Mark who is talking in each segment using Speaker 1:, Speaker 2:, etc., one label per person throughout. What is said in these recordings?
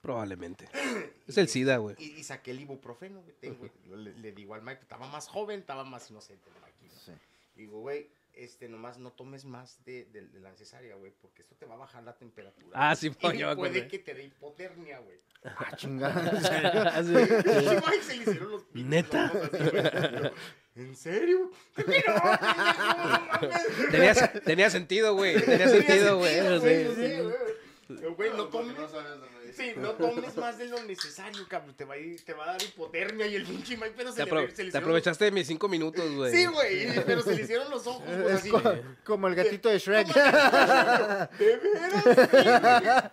Speaker 1: Probablemente. Es el SIDA, güey.
Speaker 2: Y, y saqué el ibuprofeno, güey. tengo, le, le digo al Mike, estaba más joven, estaba más inocente el Mike. ¿no?
Speaker 3: Sí.
Speaker 2: Digo, güey, este, nomás no tomes más de, de- de la necesaria, güey, porque esto te va a bajar la temperatura.
Speaker 1: Ah, sí,
Speaker 2: Y
Speaker 1: pues, yo me
Speaker 2: puede
Speaker 1: acordé.
Speaker 2: que te dé hipotermia, güey.
Speaker 3: Ah, chingada. ¿en serio?
Speaker 1: Así.
Speaker 2: Sí, Mike se le hicieron los pinches
Speaker 1: Ah, Neta.
Speaker 2: ojos así, güey. ¿En serio? Pero, no, mames.
Speaker 1: Tenía, se- tenía sentido, güey. Tenía sentido, güey.
Speaker 2: güey,
Speaker 1: Sí, sí, sí.
Speaker 2: sí, güey. Güey, no
Speaker 4: Porque
Speaker 2: tomes.
Speaker 4: no sabes de medicina.
Speaker 2: Sí, no tomes más de lo necesario, cabrón. Te va a, ir- te va a dar hipotermia y el pinche Mike, pero
Speaker 1: Te,
Speaker 2: se, le, se
Speaker 1: apro-
Speaker 2: le
Speaker 1: te
Speaker 2: hicieron los-
Speaker 1: aprovechaste de mis cinco minutos, güey.
Speaker 2: Sí, güey, pero se le hicieron los ojos, pues,
Speaker 3: Es
Speaker 2: así.
Speaker 3: co- como el gatito de Shrek.
Speaker 2: ¿De veras?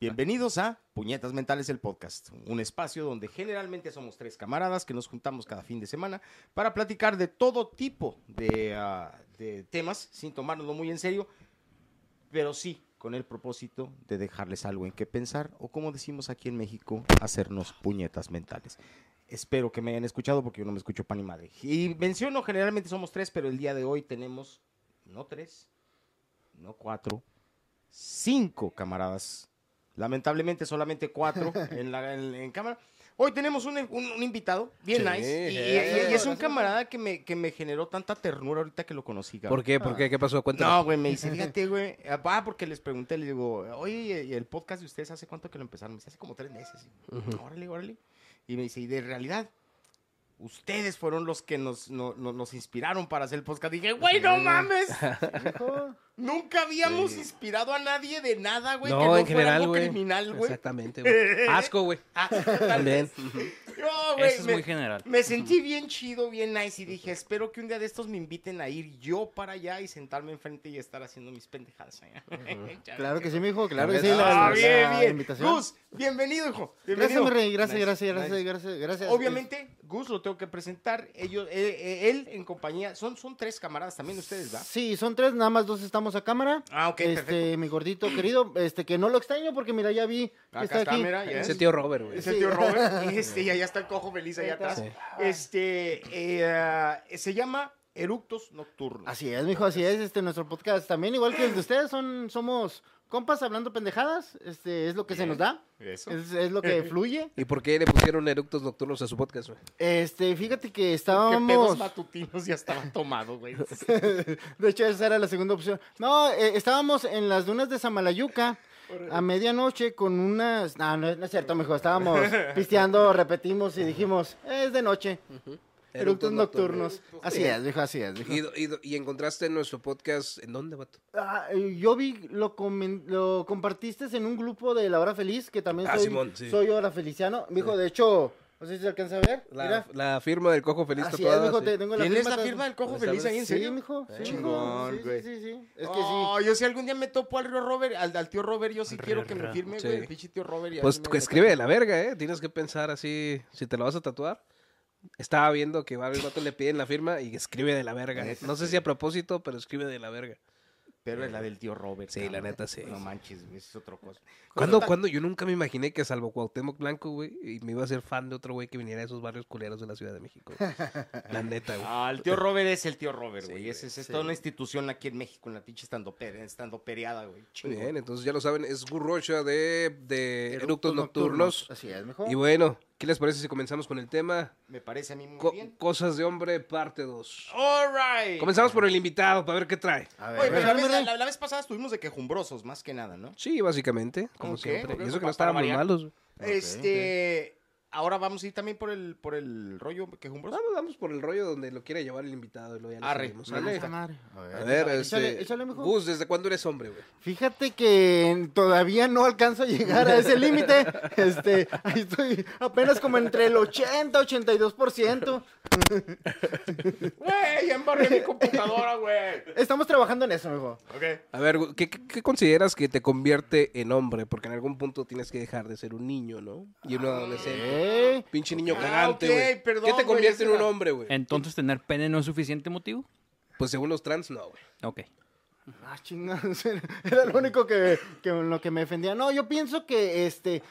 Speaker 2: bienvenidos a Puñetas Mentales, el podcast. Un espacio donde generalmente somos tres camaradas que nos juntamos cada fin de semana para platicar de todo tipo de, ah, de temas sin tomárnoslo muy en serio, pero sí con el propósito de dejarles algo en qué pensar o como decimos aquí en México, hacernos puñetas mentales. Espero que me hayan escuchado porque yo no me escucho pan y madre. Y menciono, generalmente somos tres, pero el día de hoy tenemos no tres, no cuatro, cinco camaradas. Lamentablemente solamente cuatro en, la, en, en cámara. Hoy tenemos un, un- un invitado, bien
Speaker 1: Sí,
Speaker 2: nice, y, y-
Speaker 1: eh.
Speaker 2: y es un camarada que me, que me generó tanta ternura ahorita que lo conocí. cabrón.
Speaker 1: ¿Por qué? ¿Por qué? ¿Qué pasó? Cuéntame.
Speaker 2: No, güey, me dice, fíjate, güey. Ah, porque les pregunté, les digo, oye, ¿y el podcast de ustedes hace cuánto que lo empezaron? Me dice, hace como tres meses. Y, Órale, órale. Y me dice, y de realidad, ustedes fueron los que nos, no- no- nos inspiraron para hacer el podcast. Dije, güey, no mames.
Speaker 3: Hijo.
Speaker 2: Nunca habíamos inspirado a nadie de nada, güey.
Speaker 1: No,
Speaker 2: que no
Speaker 1: en general,
Speaker 2: algo
Speaker 1: güey.
Speaker 2: criminal, güey.
Speaker 1: Exactamente, güey. Asco, güey.
Speaker 2: Ah, tal
Speaker 1: También.
Speaker 2: vez. No, güey.
Speaker 5: Eso es
Speaker 2: me-
Speaker 5: muy general.
Speaker 2: me sentí bien chido, bien nice y dije, espero que un día de estos me inviten a ir yo para allá y sentarme enfrente y estar haciendo mis pendejadas allá.
Speaker 3: Claro que sí, mijo, claro que sí.
Speaker 2: Ah,
Speaker 3: La,
Speaker 2: bien,
Speaker 3: la
Speaker 2: bien.
Speaker 3: invitación.
Speaker 2: Gus, bienvenido, hijo.
Speaker 3: Gracias,
Speaker 2: Bienvenido.
Speaker 3: mi rey. Gracias,
Speaker 2: Nice,
Speaker 3: gracias,
Speaker 2: nice.
Speaker 3: gracias, gracias, gracias.
Speaker 2: Obviamente, Gus lo tengo que presentar. Ellos, eh, eh, él en compañía, son, son tres camaradas también ustedes, ¿va?
Speaker 3: Sí, son tres, nada más dos estamos a cámara.
Speaker 2: Ah, ok,
Speaker 3: Este,
Speaker 2: perfecto.
Speaker 3: mi gordito querido, este, que no lo extraño porque mira, ya vi que
Speaker 2: Acá
Speaker 3: está
Speaker 2: está,
Speaker 3: aquí.
Speaker 2: mira, ya
Speaker 1: Ese
Speaker 2: es.
Speaker 1: tío Robert, güey.
Speaker 2: Es el tío Robert. Este, y allá está el cojo feliz allá atrás.
Speaker 1: Sí.
Speaker 2: Este, eh, se llama Eructos Nocturnos.
Speaker 3: Así es, mijo, así es, este, nuestro podcast también, igual que el de ustedes, son, somos compas hablando pendejadas, este, es lo que se nos da,
Speaker 2: Eso.
Speaker 3: es, es lo que fluye.
Speaker 1: ¿Y por qué le pusieron eructos nocturnos a su podcast, güey?
Speaker 3: Este, fíjate que
Speaker 2: Que pedos
Speaker 3: estábamos,
Speaker 2: matutinos ya estaban tomados, güey.
Speaker 3: de hecho esa era la segunda opción, no, eh, estábamos en las dunas de Samalayuca. A medianoche con unas... No, no, no es cierto, mijo, estábamos pisteando, repetimos y dijimos, es de noche. Eructos nocturnos. Así es, dijo, así es, mijo.
Speaker 1: ¿Y, y- y encontraste nuestro podcast en dónde, vato?
Speaker 3: Ah, eh, yo vi, lo, comen- lo compartiste en un grupo de La Hora Feliz, que también
Speaker 1: Ah,
Speaker 3: soy,
Speaker 1: Simón, sí.
Speaker 3: soy Hora Feliciano. Mijo, de hecho, no sé si se alcanza a ver.
Speaker 1: La,
Speaker 3: mira.
Speaker 1: la firma del cojo feliz
Speaker 3: Así es,
Speaker 1: tatuada,
Speaker 3: mijo,
Speaker 1: sí.
Speaker 3: te- tengo la
Speaker 2: ¿Quién
Speaker 3: firma.
Speaker 2: es la
Speaker 3: tatu-
Speaker 2: firma del cojo
Speaker 1: ¿Dónde
Speaker 2: feliz
Speaker 1: está?
Speaker 2: ahí en
Speaker 3: Sí,
Speaker 2: serio?
Speaker 3: mijo, sí,
Speaker 1: Eh,
Speaker 3: mijo,
Speaker 2: chingón,
Speaker 3: sí,
Speaker 2: güey.
Speaker 3: Sí, sí, sí. Es
Speaker 2: Es
Speaker 3: que sí.
Speaker 2: Oh, yo si algún día me topo al río Robert, al, al tío Robert, yo sí quiero que me
Speaker 5: ra.
Speaker 2: firme,
Speaker 1: Sí.
Speaker 2: güey, el pinche tío Robert. y
Speaker 1: Pues
Speaker 2: ahí me-
Speaker 1: que escribe de la verga, ¿eh? Tienes que pensar así, si te lo vas a tatuar. Estaba viendo que varios vatos le piden la firma y escribe de la verga.
Speaker 2: Eh,
Speaker 1: No sé si a propósito, pero escribe de la verga.
Speaker 2: Pero es la del tío Robert.
Speaker 1: Sí,
Speaker 2: cabrón.
Speaker 1: la neta, sí.
Speaker 2: No manches, güey, eso es otra cosa.
Speaker 1: ¿Cuándo, cuándo? Yo nunca me imaginé que salvo Cuauhtémoc Blanco, güey, y me iba a ser fan de otro güey que viniera de esos barrios culeros de la Ciudad de México. güey. La neta, güey.
Speaker 2: Ah, el tío Robert es el tío Robert,
Speaker 1: Sí,
Speaker 2: güey.
Speaker 1: güey,
Speaker 2: es es- es toda una institución aquí en México, en la pinche estando, pereada, güey.
Speaker 1: Muy
Speaker 2: Chingón.
Speaker 1: bien, entonces ya lo saben, es Gurrocha de, de Eructos Nocturnos.
Speaker 3: Así es, mijo.
Speaker 1: Y bueno, ¿qué les parece si comenzamos con el tema?
Speaker 2: Me parece a mí muy
Speaker 1: Co-
Speaker 2: bien.
Speaker 1: Cosas de Hombre, parte 2.
Speaker 2: All right.
Speaker 1: Comenzamos por el invitado, para ver qué trae.
Speaker 3: A
Speaker 2: Oye, pero
Speaker 3: ver,
Speaker 2: la,
Speaker 3: a
Speaker 2: vez,
Speaker 3: ver,
Speaker 2: la-
Speaker 3: mira.
Speaker 2: la vez pasada estuvimos de quejumbrosos, más que nada, ¿no?
Speaker 1: Sí, básicamente, como
Speaker 2: Ok,
Speaker 1: siempre.
Speaker 2: ok,
Speaker 1: y eso que
Speaker 2: para-
Speaker 1: no estábamos
Speaker 2: para variar.
Speaker 1: malos. güey.
Speaker 2: este. Ahora vamos a ir también por el, por el rollo quejumbroso.
Speaker 1: Pues Vamos, vamos por el rollo donde lo quiera llevar el invitado. Y lo ya le
Speaker 2: Arre,
Speaker 1: seguimos,
Speaker 2: me
Speaker 1: ¿sale?
Speaker 2: gusta.
Speaker 3: A
Speaker 1: A
Speaker 3: ver.
Speaker 1: ver,
Speaker 3: Échale,
Speaker 1: este,
Speaker 3: échale, mijo.
Speaker 1: Gus, ¿desde cuándo eres hombre, güey?
Speaker 3: Fíjate que todavía no alcanzo a llegar a ese límite. Este, ahí estoy apenas como entre el 80, 82%.
Speaker 2: Güey, ya embarré mi computadora, güey.
Speaker 3: Estamos trabajando en eso, mijo.
Speaker 2: Ok.
Speaker 1: A ver, Gus, ¿qué, qué, qué consideras que te convierte en hombre? Porque en algún punto tienes que dejar de ser un niño, ¿no? Y un adolescente.
Speaker 3: Ok.
Speaker 1: Pinche niño
Speaker 2: Ah,
Speaker 1: cagante,
Speaker 2: ok,
Speaker 1: güey.
Speaker 2: perdón,
Speaker 1: ¿Qué te
Speaker 2: güey,
Speaker 1: convierte
Speaker 2: ese
Speaker 1: en un
Speaker 2: era-
Speaker 1: hombre, güey?
Speaker 5: Entonces, ¿tener pene no es suficiente motivo?
Speaker 1: Pues según los trans, no, güey.
Speaker 5: Ok.
Speaker 3: Ah, chingados. Era lo único que, que en lo que me defendía. No, yo pienso que este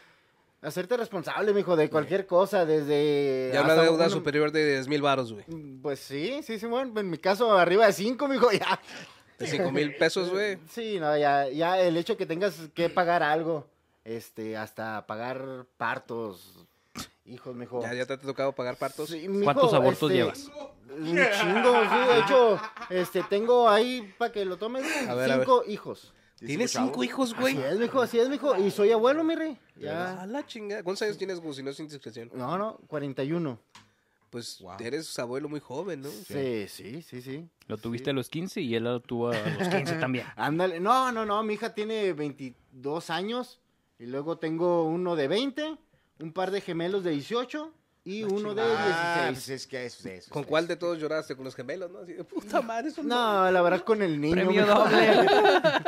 Speaker 3: hacerte responsable, mijo, de cualquier cosa, desde.
Speaker 1: Ya una
Speaker 3: hasta
Speaker 1: deuda
Speaker 3: una-
Speaker 1: superior de 10 mil baros, güey.
Speaker 3: Pues sí, sí, sí, bueno. En mi caso, arriba de cinco, mijo, ya.
Speaker 1: De 5 mil pesos, güey.
Speaker 3: Sí, no, ya, ya el hecho que tengas que pagar algo, este, hasta pagar partos, hijos, mijo.
Speaker 1: Ya, ya te ha tocado pagar partos.
Speaker 3: Sí, mijo,
Speaker 5: ¿Cuántos abortos
Speaker 3: este,
Speaker 5: llevas?
Speaker 3: Un chingo, sí. De hecho, este, tengo ahí para que lo tomes
Speaker 1: A ver, a
Speaker 3: cinco hijos.
Speaker 1: Tienes
Speaker 2: chavo.
Speaker 1: cinco hijos, güey.
Speaker 3: Así es, mijo, así es, mijo. Y soy abuelo, mi rey.
Speaker 1: A
Speaker 3: Ya.
Speaker 1: la chingada. ¿Cuántos años tienes, Gus, si no es indiscreción?
Speaker 3: No, no, 41.
Speaker 1: Pues eres abuelo muy joven, ¿no?
Speaker 3: Sí, sí, sí, sí.
Speaker 5: Lo tuviste a los 15 y él lo tuvo a los 15 también.
Speaker 3: Ándale. No, no, no, mi hija tiene 22 años. Y luego tengo uno de 20, un par de gemelos de 18 y uno de
Speaker 2: Ah,
Speaker 3: 16.
Speaker 2: pues es que eso, eso,
Speaker 1: ¿Con
Speaker 2: eso.
Speaker 1: cuál de todos lloraste? Con los gemelos, ¿no? Así de puta madre, eso
Speaker 3: No, la verdad con el niño.
Speaker 5: Premio
Speaker 3: mijo.
Speaker 5: doble.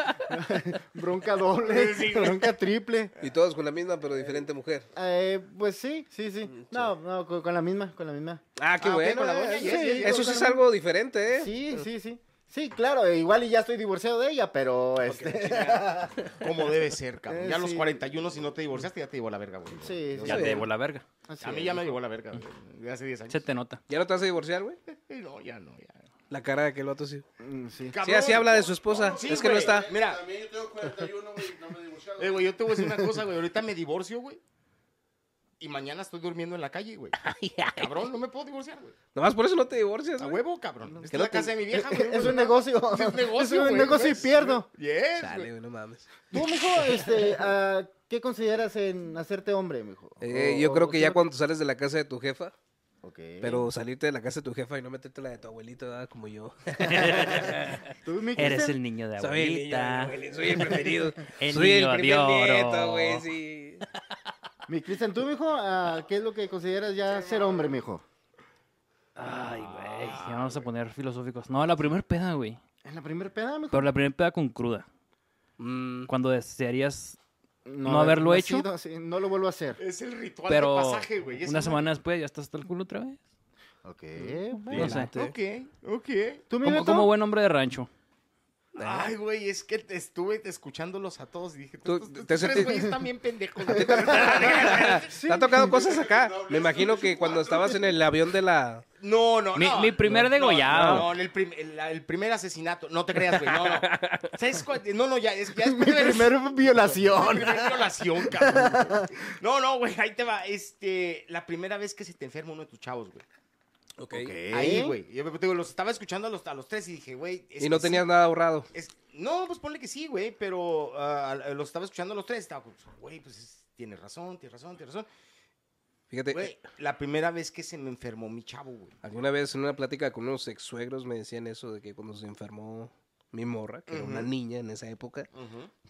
Speaker 3: Bronca doble, bronca triple.
Speaker 1: Y todos con la misma, pero diferente mujer.
Speaker 3: Eh, pues sí, sí,
Speaker 2: Mm,
Speaker 3: sí. No, no, con, con la misma, con la misma.
Speaker 1: Ah, qué
Speaker 2: Ah, ok,
Speaker 1: bueno.
Speaker 2: con la
Speaker 1: eh,
Speaker 2: buena,
Speaker 1: eh,
Speaker 2: yes, yes,
Speaker 1: Eso
Speaker 2: yes,
Speaker 1: sí es
Speaker 2: con la
Speaker 1: algo diferente, ¿eh?
Speaker 3: Sí, sí, sí. Sí, claro, eh, igual y ya estoy divorciado de ella, pero este...
Speaker 2: Como debe ser, cabrón.
Speaker 1: Eh,
Speaker 2: Ya a los
Speaker 3: Sí.
Speaker 2: 41, si no te divorciaste, ya te llevó la verga, güey.
Speaker 3: Sí, sí.
Speaker 5: Ya
Speaker 1: sé.
Speaker 5: te llevo la verga.
Speaker 3: así
Speaker 2: A mí
Speaker 3: es.
Speaker 2: ya me llevó la verga, güey. De hace 10 años.
Speaker 5: Se te nota.
Speaker 1: ¿Ya no te vas a divorciar, güey?
Speaker 2: No, ya no, ya.
Speaker 1: La cara de aquel otro sí.
Speaker 3: Mm, sí.
Speaker 1: Sí, así habla de su esposa.
Speaker 2: Sí,
Speaker 1: es que no
Speaker 2: güey.
Speaker 1: está.
Speaker 2: Mira,
Speaker 4: También yo tengo 41, güey, no me he divorciado.
Speaker 2: eh, güey, yo te voy a decir una cosa, güey. Ahorita me divorcio, güey. Y mañana estoy durmiendo en la calle, güey. Cabrón, no me puedo divorciar, güey.
Speaker 1: Nomás por eso no te divorcias,
Speaker 2: A
Speaker 1: güey.
Speaker 2: huevo, cabrón. Esta
Speaker 1: Que
Speaker 2: es
Speaker 1: no
Speaker 2: la
Speaker 1: te-
Speaker 2: casa de mi vieja, güey.
Speaker 3: Es un negocio.
Speaker 2: Es un negocio,
Speaker 3: Es
Speaker 2: güey.
Speaker 3: un negocio y
Speaker 2: ¿ves?
Speaker 3: pierdo.
Speaker 2: Yes,
Speaker 1: Dale,
Speaker 2: güey.
Speaker 1: güey, no mames.
Speaker 3: Tú, mijo, este, ah, ¿qué consideras en hacerte hombre, mijo?
Speaker 1: Eh,
Speaker 3: O-
Speaker 1: yo creo que ya
Speaker 3: o-
Speaker 1: cuando sales de la casa de tu jefa,
Speaker 3: Ok.
Speaker 1: pero salirte de la casa de tu jefa y no meterte la de tu abuelita, ¿verdad? como yo.
Speaker 3: ¿Tú, mi
Speaker 5: Eres
Speaker 3: Cristian?
Speaker 5: el niño de
Speaker 1: Soy el, niño,
Speaker 5: abuelita.
Speaker 1: abueli- soy el preferido.
Speaker 5: El
Speaker 1: soy el
Speaker 5: niño
Speaker 1: primer
Speaker 5: de oro.
Speaker 1: nieto, güey, sí.
Speaker 3: Mi Cristian, tú, mijo, ah, ¿qué es lo que consideras ya ser hombre, mijo?
Speaker 5: Ay, güey. Ya vamos
Speaker 2: Ah,
Speaker 5: a poner filosóficos. No, la primer peda, güey.
Speaker 3: ¿En la primer peda, mijo?
Speaker 5: Pero la primer peda con cruda. Cuando desearías, no
Speaker 3: ha-
Speaker 5: haberlo
Speaker 3: ha
Speaker 5: hecho.
Speaker 3: sido así, no lo vuelvo a hacer.
Speaker 2: Es el ritual
Speaker 5: pero
Speaker 2: de pasaje, güey. Es
Speaker 5: una semana después ya estás hasta el culo otra vez.
Speaker 3: Ok.
Speaker 5: No sé.
Speaker 1: Adelante.
Speaker 2: Ok, ok.
Speaker 3: Eh, ¿Tú, mi
Speaker 5: Como,
Speaker 3: Beto?
Speaker 5: como buen hombre de rancho.
Speaker 2: Ay, güey, es que te estuve escuchándolos a todos y dije,
Speaker 1: Tú-
Speaker 2: estos,
Speaker 1: te
Speaker 2: estos tres
Speaker 1: sentí-
Speaker 2: güeyes están bien pendejos.
Speaker 1: Te ha tocado cosas acá. Me imagino que cuando estabas en el avión de la.
Speaker 2: No, no,
Speaker 5: Mi-
Speaker 2: no.
Speaker 5: mi primer
Speaker 2: No,
Speaker 5: degollado.
Speaker 2: No, no, el, prim- el- el primer asesinato. No te creas, güey, no, no. ¿Sabes cuál? No, no, ya es... Ya es mi
Speaker 3: Primer
Speaker 2: Mi
Speaker 3: violación.
Speaker 2: primer violación, cabrón. No, no, güey, ahí te va. Este, la primera vez que se te enferma uno de tus chavos, güey.
Speaker 1: Ok.
Speaker 2: Ahí, güey. Yo te digo, los estaba escuchando a los, a los tres y dije, güey. es
Speaker 1: Y no
Speaker 2: que sí.
Speaker 1: tenías nada ahorrado.
Speaker 2: Es- no, pues ponle que sí, güey, pero ah, a- lo estaba escuchando a los tres. Estaba, pues, güey, pues es- tienes razón, tienes razón, tienes razón.
Speaker 1: Fíjate,
Speaker 2: Güey, la primera vez que se me enfermó mi chavo, güey.
Speaker 1: alguna vez en una plática con unos ex suegros me decían eso de que cuando se enfermó mi morra, que era una
Speaker 2: Ujú.
Speaker 1: niña en esa época,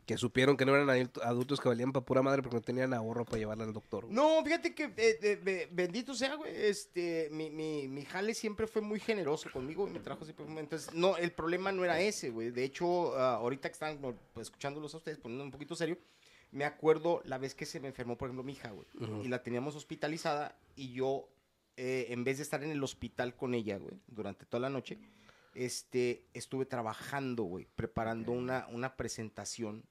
Speaker 1: que supieron que no eran adulto- adultos que valían para pura madre porque no tenían ahorro para llevarla al doctor. güey.
Speaker 2: No, fíjate que eh, eh, be- bendito sea, güey. Este, mi, mi, mi jale siempre fue muy generoso conmigo y me trajo siempre. Entonces, no, el problema no era ese, güey. De hecho, ah, ahorita que están no, pues, escuchándolos a ustedes, poniendo un poquito serio, me acuerdo la vez que se me enfermó, por ejemplo, mi hija, güey. Y la teníamos hospitalizada y yo, eh, en vez de estar en el hospital con ella, güey, durante toda la noche, este, estuve trabajando, güey, preparando una, una presentación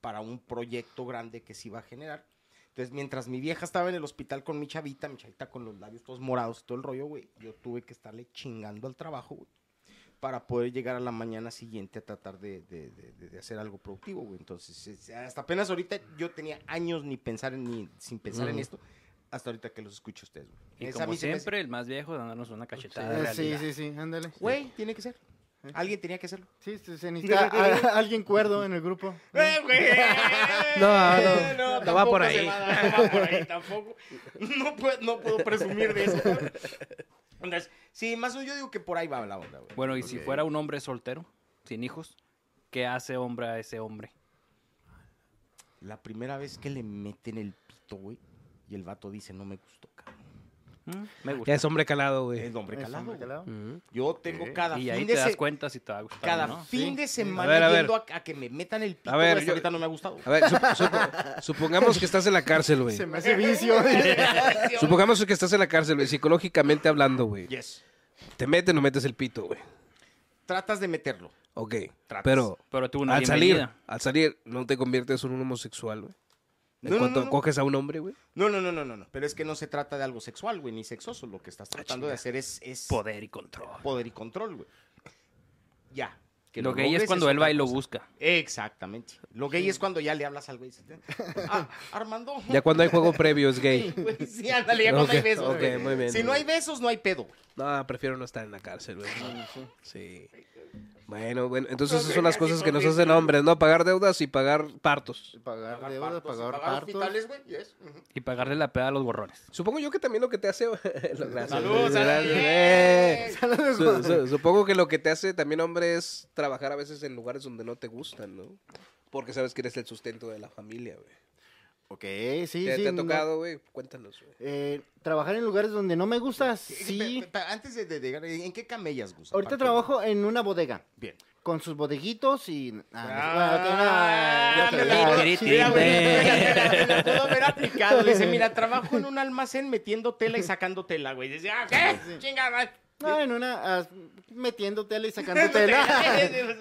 Speaker 2: para un proyecto grande que se iba a generar. Entonces, mientras mi vieja estaba en el hospital con mi chavita, mi chavita con los labios todos morados, todo el rollo, güey, yo tuve que estarle chingando al trabajo, güey, para poder llegar a la mañana siguiente a tratar de, de- de- de- de hacer algo productivo, güey. Entonces, es- hasta apenas ahorita yo tenía años ni pensar en, ni sin pensar en
Speaker 1: Ujú.
Speaker 2: esto, hasta ahorita que los escucho a ustedes, güey.
Speaker 5: Y
Speaker 2: Esa a
Speaker 5: como
Speaker 2: mí se me hace-
Speaker 5: siempre, el más viejo dándonos una cachetada.
Speaker 3: Eh,
Speaker 5: de
Speaker 3: Sí,
Speaker 5: realidad.
Speaker 3: sí, sí, ándale.
Speaker 2: Güey, tiene que ser. Alguien tenía que hacerlo.
Speaker 3: Sí, se se necesita a- alguien cuerdo en el grupo.
Speaker 2: ¡Eh, güey!
Speaker 1: No, no,
Speaker 2: no,
Speaker 1: no va por
Speaker 2: tampoco se
Speaker 1: ahí.
Speaker 2: va a dar, no va por ahí tampoco. No puedo, no puedo presumir de eso. cabrón. Entonces, sí, más o menos yo digo que por ahí va la onda, güey.
Speaker 5: Bueno, y si fuera un hombre soltero, sin hijos, ¿qué hace hombre a ese hombre?
Speaker 2: La primera vez que le meten el pito, güey, y el vato dice, no me gustó, cabrón.
Speaker 5: Me gusta.
Speaker 1: Ya es hombre calado, güey.
Speaker 2: El hombre
Speaker 3: Es
Speaker 2: calado.
Speaker 3: hombre
Speaker 2: güey.
Speaker 3: calado.
Speaker 5: Mm.
Speaker 2: Yo tengo Mm. cada
Speaker 5: y
Speaker 2: fin
Speaker 5: ahí
Speaker 2: de
Speaker 5: te das
Speaker 2: se-
Speaker 5: cuenta si te va a gustar.
Speaker 2: cada
Speaker 5: ¿no?
Speaker 2: fin de semana
Speaker 1: A ver, a ver.
Speaker 2: yendo a, a que me metan el pito.
Speaker 1: ver,
Speaker 2: güey, hasta
Speaker 1: yo-
Speaker 2: ahorita no me ha gustado.
Speaker 1: A ver, sup- sup- supongamos que estás en la cárcel, güey.
Speaker 3: Se me hace vicio.
Speaker 1: Supongamos que estás en la cárcel, güey, psicológicamente hablando, güey.
Speaker 2: Yes.
Speaker 1: Te meten o metes el pito, güey.
Speaker 2: Tratas de meterlo.
Speaker 1: Ok.
Speaker 2: Tratas.
Speaker 1: Pero
Speaker 5: Pero tuvo una
Speaker 1: al salir,
Speaker 5: bienvenida.
Speaker 1: al salir, no te conviertes en un homosexual, güey. En
Speaker 2: No, no,
Speaker 1: cuanto
Speaker 2: no, no.
Speaker 1: coges a un hombre, güey.
Speaker 2: No, no, no, no, no, no. Pero es que no se trata de algo sexual, güey, ni sexoso. Lo que estás tratando de hacer es, es
Speaker 5: Poder y control.
Speaker 2: poder y control, güey. Ya.
Speaker 5: lo que ella
Speaker 2: logres
Speaker 5: es cuando él
Speaker 2: otra
Speaker 5: va y lo
Speaker 2: cosa.
Speaker 5: busca.
Speaker 2: Exactamente. Lo gay es cuando ya le hablas al güey. y dices, Ah, Armando.
Speaker 1: Ya cuando hay juego previo es gay.
Speaker 2: Güey, sí, ándale, ya cuando
Speaker 1: Ok,
Speaker 2: hay besos.
Speaker 1: ok,
Speaker 2: güey.
Speaker 1: muy bien,
Speaker 2: si
Speaker 1: muy
Speaker 2: no hay
Speaker 1: bien.
Speaker 2: besos, no hay pedo. güey.
Speaker 1: No, prefiero no estar en la cárcel, güey. Sí. Bueno, bueno, entonces esas son las cosas que nos hacen hombres, ¿no? Pagar deudas y pagar partos.
Speaker 3: Pagar deudas,
Speaker 2: partos,
Speaker 3: pagar
Speaker 2: pagar
Speaker 3: partos.
Speaker 2: hospitales, güey. yes, ujú.
Speaker 5: Y pagarle la peda a los gorrones.
Speaker 1: Supongo yo que también lo que te hace... lo- gracias,
Speaker 2: Salud,
Speaker 1: gracias,
Speaker 2: salud.
Speaker 1: eh. Su- su- supongo que lo que te hace también hombre es trabajar a veces en lugares donde no te gustan, ¿no? Porque sabes que eres el sustento de la familia, güey.
Speaker 3: Ok, sí, sí.
Speaker 1: ¿Te, te ha
Speaker 3: no-
Speaker 1: tocado, güey? Cuéntanos, güey.
Speaker 3: eh, trabajar en lugares donde no me gusta,
Speaker 2: Pe-
Speaker 3: sí.
Speaker 2: pe- pe- Antes de, de- de llegar, ¿en qué camellas, Gus?
Speaker 3: Ahorita
Speaker 2: Aparte-
Speaker 3: trabajo en una bodega.
Speaker 2: Bien.
Speaker 3: Con sus bodeguitos y...
Speaker 2: Ah,
Speaker 3: Ah,
Speaker 2: me
Speaker 3: bueno,
Speaker 2: la-
Speaker 3: tiene-
Speaker 5: tiri,
Speaker 2: mira,
Speaker 5: tiri,
Speaker 2: güey, me
Speaker 5: tiri.
Speaker 2: la pudo haber aplicado. Dice, mira, trabajo en un almacén metiendo tela y sacando tela, güey. Dice, ah, ¿qué? Chingada.
Speaker 3: No, en una ah, metiendo tela y sacando tela.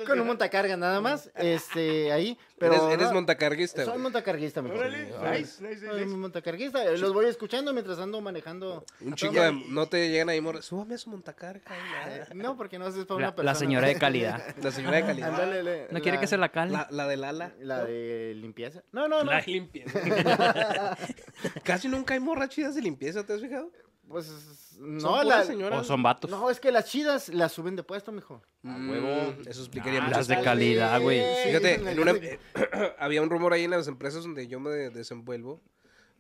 Speaker 3: con un montacargas nada más. Este, ahí. Pero
Speaker 1: eres eres
Speaker 3: no,
Speaker 1: montacarguista,
Speaker 3: Soy
Speaker 1: güey.
Speaker 3: montacarguista, mejor.
Speaker 2: Órale, nice, nice,
Speaker 3: Soy
Speaker 2: nice.
Speaker 3: montacarguista. eh, Los voy escuchando mientras ando manejando.
Speaker 1: Un chingo de... No te llegan ahí, morra. Súbame a su montacarga. y
Speaker 3: Eh,
Speaker 1: nada.
Speaker 3: No, porque no haces para una
Speaker 5: La,
Speaker 3: persona.
Speaker 5: la señora de calidad.
Speaker 1: La señora de calidad.
Speaker 3: Ándale, le-
Speaker 5: No quiere que se la cale.
Speaker 1: La, la del ala.
Speaker 3: La de limpieza. No, no, no.
Speaker 5: La-
Speaker 1: Casi nunca hay morras chidas de limpieza, ¿te has fijado?
Speaker 3: Pues
Speaker 1: Son
Speaker 3: no,
Speaker 1: puras
Speaker 3: la.
Speaker 1: señoras.
Speaker 5: O son vatos.
Speaker 3: No, es que las chidas las suben de puesto, mijo.
Speaker 1: Mm,
Speaker 2: huevo.
Speaker 1: Eso explicaría
Speaker 2: Ah,
Speaker 1: muchas
Speaker 5: las de
Speaker 1: cosas.
Speaker 5: calidad, güey.
Speaker 3: Sí,
Speaker 1: Fíjate,
Speaker 3: esas
Speaker 1: en una-
Speaker 3: las-
Speaker 1: había un rumor ahí en las empresas donde yo me desenvuelvo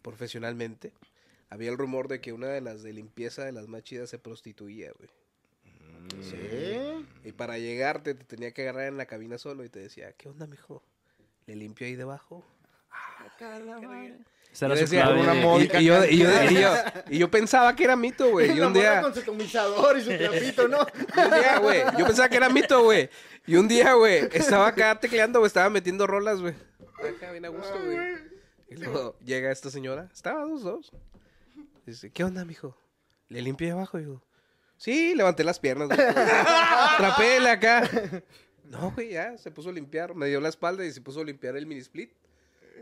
Speaker 1: profesionalmente. Había el rumor de que una de las de limpieza de las más chidas se prostituía, güey.
Speaker 3: Sí.
Speaker 1: Y para llegarte te tenía que agarrar en la cabina solo y te decía, ¿qué onda, mijo? ¿Le limpio ahí debajo?
Speaker 5: Esa
Speaker 1: Yo
Speaker 5: era su
Speaker 1: decía,
Speaker 5: clave
Speaker 2: una
Speaker 5: de-
Speaker 2: mod-
Speaker 1: y,
Speaker 2: módica
Speaker 1: y yo, y yo- y yo- y yo pensaba que era mito, güey. Y
Speaker 3: La
Speaker 1: un
Speaker 3: morra
Speaker 1: día...
Speaker 3: Con su comizador y su trapito, ¿no?
Speaker 1: Y un día, güey, yo pensaba que era mito, güey. Y un día, güey, estaba acá tecleando, güey, estaba metiendo rolas, güey. Acá bien a gusto, güey. Y luego llega esta señora, estaba dos, dos. Dice, ¿qué onda, mijo? Le limpié abajo, digo. Sí, levanté las piernas, güey. Trapéle acá. No, güey, ya, se puso a limpiar. Me dio la espalda y se puso a limpiar el mini split.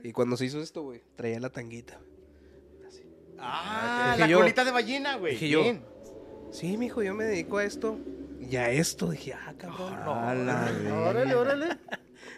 Speaker 1: Y cuando se hizo esto, güey, traía la tanguita.
Speaker 2: Ah,
Speaker 1: Dije
Speaker 2: la
Speaker 1: yo-
Speaker 2: colita de ballena, güey.
Speaker 1: dije yo,
Speaker 2: Bien.
Speaker 1: Sí, mijo, yo me dedico a esto y a esto. Dije, ah, cabrón. no.
Speaker 3: Órale, órale.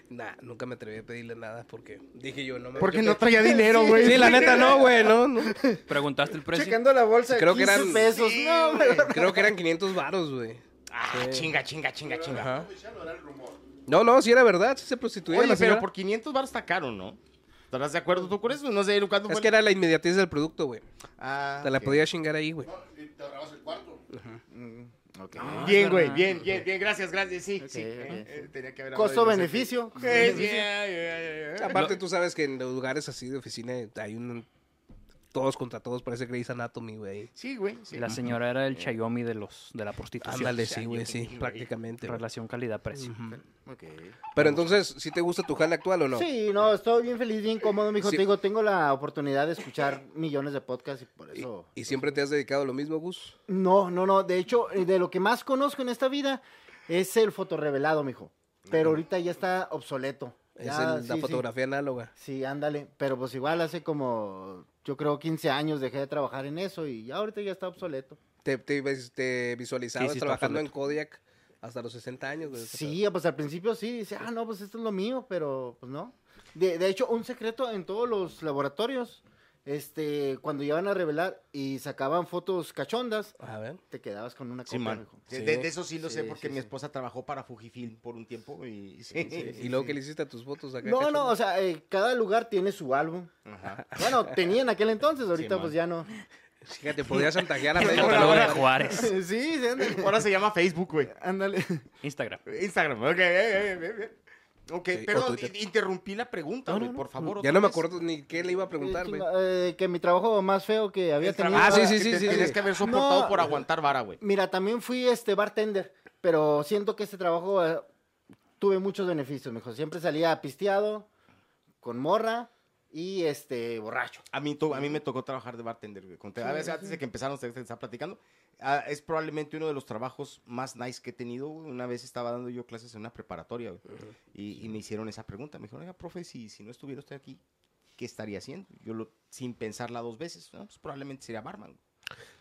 Speaker 1: Nah, nunca me atreví a pedirle nada porque dije yo, no me
Speaker 2: Porque
Speaker 1: yo
Speaker 2: no
Speaker 1: pe-
Speaker 2: traía dinero, güey.
Speaker 1: Sí, la neta no, güey, no, no.
Speaker 5: Preguntaste el precio.
Speaker 3: Checando la bolsa.
Speaker 1: Creo
Speaker 3: Creo
Speaker 1: que
Speaker 3: que
Speaker 1: eran-
Speaker 3: pesos.
Speaker 2: Sí,
Speaker 3: no,
Speaker 2: güey.
Speaker 3: güey.
Speaker 1: Creo que eran 500 varos, güey.
Speaker 2: Ah, chinga, chinga, chinga, chinga.
Speaker 1: Ajá.
Speaker 4: Ya no era el rumor.
Speaker 1: No, no, sí era verdad, sí se prostituía
Speaker 2: Oye,
Speaker 1: la
Speaker 2: pero
Speaker 1: señora.
Speaker 2: por 500 baros está caro, ¿no? ¿Estarás de acuerdo tú con eso? No sé, ¿cuándo
Speaker 1: Es
Speaker 2: fue
Speaker 1: que
Speaker 2: el-
Speaker 1: era la inmediatez del producto, güey.
Speaker 2: Ah,
Speaker 1: Te la
Speaker 2: ok.
Speaker 1: podía chingar ahí, güey.
Speaker 4: Y te ahorrabas el cuarto.
Speaker 1: Ah,
Speaker 2: Ah, Bien, güey, bien, bien, bien, gracias, gracias, sí, sí.
Speaker 3: ok.
Speaker 2: eh, eh, tenía que haber hablado de
Speaker 3: Costo-beneficio.
Speaker 2: ese- Sí, yeah, yeah, yeah, yeah.
Speaker 1: Aparte, tú sabes que en los lugares así de oficina hay un... Todos contra todos, parece Grey's Anatomy, güey.
Speaker 2: Sí, güey, sí.
Speaker 5: La señora era el Chayomi de los de la prostitución.
Speaker 1: Ándale, este. sí, güey, sí, prácticamente. güey.
Speaker 5: Relación calidad-precio.
Speaker 1: Pero entonces, ¿sí te gusta tu jale actual o no?
Speaker 3: Sí, no, estoy bien feliz, bien cómodo, mijo.
Speaker 1: Sí.
Speaker 3: Te digo, tengo la oportunidad de escuchar millones de podcasts y por
Speaker 1: ¿Y,
Speaker 3: eso...
Speaker 1: y siempre te has dedicado a lo mismo, Gus?
Speaker 3: No, no, no. De hecho, eh, de lo que más conozco en esta vida es el fotorrevelado, mijo. Pero ahorita ya está obsoleto.
Speaker 1: Es
Speaker 3: Ya,
Speaker 1: el- la
Speaker 3: sí, sí.
Speaker 1: fotografía análoga.
Speaker 3: Sí, ándale. Pero pues igual hace como, yo creo, 15 años dejé de trabajar en eso y ya ahorita ya está obsoleto.
Speaker 1: Te, te, ves- te visualizabas
Speaker 5: Sí, sí, está
Speaker 1: trabajando en
Speaker 5: obsoleto.
Speaker 1: Kodiak hasta los 60 años, güey.
Speaker 3: Sí, pues al principio sí, dice, ah, no, pues esto es lo mío, pero pues no. De, de hecho, un secreto en todos los laboratorios, este, cuando llevan a revelar y sacaban fotos cachondas,
Speaker 1: A ver.
Speaker 3: te quedabas con una copia,
Speaker 2: Sí, man.
Speaker 3: mijo.
Speaker 2: De,
Speaker 1: Sí.
Speaker 2: de- de eso sí lo sé
Speaker 3: Sí,
Speaker 2: porque
Speaker 3: sí,
Speaker 2: mi
Speaker 3: sí.
Speaker 2: esposa trabajó para Fujifilm por un tiempo y sí.
Speaker 1: ¿Y luego qué le hiciste a tus fotos acá?
Speaker 3: No,
Speaker 1: cachón?
Speaker 3: no, o sea, eh, cada lugar tiene su álbum.
Speaker 2: Ajá.
Speaker 3: Bueno, tenía en aquel entonces, ahorita
Speaker 2: man.
Speaker 3: pues ya no.
Speaker 1: Fíjate, podías chantajear a
Speaker 5: El
Speaker 1: medio
Speaker 5: catálogo de
Speaker 1: catálogo.
Speaker 5: Juárez.
Speaker 3: sí, sí, ándale.
Speaker 2: Ahora se llama Facebook, güey.
Speaker 3: ándale.
Speaker 5: Instagram.
Speaker 2: Instagram, ok. eh, eh, eh, eh. Ok,
Speaker 1: Sí, o
Speaker 2: perdón,
Speaker 1: Twitter.
Speaker 2: i- interrumpí la pregunta,
Speaker 5: No,
Speaker 2: güey,
Speaker 5: no, no.
Speaker 2: por favor.
Speaker 1: Ya
Speaker 2: otra
Speaker 1: no me
Speaker 2: vez.
Speaker 1: acuerdo ni qué le iba a preguntar, güey.
Speaker 3: Eh, que mi trabajo más feo que había
Speaker 2: El
Speaker 3: tenido.
Speaker 2: trabajo
Speaker 1: Ah, sí, sí,
Speaker 2: que
Speaker 1: sí,
Speaker 2: te
Speaker 1: sí,
Speaker 2: Tienes
Speaker 1: sí.
Speaker 2: que haber soportado
Speaker 3: No.
Speaker 2: por aguantar vara, güey.
Speaker 3: Mira, también fui este bartender, pero siento que este trabajo eh, tuve muchos beneficios, mejor. Siempre salía pisteado, con morra y este borracho.
Speaker 2: A mí, to- a mí me tocó trabajar de bartender, güey. Conté- a veces antes de que empezaron, ustedes estaba platicando. Ah, es probablemente uno de los trabajos más nice que he tenido. güey. Una vez estaba dando yo clases en una preparatoria, güey. Y, y me hicieron esa pregunta. Me dijeron, oiga, profe, si, si no estuviera usted aquí, ¿qué estaría haciendo? Yo, lo, sin pensarla dos veces, "No, pues probablemente sería barman. güey.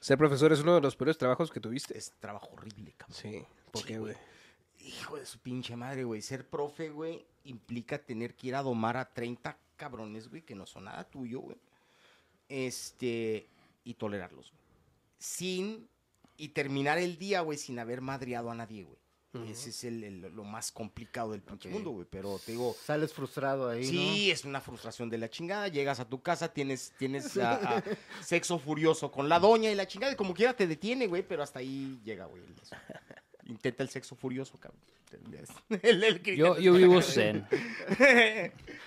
Speaker 1: Ser profesor es uno de los peores trabajos que tuviste.
Speaker 2: Es trabajo horrible, cabrón.
Speaker 1: Sí, ¿por
Speaker 2: Sí,
Speaker 1: qué, güey?
Speaker 2: Hijo de su pinche madre, güey. Ser profe, güey, implica tener que ir a domar a 30 cabrones, güey, que no son nada tuyo, güey. Este, y tolerarlos, güey. Sin, y terminar el día, güey, sin haber madreado a nadie, güey. Ese es el- el- lo más complicado del pinche
Speaker 3: Ok.
Speaker 2: mundo, güey. Pero te digo,
Speaker 3: Sales frustrado ahí,
Speaker 2: sí, es una frustración de la chingada. Llegas a tu casa, tienes, tienes a- a sexo furioso con la doña y la chingada, y como quiera te detiene, güey, pero hasta ahí llega, güey. el eso. Intenta el sexo furioso, cabrón. El- el grito.
Speaker 5: Yo, yo vivo zen.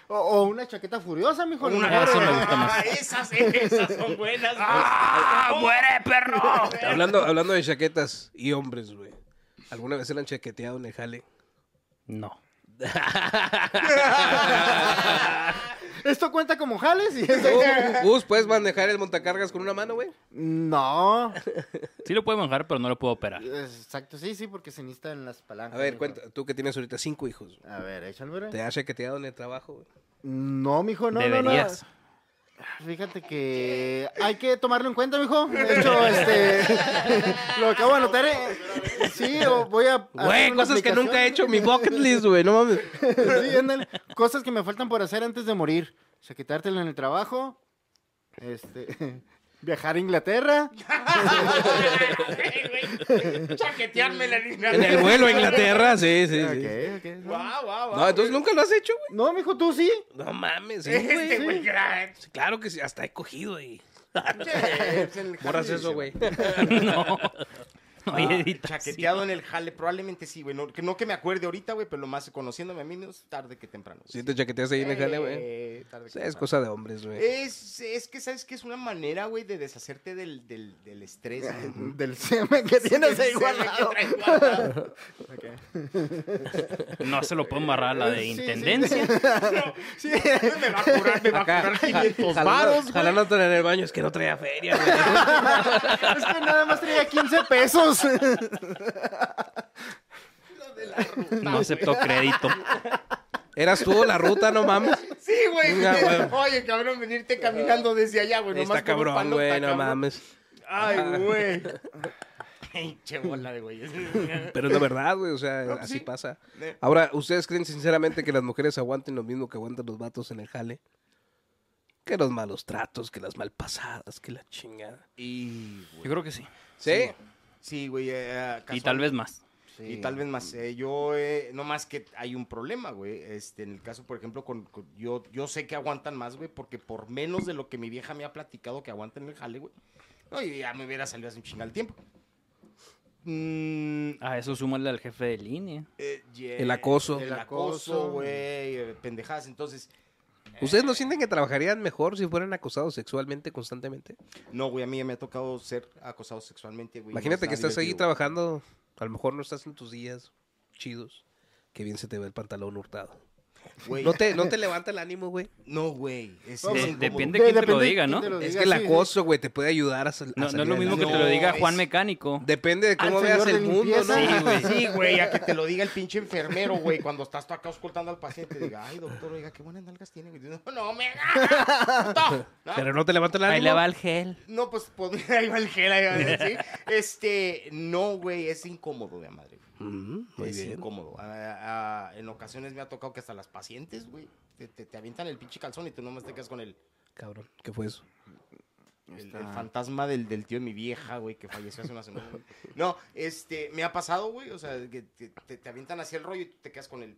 Speaker 3: ¿no? O, o una chaqueta furiosa, mijo.
Speaker 2: Una-
Speaker 3: a lo mejor, ¿eh?
Speaker 5: Eso me
Speaker 3: güey.
Speaker 5: gusta más.
Speaker 2: Ah, Esas, esas son buenas. güey.
Speaker 1: Hablando, hablando de chaquetas y hombres, güey. ¿Alguna vez se la han chaqueteado en el jale?
Speaker 5: No.
Speaker 3: ¿Esto cuenta como jales? Y es-
Speaker 1: Gus, ¿puedes manejar el montacargas con una mano, güey?
Speaker 3: No.
Speaker 5: Sí lo puedo manejar, pero no lo puedo operar.
Speaker 3: Exacto, sí, sí, porque se necesitan las palancas.
Speaker 1: A ver,
Speaker 3: mijo.
Speaker 1: cuenta, tú que tienes ahorita cinco hijos, güey.
Speaker 3: A ver, échale, güey.
Speaker 1: ¿te has chaqueteado en el trabajo, güey?
Speaker 3: No, mijo, no, no, no.
Speaker 5: Deberías.
Speaker 3: Fíjate que hay que tomarlo en cuenta, mijo. De hecho, este, lo acabo de anotar. eh. Sí, o voy a. hacer
Speaker 1: Güey,
Speaker 3: Ah, una
Speaker 1: cosas que nunca he hecho
Speaker 3: aplicación.
Speaker 1: en mi bucket list, güey, no mames.
Speaker 3: Sí, ándale. Cosas que me faltan por hacer antes de morir. O sea, quitártelo en el trabajo. Este. Viajar a Inglaterra.
Speaker 2: Chaqueteármela, niña.
Speaker 1: En el vuelo a Inglaterra, sí, sí, sí.
Speaker 3: Ok, ok.
Speaker 2: Guau, guau, guau.
Speaker 1: No, entonces nunca lo has hecho, güey.
Speaker 3: No, mijo, tú sí.
Speaker 1: No mames, sí,
Speaker 2: Este,
Speaker 1: güey.
Speaker 2: güey, gran-
Speaker 1: Sí, Claro que sí, hasta he cogido y
Speaker 2: Che, pues, en el
Speaker 1: borras
Speaker 2: jardín,
Speaker 1: eso, güey.
Speaker 5: Oye, edita,
Speaker 2: Chaqueteado en el jale, probablemente sí, güey. No que, no que me acuerde ahorita, güey, pero lo más conociéndome a mí menos tarde que temprano. güey.
Speaker 1: Si te chaqueteas ahí en el jale, güey.
Speaker 2: Eh, tarde que
Speaker 1: Sí, es
Speaker 2: temprano.
Speaker 1: cosa de hombres, güey.
Speaker 2: Es, es que sabes que es una manera, güey, de deshacerte del, del, del estrés. güey.
Speaker 3: Del semen que tienes ahí
Speaker 2: Del semen que
Speaker 3: guardado.
Speaker 2: traes guardado.
Speaker 5: sí. No se lo puedo amarrar a la de
Speaker 3: Sí, sí.
Speaker 5: intendencia.
Speaker 2: Sí, me va a curar, me va a curar 500 varos, güey.
Speaker 1: Jalándote en el baño, es que no traía feria, güey.
Speaker 3: Es que nada más traía 15 pesos.
Speaker 5: No aceptó crédito.
Speaker 1: Eras tú la ruta, no mames.
Speaker 2: Sí, güey.
Speaker 1: Venga, güey.
Speaker 2: Oye, cabrón, venirte caminando desde allá, güey. nomás con
Speaker 1: Está
Speaker 2: un
Speaker 1: cabrón,
Speaker 2: palo,
Speaker 1: güey,
Speaker 2: está
Speaker 1: no
Speaker 2: cabrón.
Speaker 1: mames.
Speaker 2: Ay, güey. Pinche bola de güey.
Speaker 1: Pero es la verdad, güey, o sea,
Speaker 2: No, pues
Speaker 1: así
Speaker 2: sí.
Speaker 1: pasa.
Speaker 2: Eh.
Speaker 1: Ahora, ¿ustedes creen sinceramente que las mujeres aguanten lo mismo que aguantan los vatos en el jale? Que los malos tratos, que las malpasadas, que la chingada.
Speaker 2: Y, güey.
Speaker 5: Yo creo que sí.
Speaker 1: ¿Sí?
Speaker 2: Sí, güey. eh,
Speaker 5: Y
Speaker 2: casual-
Speaker 5: tal vez más.
Speaker 2: Y tal vez más. eh, yo, eh, no más que hay un problema, güey. Este, en el caso, por ejemplo, con, con- yo, yo sé que aguantan más, güey, porque por menos de lo que mi vieja me ha platicado que aguantan el jale, güey. No, y ya me hubiera salido hace un chingal tiempo. Mm,
Speaker 5: A eso súmale al jefe de línea.
Speaker 2: eh, yeah,
Speaker 1: El acoso.
Speaker 2: El
Speaker 3: El
Speaker 2: acoso,
Speaker 3: acoso.
Speaker 2: güey. eh, pendejadas. Entonces,
Speaker 1: ¿Ustedes no sienten que trabajarían mejor si fueran acosados sexualmente constantemente?
Speaker 2: no, güey, a mí ya me ha tocado ser acosado sexualmente, güey.
Speaker 1: Imagínate
Speaker 2: No
Speaker 1: que
Speaker 2: está
Speaker 1: estás ahí
Speaker 2: divertido, güey.
Speaker 1: trabajando, a lo mejor no estás en tus días chidos, que bien se te ve el pantalón hurtado.
Speaker 2: Güey,
Speaker 1: No te, no te levanta el ánimo, güey.
Speaker 2: No, güey. es-
Speaker 3: No,
Speaker 2: es
Speaker 3: pues,
Speaker 2: incómodo.
Speaker 5: depende quién te lo
Speaker 3: de
Speaker 5: diga,
Speaker 3: quién
Speaker 5: ¿no?
Speaker 3: te lo
Speaker 1: Es
Speaker 3: diga,
Speaker 1: que el
Speaker 3: sí, sí.
Speaker 1: acoso, güey, te puede ayudar a, sal- a
Speaker 5: No, no es
Speaker 1: salir
Speaker 5: lo mismo que
Speaker 1: adelante.
Speaker 5: te lo diga
Speaker 2: No,
Speaker 5: Juan
Speaker 2: es-
Speaker 5: Mecánico.
Speaker 1: Depende de cómo
Speaker 3: Al
Speaker 1: veas
Speaker 3: señor de
Speaker 1: el mundo,
Speaker 3: limpieza.
Speaker 1: ¿no?
Speaker 2: Sí, güey. Sí, güey, a que te lo diga el pinche enfermero, güey, cuando estás tú acá auscultando al paciente. Diga, ay, doctor, oiga, qué buenas nalgas tiene. güey. No, no, me hagas, puto.
Speaker 1: Pero
Speaker 2: ¿No?
Speaker 1: no te levanta el ánimo.
Speaker 5: Ahí le va el gel.
Speaker 2: No, pues, pues, ahí va el gel, ahí va el- sí. Este, no, güey, es incómodo de madre. güey.
Speaker 1: Ujú, Mm, muy
Speaker 2: es
Speaker 1: bien.
Speaker 2: incómodo. Ah, ah, en ocasiones me ha tocado que hasta las pacientes, güey, te, te- te avientan el pinche calzón y tú nomás te quedas con el,
Speaker 1: Cabrón, ¿qué fue eso?
Speaker 2: el, el fantasma del, del tío de mi vieja, güey, que falleció hace una semana. güey. No, este, me ha pasado, güey, o sea, que te, te- te avientan hacia el rollo y tú te quedas con el,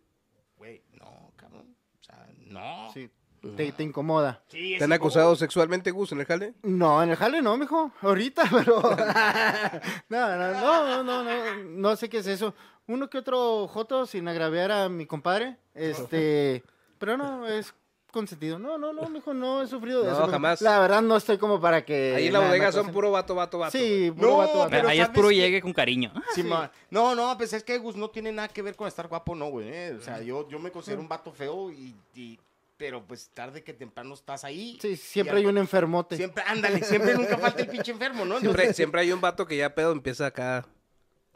Speaker 2: güey, no, cabrón, o sea, no.
Speaker 3: Sí,
Speaker 1: Ah.
Speaker 3: te, te incomoda.
Speaker 2: Sí, es
Speaker 1: ¿Te han
Speaker 2: incómodo.
Speaker 1: acosado sexualmente, Gus, en el jale?
Speaker 3: No, en el jale no, mijo. Ahorita, pero. no, no, no, no, no, no. No sé qué es eso. uno que otro joto sin agraviar a mi compadre. Este, pero no, es consentido. No, no, no, mijo, no he sufrido de
Speaker 1: No,
Speaker 3: eso. mijo.
Speaker 1: jamás.
Speaker 3: La verdad no estoy como para que...
Speaker 1: Ahí en la
Speaker 3: Eh, nada,
Speaker 1: bodega
Speaker 3: nada,
Speaker 1: son
Speaker 3: cosa.
Speaker 1: puro vato, vato, vato.
Speaker 3: Sí,
Speaker 2: No,
Speaker 3: puro vato, vato.
Speaker 2: pero
Speaker 5: Allá es
Speaker 2: ¿sabes
Speaker 5: puro
Speaker 2: qué?
Speaker 5: llegue con cariño.
Speaker 2: Ah, Sí, ma- No, no, pues es que Gus no tiene nada que ver con estar guapo, no, güey. eh. O sea, yo, yo me considero un vato feo y, y- Pero pues tarde que temprano estás ahí.
Speaker 3: Sí, siempre hay un enfermote.
Speaker 2: Siempre, ándale, siempre nunca falta el pinche enfermo, ¿no?
Speaker 1: Siempre, siempre hay un vato que ya pedo empieza acá.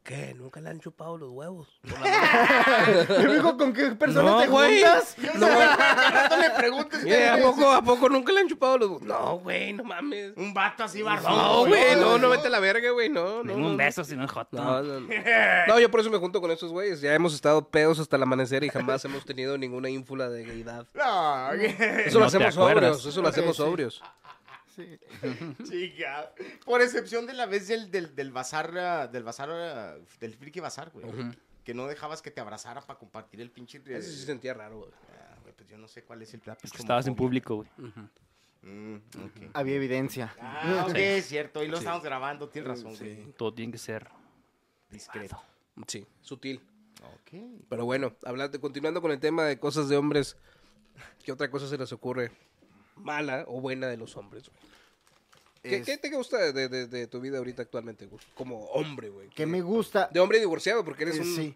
Speaker 1: ¿Qué? Nunca le han chupado los huevos.
Speaker 3: Y me dijo, ¿con qué persona
Speaker 1: No,
Speaker 3: Pues, te
Speaker 1: güey.
Speaker 3: juntas?
Speaker 2: Yo no, no le preguntes.
Speaker 1: Eh, ¿a,
Speaker 2: güey.
Speaker 1: poco, ¿A poco nunca le han chupado los huevos? No, güey, no mames.
Speaker 2: Un vato así barbón.
Speaker 1: No, güey, no, no vete a la verga, güey, no, no.
Speaker 5: Denme un
Speaker 1: no.
Speaker 5: beso si no es joto.
Speaker 1: No, no, no. No, yo por eso me junto con esos güeyes. Ya hemos estado pedos hasta el amanecer y jamás hemos tenido ninguna ínfula de gayidad.
Speaker 2: No, güey.
Speaker 1: Eso lo
Speaker 5: No te
Speaker 1: hacemos
Speaker 5: acuerdas.
Speaker 1: sobrios, eso lo hacemos
Speaker 3: Sí, sí.
Speaker 1: sobrios.
Speaker 3: Sí.
Speaker 2: Chica. Por excepción de la vez del, del, del bazar, ah, del bazar, ah, del friki bazar, güey. Que no dejabas que te abrazara para compartir el pinche. eh,
Speaker 1: Eso sí sentía raro, güey.
Speaker 2: ah, güey, pues yo no sé cuál es el plan.
Speaker 5: Es que estabas en público, güey.
Speaker 3: Había evidencia.
Speaker 2: Mm, Ah, ok, es cierto. Hoy lo estamos grabando, tienes razón, güey.
Speaker 5: Todo tiene que ser.
Speaker 2: Discreto.
Speaker 1: Sí, sutil.
Speaker 2: Ok.
Speaker 1: Pero bueno, hablando, continuando con el tema de cosas de hombres, ¿qué otra cosa se les ocurre mala o buena de los hombres, güey? ¿Qué,
Speaker 3: Es-
Speaker 1: qué te gusta de, de- de tu vida ahorita actualmente, güey? Como hombre, güey.
Speaker 3: Que me gusta.
Speaker 1: De hombre divorciado, porque eres
Speaker 3: Eh,
Speaker 1: un...
Speaker 3: Sí.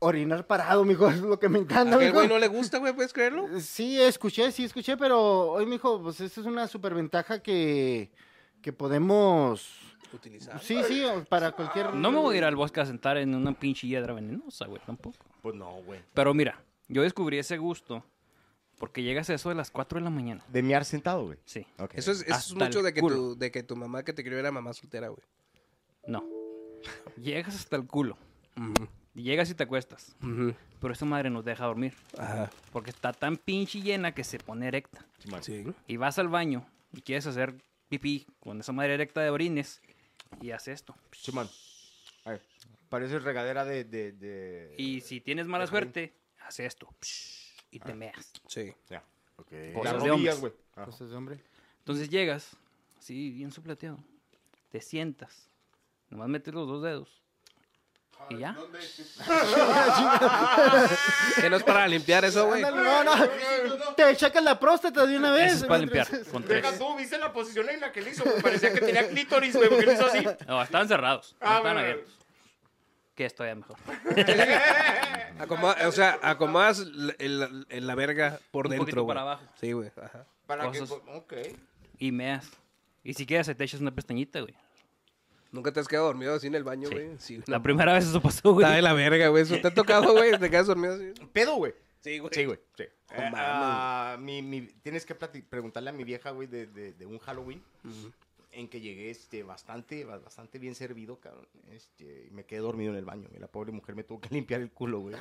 Speaker 3: Orinar parado, mijo, es lo que me encanta,
Speaker 1: ¿A qué
Speaker 3: mijo. Eh,
Speaker 1: güey no le gusta, güey? ¿Puedes creerlo?
Speaker 3: Sí, escuché, sí, escuché, pero hoy, mijo, pues esta es una superventaja que, que podemos... pues,
Speaker 1: Utilizar.
Speaker 3: Sí, sí, o para cualquier...
Speaker 5: No me voy a ir al bosque a sentar en una pinche hiedra venenosa, güey, tampoco.
Speaker 2: Pues no, güey.
Speaker 5: Pero mira, yo descubrí ese gusto porque llegas a eso de las 4 de la mañana.
Speaker 2: De miar sentado, güey.
Speaker 5: Sí.
Speaker 2: Ok.
Speaker 1: Eso es, eso es
Speaker 5: Hasta
Speaker 1: mucho
Speaker 5: el
Speaker 1: de que,
Speaker 5: culo.
Speaker 1: tu, de que tu mamá que te crió era mamá soltera, güey.
Speaker 5: No. Llegas hasta el culo. Llegas y te acuestas. Pero esa madre nos deja dormir.
Speaker 1: Ajá.
Speaker 5: Porque está tan pinche llena que se pone erecta.
Speaker 2: Simón.
Speaker 1: Sí.
Speaker 5: Y vas al baño y quieres hacer pipí con esa madre erecta de orines y haces esto.
Speaker 2: Simón. A ver, Parece regadera de. de, de...
Speaker 5: Y si tienes mala suerte, haces esto. Y te meas.
Speaker 1: Sí.
Speaker 2: Ya. Ok.
Speaker 5: Cosas
Speaker 2: Las
Speaker 5: de
Speaker 2: rodillas,
Speaker 5: hombres.
Speaker 2: güey. Ah.
Speaker 3: Cosas de hombre.
Speaker 5: Entonces llegas, así, bien supleteado. Te sientas. Nomás metes los dos dedos. ¿Y ya?
Speaker 4: ¿Dónde?
Speaker 1: Que no es para limpiar eso, güey.
Speaker 3: Ándale, no, no. Te checas la próstata de una vez.
Speaker 5: Eso es para limpiar. Con
Speaker 2: Deja
Speaker 5: tres.
Speaker 2: tú, viste la posición en la que le hizo, güey. Parecía que tenía clítoris, güey, porque lo hizo así.
Speaker 5: No, estaban cerrados. No
Speaker 2: Ah,
Speaker 5: estaban
Speaker 2: bueno.
Speaker 5: abiertos. Que esto ya mejor.
Speaker 1: Acomoda- o sea, acomodas la, el- el- la verga por
Speaker 5: Un
Speaker 1: dentro,
Speaker 5: poquito
Speaker 1: güey.
Speaker 5: para abajo.
Speaker 1: Sí, güey. Ajá.
Speaker 2: Para
Speaker 5: Cosas.
Speaker 2: que. pues, Ok.
Speaker 5: Y meas. Y si quieres, te echas una pestañita, güey.
Speaker 1: ¿Nunca te has quedado dormido así en el baño, güey? Sí.
Speaker 5: La
Speaker 1: no.
Speaker 5: primera vez eso pasó, güey.
Speaker 1: Está de la verga, güey. Eso te ha tocado, güey. Te quedas dormido así.
Speaker 2: Pedo, güey.
Speaker 1: Sí, güey.
Speaker 2: Sí, güey. Sí.
Speaker 1: No
Speaker 2: Eh,
Speaker 1: mames.
Speaker 2: ah, mi, mi, tienes que plati- preguntarle a mi vieja, güey, de, de, de un Halloween. En que llegué este, bastante, ba- bastante bien servido, cabrón. Este, y me quedé dormido en el baño. güey. La pobre mujer me tuvo que limpiar el culo, güey.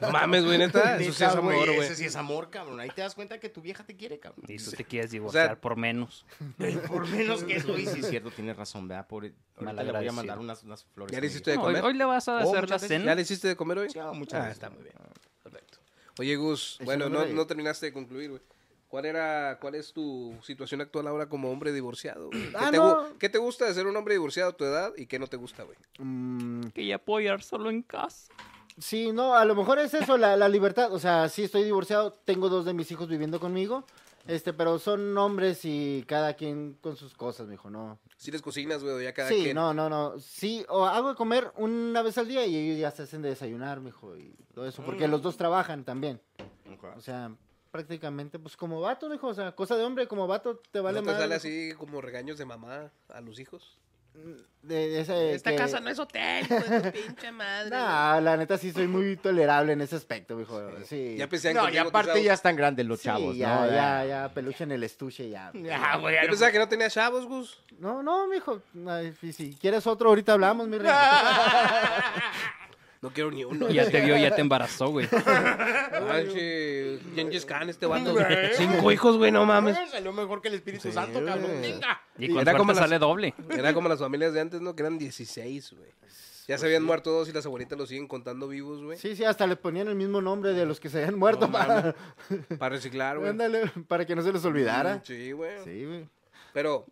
Speaker 1: No mames, güey, neta. Eso sí es
Speaker 2: Neta, güey,
Speaker 1: amor, güey.
Speaker 2: Ese sí es amor, cabrón. Ahí te das cuenta que tu vieja te quiere, cabrón.
Speaker 5: Y tú te quieres divorciar por menos.
Speaker 2: Por menos que eso. Y sí, es cierto, tienes razón, ¿verdad? Pobre, ahorita le voy a
Speaker 5: Malagradecido.
Speaker 2: mandar unas, unas flores.
Speaker 1: Ya
Speaker 2: a
Speaker 1: le
Speaker 2: mi
Speaker 1: hiciste
Speaker 2: vieja.
Speaker 1: de
Speaker 5: No, hoy,
Speaker 1: comer.
Speaker 5: hoy le vas a
Speaker 2: Oh,
Speaker 5: hacer la
Speaker 2: muchas veces.
Speaker 5: cena.
Speaker 1: ¿Ya le hiciste de comer hoy?
Speaker 2: Sí, ah, muchas
Speaker 1: Ah,
Speaker 2: gracias.
Speaker 1: está muy bien. Perfecto. Oye, Gus, bueno,
Speaker 3: no
Speaker 1: no,
Speaker 3: le-
Speaker 1: no terminaste de concluir, güey. ¿Cuál era, cuál es tu situación actual ahora como hombre divorciado? güey? ¿Qué,
Speaker 3: Ah,
Speaker 1: te, gu-
Speaker 3: no.
Speaker 1: qué te gusta de ser un hombre divorciado a tu edad y qué no te gusta, güey?
Speaker 3: Mm,
Speaker 5: Que ya puedo llegar solo en casa.
Speaker 3: Sí, no, a lo mejor es eso, la, la libertad. O sea, sí estoy divorciado, tengo dos de mis hijos viviendo conmigo, este, pero son hombres y cada quien con sus cosas, mijo, no.
Speaker 1: Si les cocinas, güey, o ya cada
Speaker 3: sí,
Speaker 1: quien.
Speaker 3: no, no, no. Sí, o hago de comer una vez al día y ellos ya se hacen de desayunar, mijo, y todo eso, porque
Speaker 1: Mm.
Speaker 3: los dos trabajan también. O
Speaker 2: Ok.
Speaker 3: sea, prácticamente, pues como vato, mijo, o sea, cosa de hombre, como vato te vale
Speaker 1: ¿No te
Speaker 3: más.
Speaker 1: sale así como regaños de mamá a los hijos?
Speaker 3: Mm, De, de ese
Speaker 6: Esta
Speaker 3: que-
Speaker 6: casa no es hotel, pues, tu pinche madre.
Speaker 3: Nah, la neta sí soy muy tolerable en ese aspecto, mijo. Sí.
Speaker 1: Ya pensaban
Speaker 2: No,
Speaker 1: contigo,
Speaker 2: y
Speaker 1: tú
Speaker 2: aparte
Speaker 1: sabes.
Speaker 2: ya están grandes los
Speaker 3: Sí,
Speaker 2: chavos,
Speaker 3: ya,
Speaker 2: ¿no?
Speaker 3: ya, ya, peluche en el estuche, ya.
Speaker 2: Ya, güey. ya
Speaker 1: Yo
Speaker 2: no-
Speaker 1: pensaba que no tenía chavos, Gus.
Speaker 3: No, no, mijo. Ay, si- Si quieres otro, ahorita hablamos, mi rey.
Speaker 1: No quiero ni uno.
Speaker 5: Ya te vio, ya te embarazó, güey.
Speaker 1: Manche, Gengis Khan, este vato. Cinco hijos, güey, no mames.
Speaker 2: Güey, Salió mejor que el Espíritu Santo, cabrón. Venga.
Speaker 5: Y con
Speaker 1: Era como
Speaker 5: suerte
Speaker 1: las-
Speaker 5: sale doble.
Speaker 1: Era como las familias de antes, ¿no? Que eran 16, güey. Ya se habían muerto dos y las abuelitas los siguen contando vivos, güey.
Speaker 3: Pues Sí, sí, hasta le ponían el mismo nombre de los que se habían muerto para,
Speaker 1: Para reciclar, güey.
Speaker 3: Ándale, para que no se les olvidara.
Speaker 1: Sí, güey.
Speaker 3: Sí, güey.
Speaker 1: Pero,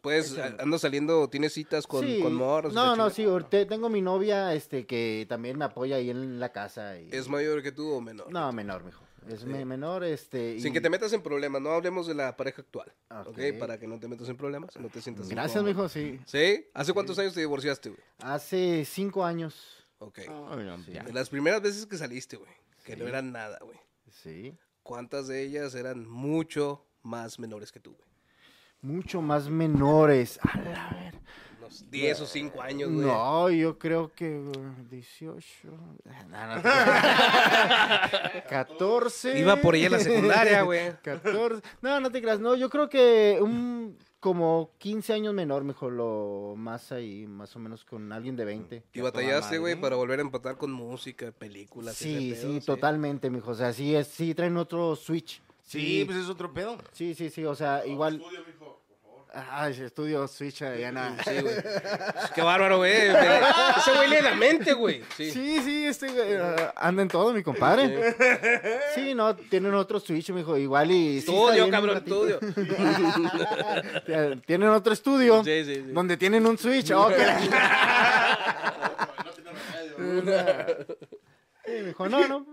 Speaker 1: Pues a- ando saliendo, tienes citas con,
Speaker 3: Sí.
Speaker 1: con morros.
Speaker 3: No,
Speaker 1: la
Speaker 3: no,
Speaker 1: chingada.
Speaker 3: sí, ahorita tengo mi novia este, que también me apoya ahí en la casa. Y...
Speaker 1: ¿Es mayor que tú o menor?
Speaker 3: No, menor, mijo. Es me- menor, este... y- Ah,
Speaker 1: Sin que te metas en problemas, no hablemos de la pareja actual.
Speaker 3: Ok.
Speaker 1: ok, para que no te metas en problemas, no te sientas
Speaker 3: Gracias,
Speaker 1: incómodo.
Speaker 3: mijo, sí.
Speaker 1: ¿Sí? ¿Hace cuántos años te divorciaste, güey?
Speaker 3: Hace cinco años.
Speaker 1: Ok.
Speaker 2: Ay, no, ya.
Speaker 1: De las primeras veces que saliste, güey, que no eran nada, güey.
Speaker 3: Sí.
Speaker 1: ¿Cuántas de ellas eran mucho más menores que tú, güey?
Speaker 3: Mucho más menores. A la ver.
Speaker 1: Unos 10 o 5 años, güey.
Speaker 3: No, yo creo que uh, 18. No, no, 14.
Speaker 1: Iba por ella en la secundaria, güey.
Speaker 3: 14. No, no te creas. No, yo creo que un como 15 años menor, mejor lo más ahí, más o menos con alguien de 20.
Speaker 1: Y
Speaker 2: a toda
Speaker 1: batallaste, güey,
Speaker 2: madre.
Speaker 1: para volver a empatar con música, películas.
Speaker 3: Sí,
Speaker 1: ese pedo,
Speaker 3: sí, totalmente, mijo. O sea, sí, es, sí traen otro switch.
Speaker 2: Sí, pues es otro pedo.
Speaker 3: sí, sí, sí. O sea, igual.
Speaker 4: Estudio, mijo, por favor.
Speaker 3: Ay, estudio switch, ya nada.
Speaker 1: Sí, güey. Qué bárbaro, güey. Ese güey lee la mente, güey. Sí.
Speaker 3: Sí, sí, este güey, eh, anda en todo, mi compadre. Sí, no, tienen otro Switch, mijo, igual y... sí está
Speaker 1: Estudio,
Speaker 3: bien un
Speaker 1: cabrón,
Speaker 3: ratito.
Speaker 1: estudio.
Speaker 3: Eh, tienen otro estudio
Speaker 1: Sí, sí, sí.
Speaker 3: donde tienen un Switch. Oh, que la-
Speaker 4: No, no tiene remedio. ¿no?
Speaker 3: Sí, mijo, no, no,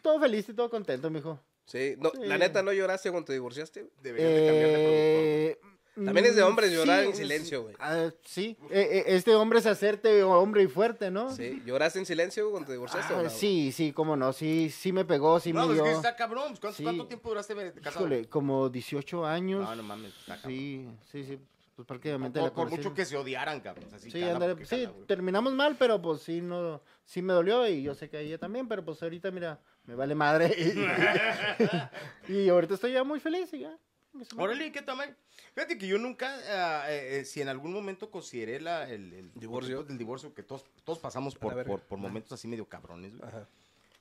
Speaker 3: todo feliz y todo contento, mijo.
Speaker 1: Sí, no, la neta, ¿no lloraste cuando te divorciaste? güey?
Speaker 2: Deberían de cambiar de productor.
Speaker 3: Eh,
Speaker 1: También es de
Speaker 3: mm,
Speaker 1: hombres llorar en
Speaker 3: sí,
Speaker 1: silencio, güey.
Speaker 3: ah, sí, eh, eh, este hombre es hacerte hombre y fuerte, ¿no?
Speaker 1: Sí, ¿lloraste en silencio güey, cuando te divorciaste o
Speaker 3: Ah,
Speaker 1: no?
Speaker 3: sí, sí, cómo no, sí, sí me pegó, sí
Speaker 2: No,
Speaker 3: me
Speaker 2: pues
Speaker 3: dio.
Speaker 2: es que está cabrón. pues, ¿Cuánto,
Speaker 3: Sí.
Speaker 2: cuánto tiempo duraste casado?
Speaker 3: Híjole, como 18 años.
Speaker 2: No, no mames, está cabrón.
Speaker 3: Sí, sí, sí. Pues
Speaker 2: Por,
Speaker 3: prácticamente la
Speaker 2: por
Speaker 3: conocí.
Speaker 2: mucho que se odiaran, cabrón. Así
Speaker 3: Sí,
Speaker 2: cala,
Speaker 3: ándale,
Speaker 2: porque
Speaker 3: sí,
Speaker 2: cala, güey.
Speaker 3: terminamos mal, pero pues sí, no, sí me dolió y yo sé que a ella también, pero pues ahorita, mira, me vale madre. Y, y ahorita estoy ya muy feliz y ya.
Speaker 2: Órale, ¿qué tamaño? Fíjate que yo nunca, ah, eh, eh, si en algún momento consideré la, el, el-
Speaker 1: Divorcio.
Speaker 2: el divorcio, que todos, todos pasamos
Speaker 1: A
Speaker 2: por,
Speaker 1: la verga.
Speaker 2: por, por momentos así medio cabrones, güey.
Speaker 1: Ajá.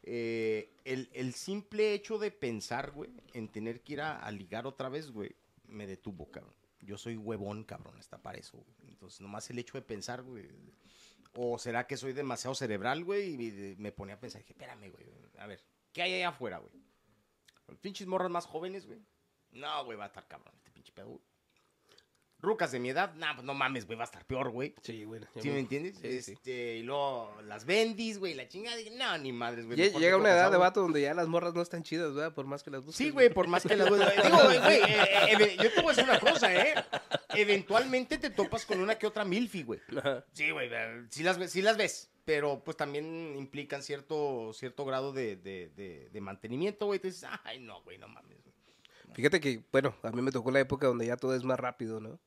Speaker 2: Eh, el, el simple hecho de pensar, güey, en tener que ir a, a ligar otra vez, güey, me detuvo, cabrón. Yo soy huevón, cabrón, hasta para eso, güey. Entonces, nomás el hecho de pensar, güey. O será que soy demasiado cerebral, güey, y de- me ponía a pensar, dije, espérame, güey, a ver, ¿qué hay allá afuera, güey? Los pinches morras más jóvenes, güey. No, güey, va a estar cabrón este pinche pedo, güey. Rucas de mi edad, nah, pues no mames, güey, va a estar peor, güey.
Speaker 1: Sí, güey. ya
Speaker 2: ¿Sí me entiendes?
Speaker 1: Sí, sí.
Speaker 2: este, Y luego las bendis, güey, la chingada. dije, No, ni madres, güey.
Speaker 1: Lle-
Speaker 2: mejor
Speaker 1: Llega
Speaker 2: me
Speaker 1: una
Speaker 2: quedo
Speaker 1: edad de
Speaker 2: casado".
Speaker 1: vato donde ya las morras no están chidas, ¿verdad? Por más que las busques.
Speaker 2: Sí, güey, por más que las güey. Digo, güey, güey, eh, eh, eh, yo te voy a decir una cosa, ¿eh? Eventualmente te topas con una que otra milfi, güey. Sí, güey, eh, sí las, ves- sí las ves. Pero pues también implican cierto, cierto grado de, de, de, de mantenimiento, güey. Te dices, ay, no, güey, no mames. güey".
Speaker 1: Fíjate que, bueno, a mí me tocó la época donde ya todo es más rápido, ¿no?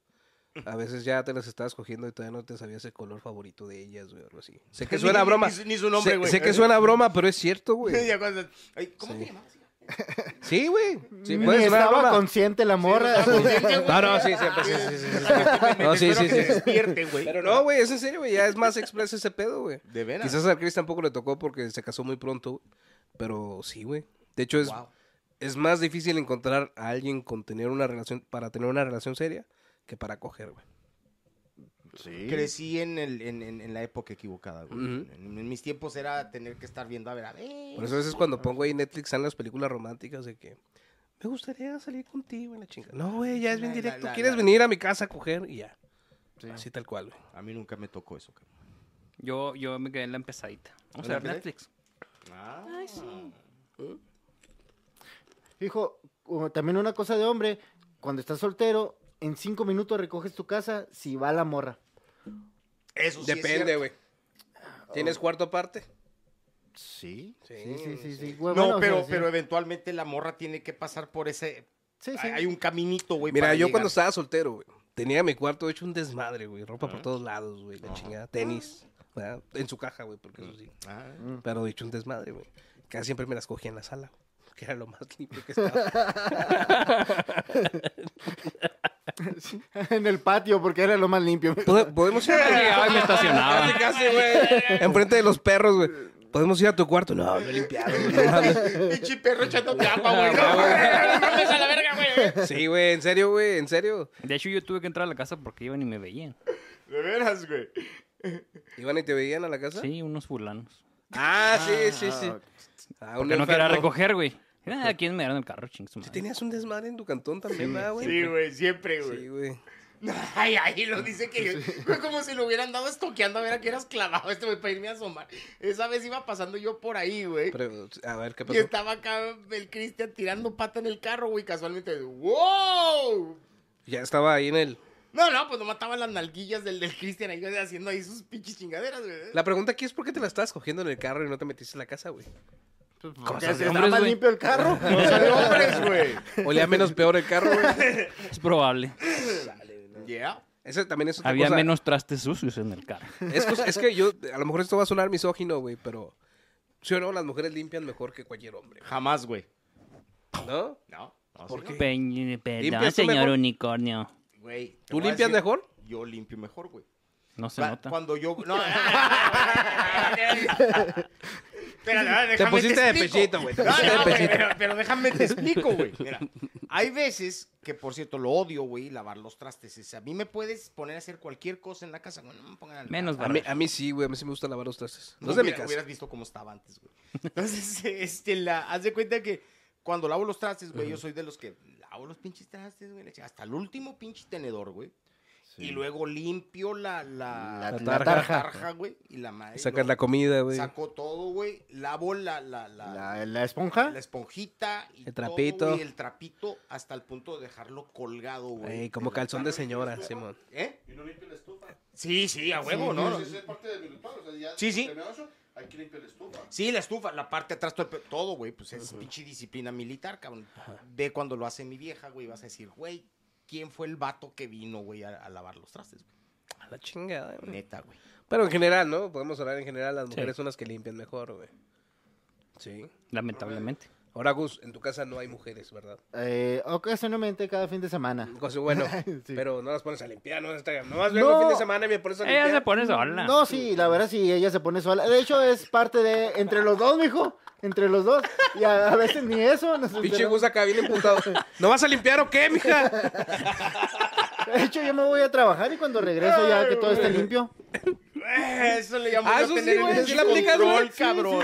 Speaker 1: A veces ya te las estabas cogiendo y todavía no te sabías el color favorito de ellas, güey, o algo así. Sé que
Speaker 2: Ni-
Speaker 1: suena a
Speaker 2: ni-
Speaker 1: broma.
Speaker 2: ni su- ni su nombre,
Speaker 1: Sé-
Speaker 2: güey.
Speaker 1: Sé que suena a broma, pero es cierto, güey.
Speaker 2: Ya cuando- Ay, ¿Cómo
Speaker 1: Sí.
Speaker 2: te llamas?
Speaker 1: Sí, güey. Sí,
Speaker 3: Ni
Speaker 1: puede sonar a
Speaker 3: estaba
Speaker 1: broma.
Speaker 3: consciente la
Speaker 2: Ah,
Speaker 3: morra.
Speaker 1: Ah, No, no, sí, siempre, sí, sí, sí, sí, sí. No, sí, sí, sí.
Speaker 2: Despierte, güey.
Speaker 1: Pero no, güey, es en serio, güey. Ya es más expreso ese pedo, güey.
Speaker 2: De veras.
Speaker 1: Quizás a Chris tampoco le tocó porque se casó muy pronto, güey. Pero sí, güey. De hecho, es,
Speaker 2: Wow.
Speaker 1: es más difícil encontrar a alguien con tener una relación, para tener una relación seria que para coger, güey.
Speaker 2: Crecí en, el, en, en- en la época equivocada, güey.
Speaker 1: Ujú.
Speaker 2: en, en mis tiempos era tener que estar viendo, a ver, a ver.
Speaker 1: Por eso a veces cuando pongo ahí Netflix salen las películas románticas de que me gustaría salir contigo en la chinga. No, güey, ya es bien
Speaker 2: La, la,
Speaker 1: directo.
Speaker 2: la,
Speaker 1: ¿Quieres
Speaker 2: la.
Speaker 1: venir a mi casa a coger? Y ya. Así tal cual, güey.
Speaker 2: A mí nunca me tocó eso, cabrón.
Speaker 5: Yo, yo me quedé en la empezadita. Vamos a
Speaker 2: ¿En la
Speaker 5: ver
Speaker 2: empezadita?
Speaker 5: Netflix.
Speaker 3: Hijo, o "Oh, también una cosa de hombre, cuando estás soltero, en cinco minutos recoges tu casa si va la morra.
Speaker 2: Eso sí
Speaker 1: Depende,
Speaker 2: es
Speaker 1: güey. ¿Tienes cuarto aparte?
Speaker 3: Sí. Sí,
Speaker 1: Sí,
Speaker 3: sí, sí. sí.
Speaker 2: cierto.
Speaker 3: Güey,
Speaker 2: No,
Speaker 3: bueno, o sea,
Speaker 2: pero,
Speaker 3: sí.
Speaker 2: pero eventualmente la morra tiene que pasar por ese...
Speaker 3: Sí, sí.
Speaker 2: Hay hay un caminito, güey,
Speaker 1: Mira,
Speaker 2: para
Speaker 1: yo
Speaker 2: llegar.
Speaker 1: cuando estaba soltero, güey, tenía mi cuarto hecho un desmadre, güey. Ropa por todos lados, güey. La chingada. Tenis. ¿verdad? En su caja, güey, porque eso sí.
Speaker 2: Ah.
Speaker 1: Pero hecho un desmadre, güey. Casi siempre me las cogía en la sala, güey, que era lo más limpio que estaba.
Speaker 3: en el patio, porque era lo más limpio.
Speaker 1: ¿Pod- ¿Podemos ir a
Speaker 5: Llegaba y me estacionaba.
Speaker 1: Casi, casi, güey. Enfrente de los perros, güey. ¿Podemos ir a tu cuarto? No, yo he limpiado, güey. no mames.
Speaker 2: Pinche perro echándote agua, güey.
Speaker 1: Ah,
Speaker 2: No, güey, no mames, a la verga, güey.
Speaker 1: Sí, güey, en serio, güey, en serio.
Speaker 5: De hecho, yo tuve que entrar a la casa porque iban y me veían.
Speaker 2: De veras, güey.
Speaker 1: ¿Iban y te veían a la casa?
Speaker 5: Sí, unos fulanos.
Speaker 1: Ah, sí, sí, sí. Ah, un
Speaker 5: Porque no quería
Speaker 1: enfermo.
Speaker 5: recoger, güey. Ah, ¿Quién me dieron el carro, ching su madre.
Speaker 1: Tenías un desmadre en tu cantón también, ¿verdad, güey?
Speaker 2: Sí, güey, siempre, güey.
Speaker 1: Sí, güey.
Speaker 2: Ay, ay, lo dice que yo. Fue como si lo hubieran dado estoqueando a ver a qué eras clavado este güey para irme a asomar. Esa vez iba pasando yo por ahí, güey.
Speaker 1: Pero, a ver, ¿qué
Speaker 2: Y
Speaker 1: pasó?
Speaker 2: estaba acá el Cristian tirando pata en el carro, güey, casualmente. ¡Wow!
Speaker 1: Ya estaba ahí en el...
Speaker 2: No, no, pues nomás estaban las nalguillas del, del Cristian ahí haciendo ahí sus pinches chingaderas, güey.
Speaker 1: La pregunta aquí es por qué te la estabas cogiendo en el carro y no te metiste en la casa, güey.
Speaker 3: Porque
Speaker 5: de
Speaker 3: estaba
Speaker 5: hombres,
Speaker 3: más
Speaker 5: güey.
Speaker 3: limpio el carro.
Speaker 2: Cosa de hombres, güey.
Speaker 1: Olía menos peor el carro, güey.
Speaker 5: Es probable.
Speaker 2: Yeah.
Speaker 1: Ese también es otra
Speaker 5: Había
Speaker 1: cosa.
Speaker 5: menos trastes sucios en el carro.
Speaker 1: Es, cosa- es que yo, a lo mejor esto va a sonar misógino, güey, pero... Sí o no, las mujeres limpian mejor que cualquier hombre,
Speaker 2: Jamás, güey.
Speaker 1: güey, ¿no?
Speaker 2: No. no
Speaker 1: ¿Por
Speaker 2: sí,
Speaker 1: qué?
Speaker 5: Pe- Perdón,
Speaker 1: ¿Limpias tú
Speaker 5: señor
Speaker 1: mejor?
Speaker 5: unicornio.
Speaker 2: no. Güey. te
Speaker 1: ¿Tú
Speaker 2: voy a
Speaker 1: limpias
Speaker 2: decir,
Speaker 1: mejor?
Speaker 2: Yo limpio mejor, güey.
Speaker 5: No se
Speaker 2: Va-
Speaker 5: nota.
Speaker 2: Cuando yo. No. Espérate, ah, déjame
Speaker 1: Te pusiste de
Speaker 2: explico.
Speaker 1: pechito, güey. Te
Speaker 2: No,
Speaker 1: pusiste
Speaker 2: no,
Speaker 1: de
Speaker 2: güey,
Speaker 1: pechito.
Speaker 2: pero, pero déjame te explico, güey. Mira, hay veces que, por cierto, lo odio, güey, lavar los trastes. Es- A mí me puedes poner a hacer cualquier cosa en la casa, güey. No me pongan a lavar.
Speaker 5: Menos
Speaker 1: A mí, a mí sí, güey, a mí sí me gusta lavar los trastes. No es de mi
Speaker 2: Hubiera-
Speaker 1: casa.
Speaker 2: Hubieras visto cómo estaba antes, güey. Entonces, este, la, haz de cuenta que cuando lavo los trastes, güey, yo soy de los que lavo los pinches trastes, güey, le eché hasta el último pinche tenedor, güey. Y luego limpio la, la,
Speaker 3: La-
Speaker 1: la tarja.
Speaker 2: güey, y la madre.
Speaker 1: Sacas
Speaker 2: lo-
Speaker 1: la comida, güey.
Speaker 2: Saco todo, güey. Lavo la, la, la,
Speaker 3: La, la esponja.
Speaker 2: la esponjita. Y
Speaker 1: El
Speaker 2: todo,
Speaker 1: trapito.
Speaker 2: güey, el trapito hasta el punto de dejarlo colgado, güey.
Speaker 1: Ey, como
Speaker 2: de la
Speaker 1: calzón de señora, Simón.
Speaker 2: tar- ¿Eh?
Speaker 4: Y no limpio la estufa.
Speaker 2: Sí, sí, a huevo, ¿no?
Speaker 4: Sí, sí, es parte de mi ritual. O sea, ya
Speaker 2: Sí, sí.
Speaker 4: terminado eso, hay que limpiar la estufa.
Speaker 2: Sí, la estufa, la parte de atrás, todo, el pe- todo, güey, pues es pinche disciplina militar, cabrón. Ve cuando lo hace mi vieja, güey, vas a decir, güey, ¿quién fue el vato que vino, güey, a, a lavar los trastes? güey?
Speaker 1: A la chingada,
Speaker 4: Mm.
Speaker 1: güey.
Speaker 2: Neta, güey.
Speaker 1: Pero en general, ¿no? Podemos hablar en general, las mujeres son las que limpian mejor, güey. Sí.
Speaker 5: Lamentablemente.
Speaker 1: Ahora, Gus, en tu casa no hay mujeres, ¿verdad?
Speaker 3: Eh, ocasionalmente cada fin de semana.
Speaker 1: Cosa bueno,
Speaker 3: Sí.
Speaker 1: pero no las pones a limpiar, no Está- Nomás vengo
Speaker 3: No.
Speaker 1: el fin de semana y me pones a
Speaker 5: Ella se
Speaker 1: limpiar.
Speaker 5: pone sola.
Speaker 3: No, sí, la verdad sí, ella se pone sola. De hecho, es parte de. Entre los dos, mijo. Entre los dos. Y a, a veces ni eso. nos
Speaker 1: Pinche
Speaker 3: enteramos.
Speaker 1: Gus acá bien emputado. ¿No vas a limpiar o qué, mija?
Speaker 3: De hecho, yo me voy a trabajar y cuando regreso ya que todo esté limpio.
Speaker 4: Eh,
Speaker 2: Eso le llamo
Speaker 1: Ah,
Speaker 2: yo
Speaker 1: eso sí,
Speaker 2: tener
Speaker 1: güey,
Speaker 2: el
Speaker 1: sí la aplicas,
Speaker 2: control,
Speaker 1: güey. Sí, sí,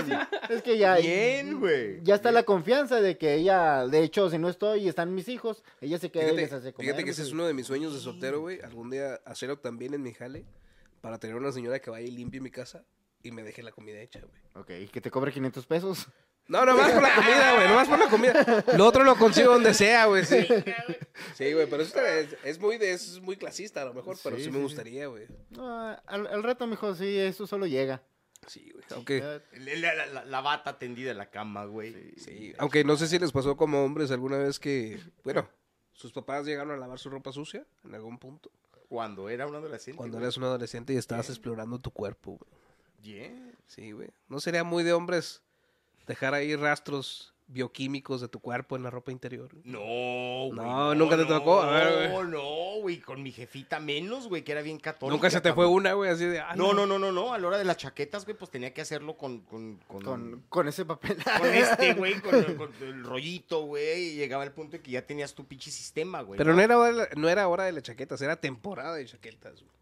Speaker 2: cabrón.
Speaker 3: Es que ya.
Speaker 2: Bien, güey.
Speaker 3: Ya está la confianza de que ella, de hecho, si no estoy y están mis hijos, ella se queda y les hace
Speaker 1: Fíjate,
Speaker 3: comer.
Speaker 1: fíjate que ese es uno de mis sueños de soltero, güey. Algún día hacerlo también en mi jale para tener una señora que vaya y limpie mi casa y me deje la comida hecha, güey.
Speaker 3: Ok, y que te cobre 500 pesos.
Speaker 1: No, no más por la comida, güey. No más por la comida. Lo otro lo consigo donde sea, güey. Sí, Sí, güey. Pero eso es, es muy de, es muy clasista a lo mejor, pero sí,
Speaker 3: Sí,
Speaker 1: me
Speaker 3: sí,
Speaker 1: gustaría, güey.
Speaker 3: No, al, al rato, mijo, sí, eso solo llega.
Speaker 1: Sí, güey. Aunque,
Speaker 3: Ya-
Speaker 2: La, la- la- la bata tendida en la cama, güey.
Speaker 1: sí, aunque no sé si les pasó como hombres alguna vez que, bueno, sus papás llegaron a lavar su ropa sucia en algún punto.
Speaker 2: Cuando era una adolescente.
Speaker 1: Cuando
Speaker 2: güey.
Speaker 1: eras un adolescente y estabas explorando tu cuerpo, güey.
Speaker 2: Bien.
Speaker 1: Sí, güey. ¿No sería muy de hombres dejar ahí rastros bioquímicos de tu cuerpo en la ropa interior? güey?
Speaker 2: No, güey.
Speaker 1: No, nunca te tocó. A ver,
Speaker 2: No, no, güey. Con mi jefita menos, güey, que era bien católica.
Speaker 1: Nunca se te fue
Speaker 2: cabrón.
Speaker 1: una, güey, así de... "Ah,
Speaker 2: No, no, no, no, no. A la hora de las chaquetas, güey, pues tenía que hacerlo con. Con, con,
Speaker 3: Con, con ese papel.
Speaker 2: con este, güey, con, con el rollito, güey. Y llegaba el punto de que ya tenías tu pinche sistema, güey.
Speaker 1: Pero no era, hora de la- no era hora de las chaquetas, era temporada de chaquetas. güey.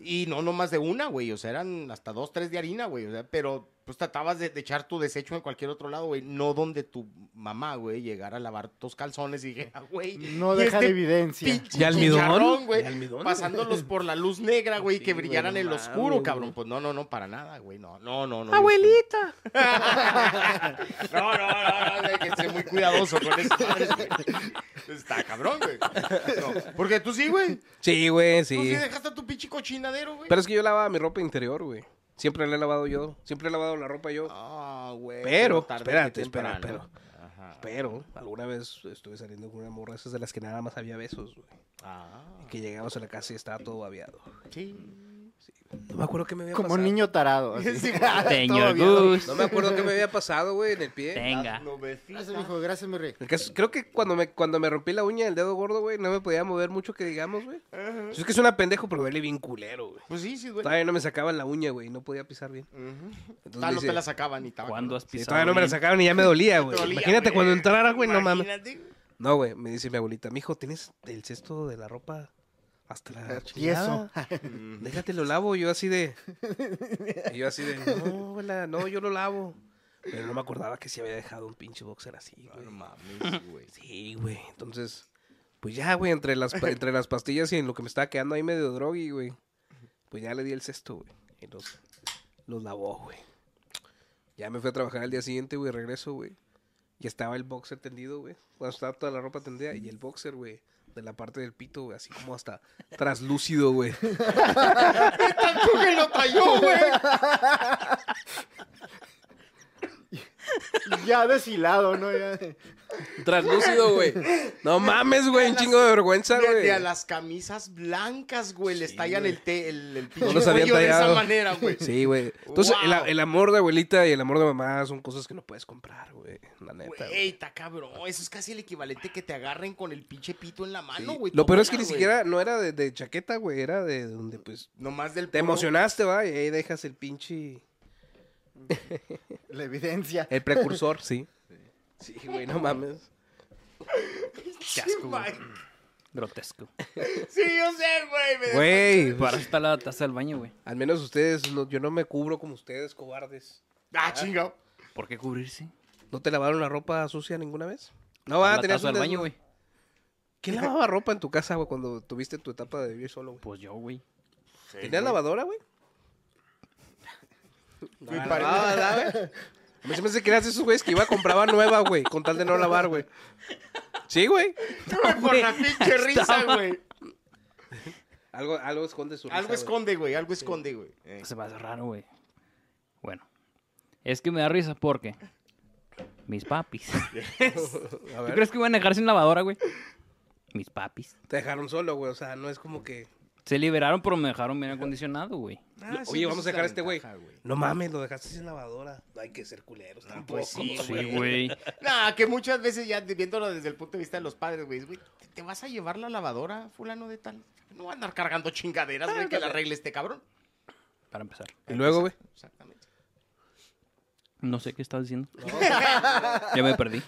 Speaker 2: Y no, no más de una, güey. O sea, eran hasta dos, tres de harina, güey. O sea, pero pues tratabas de, de echar tu desecho en cualquier otro lado, güey. No donde tu mamá, güey, llegara a lavar tus calzones y dijera, güey.
Speaker 3: No
Speaker 2: ¿y
Speaker 3: deja
Speaker 2: este
Speaker 3: evidencia.
Speaker 2: pinche
Speaker 1: ¿Y almidón?
Speaker 2: chicharrón, güey,
Speaker 1: ¿Y almidón?
Speaker 2: Pasándolos por la luz negra, güey,
Speaker 1: Sí,
Speaker 2: que
Speaker 1: güey,
Speaker 2: brillaran
Speaker 1: no
Speaker 2: en lo
Speaker 1: mames,
Speaker 2: oscuro,
Speaker 1: güey.
Speaker 2: cabrón. Pues no, no, no, para nada, güey. No, no, no. no ¡Abuelita! no, no, no, no, hay que ser muy cuidadoso con eso. Está cabrón, güey. No, porque tú sí, güey.
Speaker 1: Sí, güey,
Speaker 2: Tú sí
Speaker 1: sí.
Speaker 2: dejaste tu pinche cochinadero, güey.
Speaker 1: Pero es que yo lavaba mi ropa interior, güey. Siempre la he lavado yo. Siempre he lavado la ropa yo.
Speaker 2: Ah, güey.
Speaker 1: Pero,
Speaker 2: tarde que
Speaker 1: espérate,
Speaker 2: temprano.
Speaker 1: espera, pero.
Speaker 2: Ajá.
Speaker 1: Pero, alguna vez estuve saliendo con una morra esas de las que nada más había besos, güey.
Speaker 2: Ah,
Speaker 1: Que llegamos a la casa y estaba todo babeado.
Speaker 2: sí.
Speaker 1: No me acuerdo qué me había
Speaker 3: Como
Speaker 1: pasado.
Speaker 3: niño tarado. así.
Speaker 2: Sí, güey.
Speaker 5: Señor
Speaker 2: Todavía.
Speaker 5: Gus.
Speaker 1: No me acuerdo qué me había pasado, güey, en el pie.
Speaker 5: Venga.
Speaker 2: Novecitas.
Speaker 3: Gracias, mijo, gracias, mi rey.
Speaker 1: El caso- creo que cuando me, cuando me rompí la uña del dedo gordo, güey, no me podía mover mucho que digamos, güey. Es que es una pendejo, pero duele bien culero, güey.
Speaker 2: Pues sí, sí, güey.
Speaker 1: Todavía no me sacaban la uña, güey, no podía pisar bien. Entonces
Speaker 2: Ah, no
Speaker 1: dice-
Speaker 2: te la sacaban ni estaba.
Speaker 5: ¿Cuándo has
Speaker 1: Sí,
Speaker 5: pisado?
Speaker 1: todavía no me la
Speaker 5: bien?
Speaker 1: sacaban y ya me dolía, güey.
Speaker 2: Dolía,
Speaker 1: Imagínate cuando entrara, güey, no mames.
Speaker 2: Imagínate.
Speaker 1: No, güey, me dice mi abuelita, mijo, tienes el cesto de la ropa hasta la chingada. Déjate lo lavo, yo así de. y yo así de, no, abuela, no, yo lo lavo. Pero no me acordaba que sí había dejado un pinche boxer así, güey.
Speaker 2: No mames, güey.
Speaker 1: Sí, güey. Entonces, Pues ya, güey, entre las, pa- entre las pastillas y en lo que me estaba quedando ahí medio drogui, güey. Pues ya le di el cesto, güey. Y los, los lavó, güey. Ya me fui a trabajar al día siguiente, güey, regreso, güey. Y estaba el boxer tendido, güey. Bueno, estaba toda la ropa tendida y el boxer, güey. De la parte del pito, güey, así como hasta traslúcido, güey.
Speaker 2: lo trayó, güey!
Speaker 3: Ya deshilado, ¿no? Ya.
Speaker 1: Traslúcido, güey. No mames, güey, un chingo de vergüenza,
Speaker 2: De,
Speaker 1: güey.
Speaker 2: a las camisas blancas, güey. Les tallan el, té, el, el pinche
Speaker 1: No los habían
Speaker 2: cuello de esa
Speaker 1: tallado.
Speaker 2: manera, güey.
Speaker 1: Sí, güey. Entonces, el,
Speaker 2: Wow.
Speaker 1: el amor de abuelita y el amor de mamá son cosas que no puedes comprar, güey. La neta. güey.
Speaker 2: Güey, está cabrón. Eso es casi el equivalente que te agarren con el pinche pito en la mano,
Speaker 1: Sí.
Speaker 2: güey.
Speaker 1: Lo peor es que
Speaker 2: Tómala,
Speaker 1: ni
Speaker 2: güey.
Speaker 1: siquiera no era de, de chaqueta, güey. Era de donde, pues,
Speaker 2: Nomás del
Speaker 1: te
Speaker 2: puro-
Speaker 1: emocionaste, va, y ahí dejas el pinche.
Speaker 3: La evidencia.
Speaker 1: El precursor, sí. Sí, güey, no mames.
Speaker 2: Sí, Mike.
Speaker 5: Grotesco.
Speaker 2: Sí, yo sé, güey. me-
Speaker 1: Güey,
Speaker 5: Para está la taza del baño, güey.
Speaker 1: al menos ustedes, no- yo no me cubro como ustedes, cobardes.
Speaker 2: Ah, chingado.
Speaker 5: ¿Por qué cubrirse?
Speaker 1: ¿No te lavaron la ropa sucia ninguna vez? No, va,
Speaker 5: la
Speaker 1: tenías
Speaker 5: taza
Speaker 1: un
Speaker 5: del baño,
Speaker 1: desnudo.
Speaker 5: güey.
Speaker 1: ¿Quién lavaba ropa en tu casa, güey, cuando tuviste tu etapa de vivir solo, güey?
Speaker 5: Pues yo, güey.
Speaker 1: ¿Tenías lavadora, güey? No,
Speaker 2: Me
Speaker 1: no,
Speaker 2: pare-
Speaker 1: no, no, güey. A mí se me hace que eras de esos güeyes que iba a compraba nueva, güey, con tal de no lavar, güey. Sí, güey.
Speaker 2: Güey, por la pinche risa, güey.
Speaker 1: Algo, algo esconde su risa,
Speaker 2: Algo
Speaker 1: güey.
Speaker 2: esconde, güey. Algo esconde, güey. Eh.
Speaker 5: Se me hace raro, güey. Bueno. Es que me da risa porque... Mis papis.
Speaker 1: A
Speaker 5: ¿Tú
Speaker 1: ver,
Speaker 5: crees que iban a dejar sin lavadora, güey? Mis papis.
Speaker 1: te dejaron solo, güey. O sea, no es como que.
Speaker 5: Se liberaron, pero me dejaron bien acondicionado, güey.
Speaker 2: Ah, sí,
Speaker 1: Oye,
Speaker 2: pues
Speaker 1: vamos a
Speaker 2: es la
Speaker 1: dejar a este güey.
Speaker 2: ventaja, güey.
Speaker 1: No mames, lo dejaste sin lavadora. No hay que ser culeros tampoco.
Speaker 2: Pues sí,
Speaker 5: Sí, güey.
Speaker 2: Nah, que muchas veces ya viéndolo desde el punto de vista de los padres, güey, es, güey, ¿te- te vas a llevar la lavadora, fulano de tal. No va a andar cargando chingaderas, güey, que la arregle este cabrón.
Speaker 5: Para empezar.
Speaker 1: Y luego, güey.
Speaker 2: Exactamente.
Speaker 5: No sé qué estás diciendo. ya me perdí.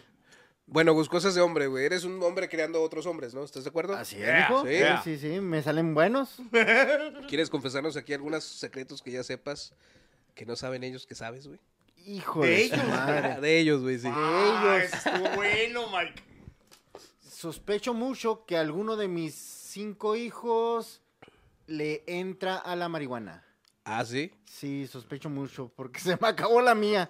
Speaker 1: Bueno, Gus, cosas de hombre, güey. Eres un hombre creando otros hombres, ¿no? ¿Estás de acuerdo?
Speaker 3: Así es,
Speaker 2: Yeah,
Speaker 3: hijo.
Speaker 1: sí, yeah.
Speaker 3: Sí, sí, sí, me salen buenos.
Speaker 1: ¿Quieres confesarnos aquí algunos secretos que ya sepas que no saben ellos que sabes, güey?
Speaker 3: Hijo
Speaker 2: De
Speaker 3: de su
Speaker 2: ellos.
Speaker 3: madre.
Speaker 1: De ellos, güey, sí.
Speaker 2: Ah, eso estuvo bueno, Mike.
Speaker 3: Sospecho mucho que alguno de mis cinco hijos le entra a la marihuana.
Speaker 1: Ah, sí.
Speaker 3: Sí, sospecho mucho porque se me acabó la mía.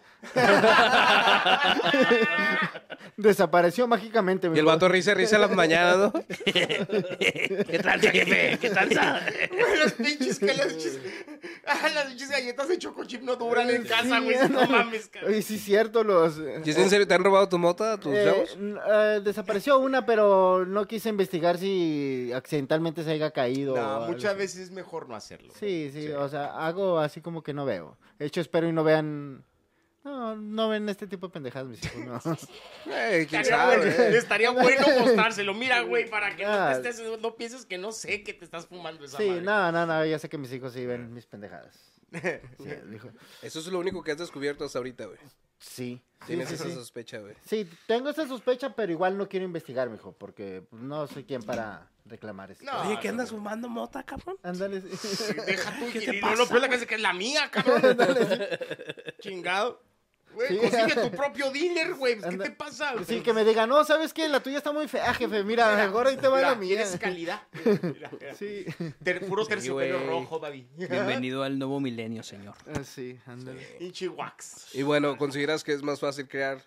Speaker 3: Desapareció mágicamente. mi
Speaker 1: Y el
Speaker 3: hijo.
Speaker 1: vato risa, risa a las mañanas, ¿no?
Speaker 5: ¿Qué tranza, jefe? ¿Qué tranza?
Speaker 2: Güey, los pinches que las pinches, ah, las pinches galletas de choco chip no duran en casa, güey.
Speaker 3: Sí,
Speaker 2: No mames, cabrón.
Speaker 3: Oye, sí, cierto, los...
Speaker 1: ¿Y es en serio te han robado tu mota, tus
Speaker 3: Eh,
Speaker 1: chavos?
Speaker 3: n- eh, desapareció una, pero no quise investigar si accidentalmente se haya caído. o
Speaker 2: No,
Speaker 3: algo
Speaker 2: muchas
Speaker 3: así.
Speaker 2: veces es mejor no hacerlo.
Speaker 3: Sí, sí, o sea, hago así como que no veo. De hecho, espero y no vean... No, no ven este tipo de pendejadas, mis hijos, no.
Speaker 1: Eh, quién
Speaker 2: Estaría
Speaker 1: sabe.
Speaker 2: bueno,
Speaker 1: eh.
Speaker 2: estaría bueno mostrárselo. Mira, güey, para que no,
Speaker 3: Ah.
Speaker 2: te estés, no pienses que no sé que te estás fumando esa
Speaker 3: Sí,
Speaker 2: madre.
Speaker 3: no, no, no, ya sé que mis hijos sí ven mis pendejadas. Sí, dijo-
Speaker 1: Eso es lo único que has descubierto hasta ahorita, güey.
Speaker 3: sí. Sí,
Speaker 1: Tienes
Speaker 3: sí,
Speaker 1: esa
Speaker 3: sí.
Speaker 1: sospecha, güey.
Speaker 3: Sí, tengo esa sospecha, pero igual no quiero investigar, mijo, porque pues, no soy quien para reclamar esto.
Speaker 2: No. Oye, ¿qué andas
Speaker 1: fumando mota, cabrón?
Speaker 3: Ándale. sí.
Speaker 2: Deja tú y no lo peor que es la mía, cabrón. Chingado. Güey,
Speaker 3: Sí.
Speaker 2: consigue tu propio dealer, güey. pues, ¿Qué
Speaker 3: Anda-
Speaker 2: te pasa? güey?
Speaker 3: Sí, que me digan, no, ¿sabes qué? La tuya está muy fea, jefe. Mira, mejor ahí te va
Speaker 2: Mira,
Speaker 3: la mía.
Speaker 2: Tienes calidad. Mira, mira.
Speaker 3: Sí.
Speaker 2: Ter- puro terciopelo
Speaker 1: güey.
Speaker 2: rojo, baby.
Speaker 5: Bienvenido al nuevo milenio, señor.
Speaker 3: Ah, Sí, ándale.
Speaker 2: Pinche wax.
Speaker 1: Y bueno, ¿consideras que es más fácil crear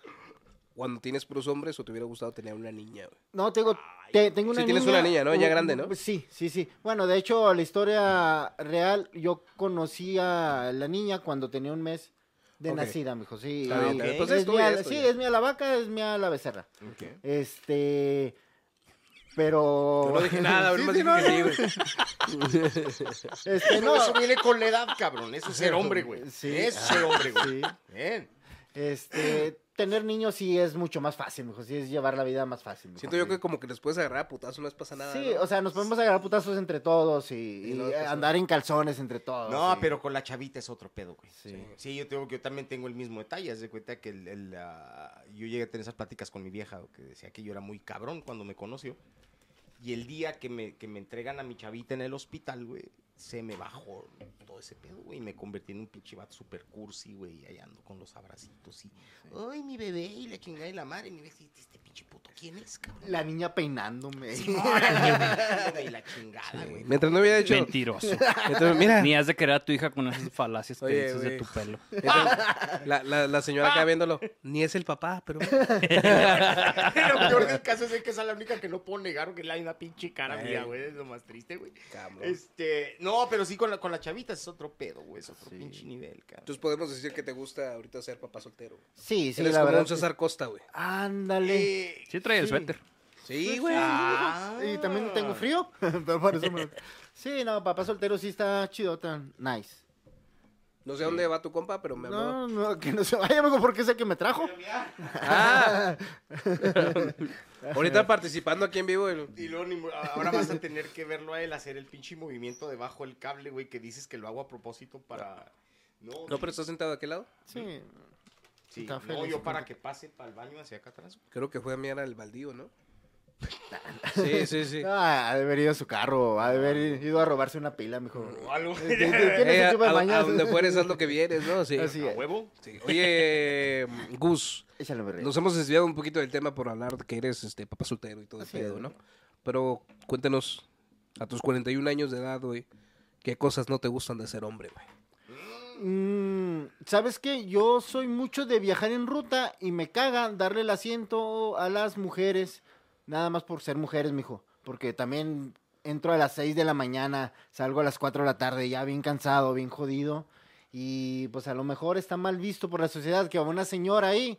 Speaker 1: cuando tienes puros hombres o te hubiera gustado tener una niña, güey?
Speaker 3: No, tengo, te- tengo una
Speaker 1: Sí, tienes una niña, ¿no? Ya
Speaker 3: u-
Speaker 1: grande, ¿no?
Speaker 3: Sí, sí, sí. Bueno, de hecho, la historia real, yo conocí a la niña cuando tenía un mes de
Speaker 1: Ok.
Speaker 3: nacida, mijo. Sí,
Speaker 1: Está bien,
Speaker 3: Y-
Speaker 1: está bien. Pues es
Speaker 3: es
Speaker 1: tuya,
Speaker 3: mía,
Speaker 1: es
Speaker 3: sí,
Speaker 1: tuya.
Speaker 3: es mía la vaca, es mía la becerra. Este, pero...
Speaker 1: No dije nada,
Speaker 3: Sí,
Speaker 1: no más
Speaker 3: sí,
Speaker 1: dije
Speaker 3: no,
Speaker 1: que sí, güey.
Speaker 3: Este,
Speaker 2: No,
Speaker 3: no,
Speaker 2: eso viene con la edad, cabrón. Eso es ser hombre, güey.
Speaker 3: Sí.
Speaker 2: Eso es ser hombre, güey.
Speaker 3: Sí.
Speaker 2: Bien.
Speaker 3: Este, tener niños sí es mucho más fácil, mijo. Sí es llevar la vida más fácil. mijo.
Speaker 1: Siento yo que como que les puedes agarrar a putazo, no les pasa nada.
Speaker 3: Sí,
Speaker 1: ¿no?
Speaker 3: o sea, nos podemos agarrar putazos entre todos y, y
Speaker 1: luego, pues,
Speaker 3: andar en calzones entre todos.
Speaker 2: No,
Speaker 3: sí.
Speaker 2: pero con la chavita es otro pedo, güey.
Speaker 3: Sí.
Speaker 2: Sí, yo, tengo, yo también tengo el mismo detalle. Haz de cuenta que el- el, ah, yo llegué a tener esas pláticas con mi vieja, que decía que yo era muy cabrón cuando me conoció. Y el día que me, que me entregan a mi chavita en el hospital, güey, se me bajó todo ese pedo, güey. Y me convertí en un pinche vato super cursi, güey. Y ahí ando con los abracitos y... ¡Ay, mi bebé! Y la chingada y la madre. Y mi vieja, este pinche pinche puto, ¿quién es, cabrón?
Speaker 3: La niña peinándome.
Speaker 2: Órale, güey, la chingada, güey.
Speaker 1: Mientras no hubiera hecho.
Speaker 5: Mentiroso.
Speaker 1: mientras- mira.
Speaker 5: Ni has de querer a tu hija con esas falacias que
Speaker 1: Oye,
Speaker 5: dices de
Speaker 1: güey.
Speaker 5: tu pelo.
Speaker 1: mientras- la, la- la señora acá viéndolo. Ni es el papá, pero.
Speaker 2: Lo peor del caso es de que esa es la única que no puedo negar que le hay una pinche cara mía, güey. Es lo más triste, güey. Este, no, pero sí con la, con la chavita es otro pedo, güey. Es otro pinche nivel, cabrón.
Speaker 1: Entonces podemos decir que te gusta ahorita ser papá soltero.
Speaker 3: Sí, sí,
Speaker 1: Eres
Speaker 3: la
Speaker 1: como
Speaker 3: verdad.
Speaker 1: un César Costa, güey.
Speaker 3: Ándale.
Speaker 2: Eh,
Speaker 5: Sí trae el suéter.
Speaker 1: Sí,
Speaker 2: pues,
Speaker 1: güey. Ah.
Speaker 3: Y también tengo frío. pero por eso me lo- Sí, no, papá soltero sí está chido, tan nice.
Speaker 1: No sé a dónde va tu compa, pero me habló.
Speaker 3: No, no, que no se vaya, amigo, porque es el que me trajo.
Speaker 1: Ah. Ahorita participando aquí en vivo. el-
Speaker 2: Y luego ni- ahora vas a tener que verlo a él hacer el pinche movimiento debajo del cable, güey, que dices que lo hago a propósito para. No,
Speaker 1: No, pero estás sentado de aquel lado.
Speaker 3: Sí.
Speaker 2: sí,
Speaker 3: está
Speaker 2: no,
Speaker 3: feliz.
Speaker 2: yo para que pase para el baño hacia acá atrás. güey.
Speaker 1: Creo que fue a mirar al baldío, ¿no? Sí, sí, sí. Eh,
Speaker 3: Ah, ha de haber ido a su carro, ha de haber ido a robarse una pila, mijo.
Speaker 2: O algo.
Speaker 3: ¿Qué- qué- qué
Speaker 1: Eh, a,
Speaker 3: tipo de
Speaker 1: a-
Speaker 3: bañas?
Speaker 1: a donde fueres, haz lo que vienes, ¿no? Sí.
Speaker 3: Así
Speaker 2: ¿A
Speaker 3: es.
Speaker 2: huevo?
Speaker 1: Sí. Oye, mm, Gus,
Speaker 3: Échale, mi rey.
Speaker 1: nos hemos desviado un poquito del tema por hablar de que eres este papá soltero y todo ese
Speaker 3: Así es.
Speaker 1: pedo, ¿no? Pero cuéntanos, a tus 41 años de edad, güey, ¿qué cosas no te gustan de ser hombre, güey?
Speaker 3: Mm, ¿Sabes qué? Yo soy mucho de viajar en ruta y me caga darle el asiento a las mujeres, nada más por ser mujeres, mijo. Porque también entro a las 6 de la mañana, salgo a las 4 de la tarde, ya bien cansado, bien jodido. Y pues a lo mejor está mal visto por la sociedad que va una señora ahí,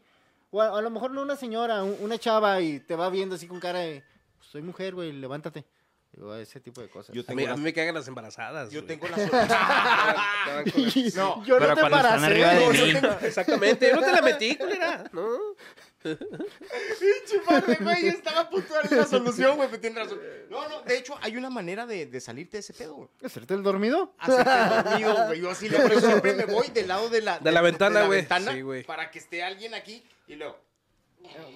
Speaker 3: o a, a lo mejor no una señora, un- una chava y te va viendo así con cara de, "Pues, soy mujer, güey, levántate. Digo, ese tipo de cosas.
Speaker 2: Yo
Speaker 1: A mí,
Speaker 2: tengo
Speaker 1: a mí me cagan las embarazadas.
Speaker 2: Yo
Speaker 1: güey.
Speaker 2: tengo la sorpresa.
Speaker 1: Te van con las-
Speaker 2: No,
Speaker 3: Yo
Speaker 5: pero cuando están
Speaker 3: embaracé,
Speaker 5: arriba de
Speaker 3: güey.
Speaker 5: mí.
Speaker 1: Exactamente, yo no te la metí, culera, ¿no?
Speaker 2: Madre, güey, yo estaba a punto de darle la solución, güey, pero tienes razón. No, no, de hecho, hay una manera de, de salirte de ese pedo, güey.
Speaker 3: ¿Hacerte el dormido?
Speaker 2: Hacerte dormido, güey. Yo así le por eso siempre me voy del lado de la,
Speaker 1: De la ventana, güey.
Speaker 2: ventana
Speaker 1: Sí, güey.
Speaker 2: Para que esté alguien aquí y luego.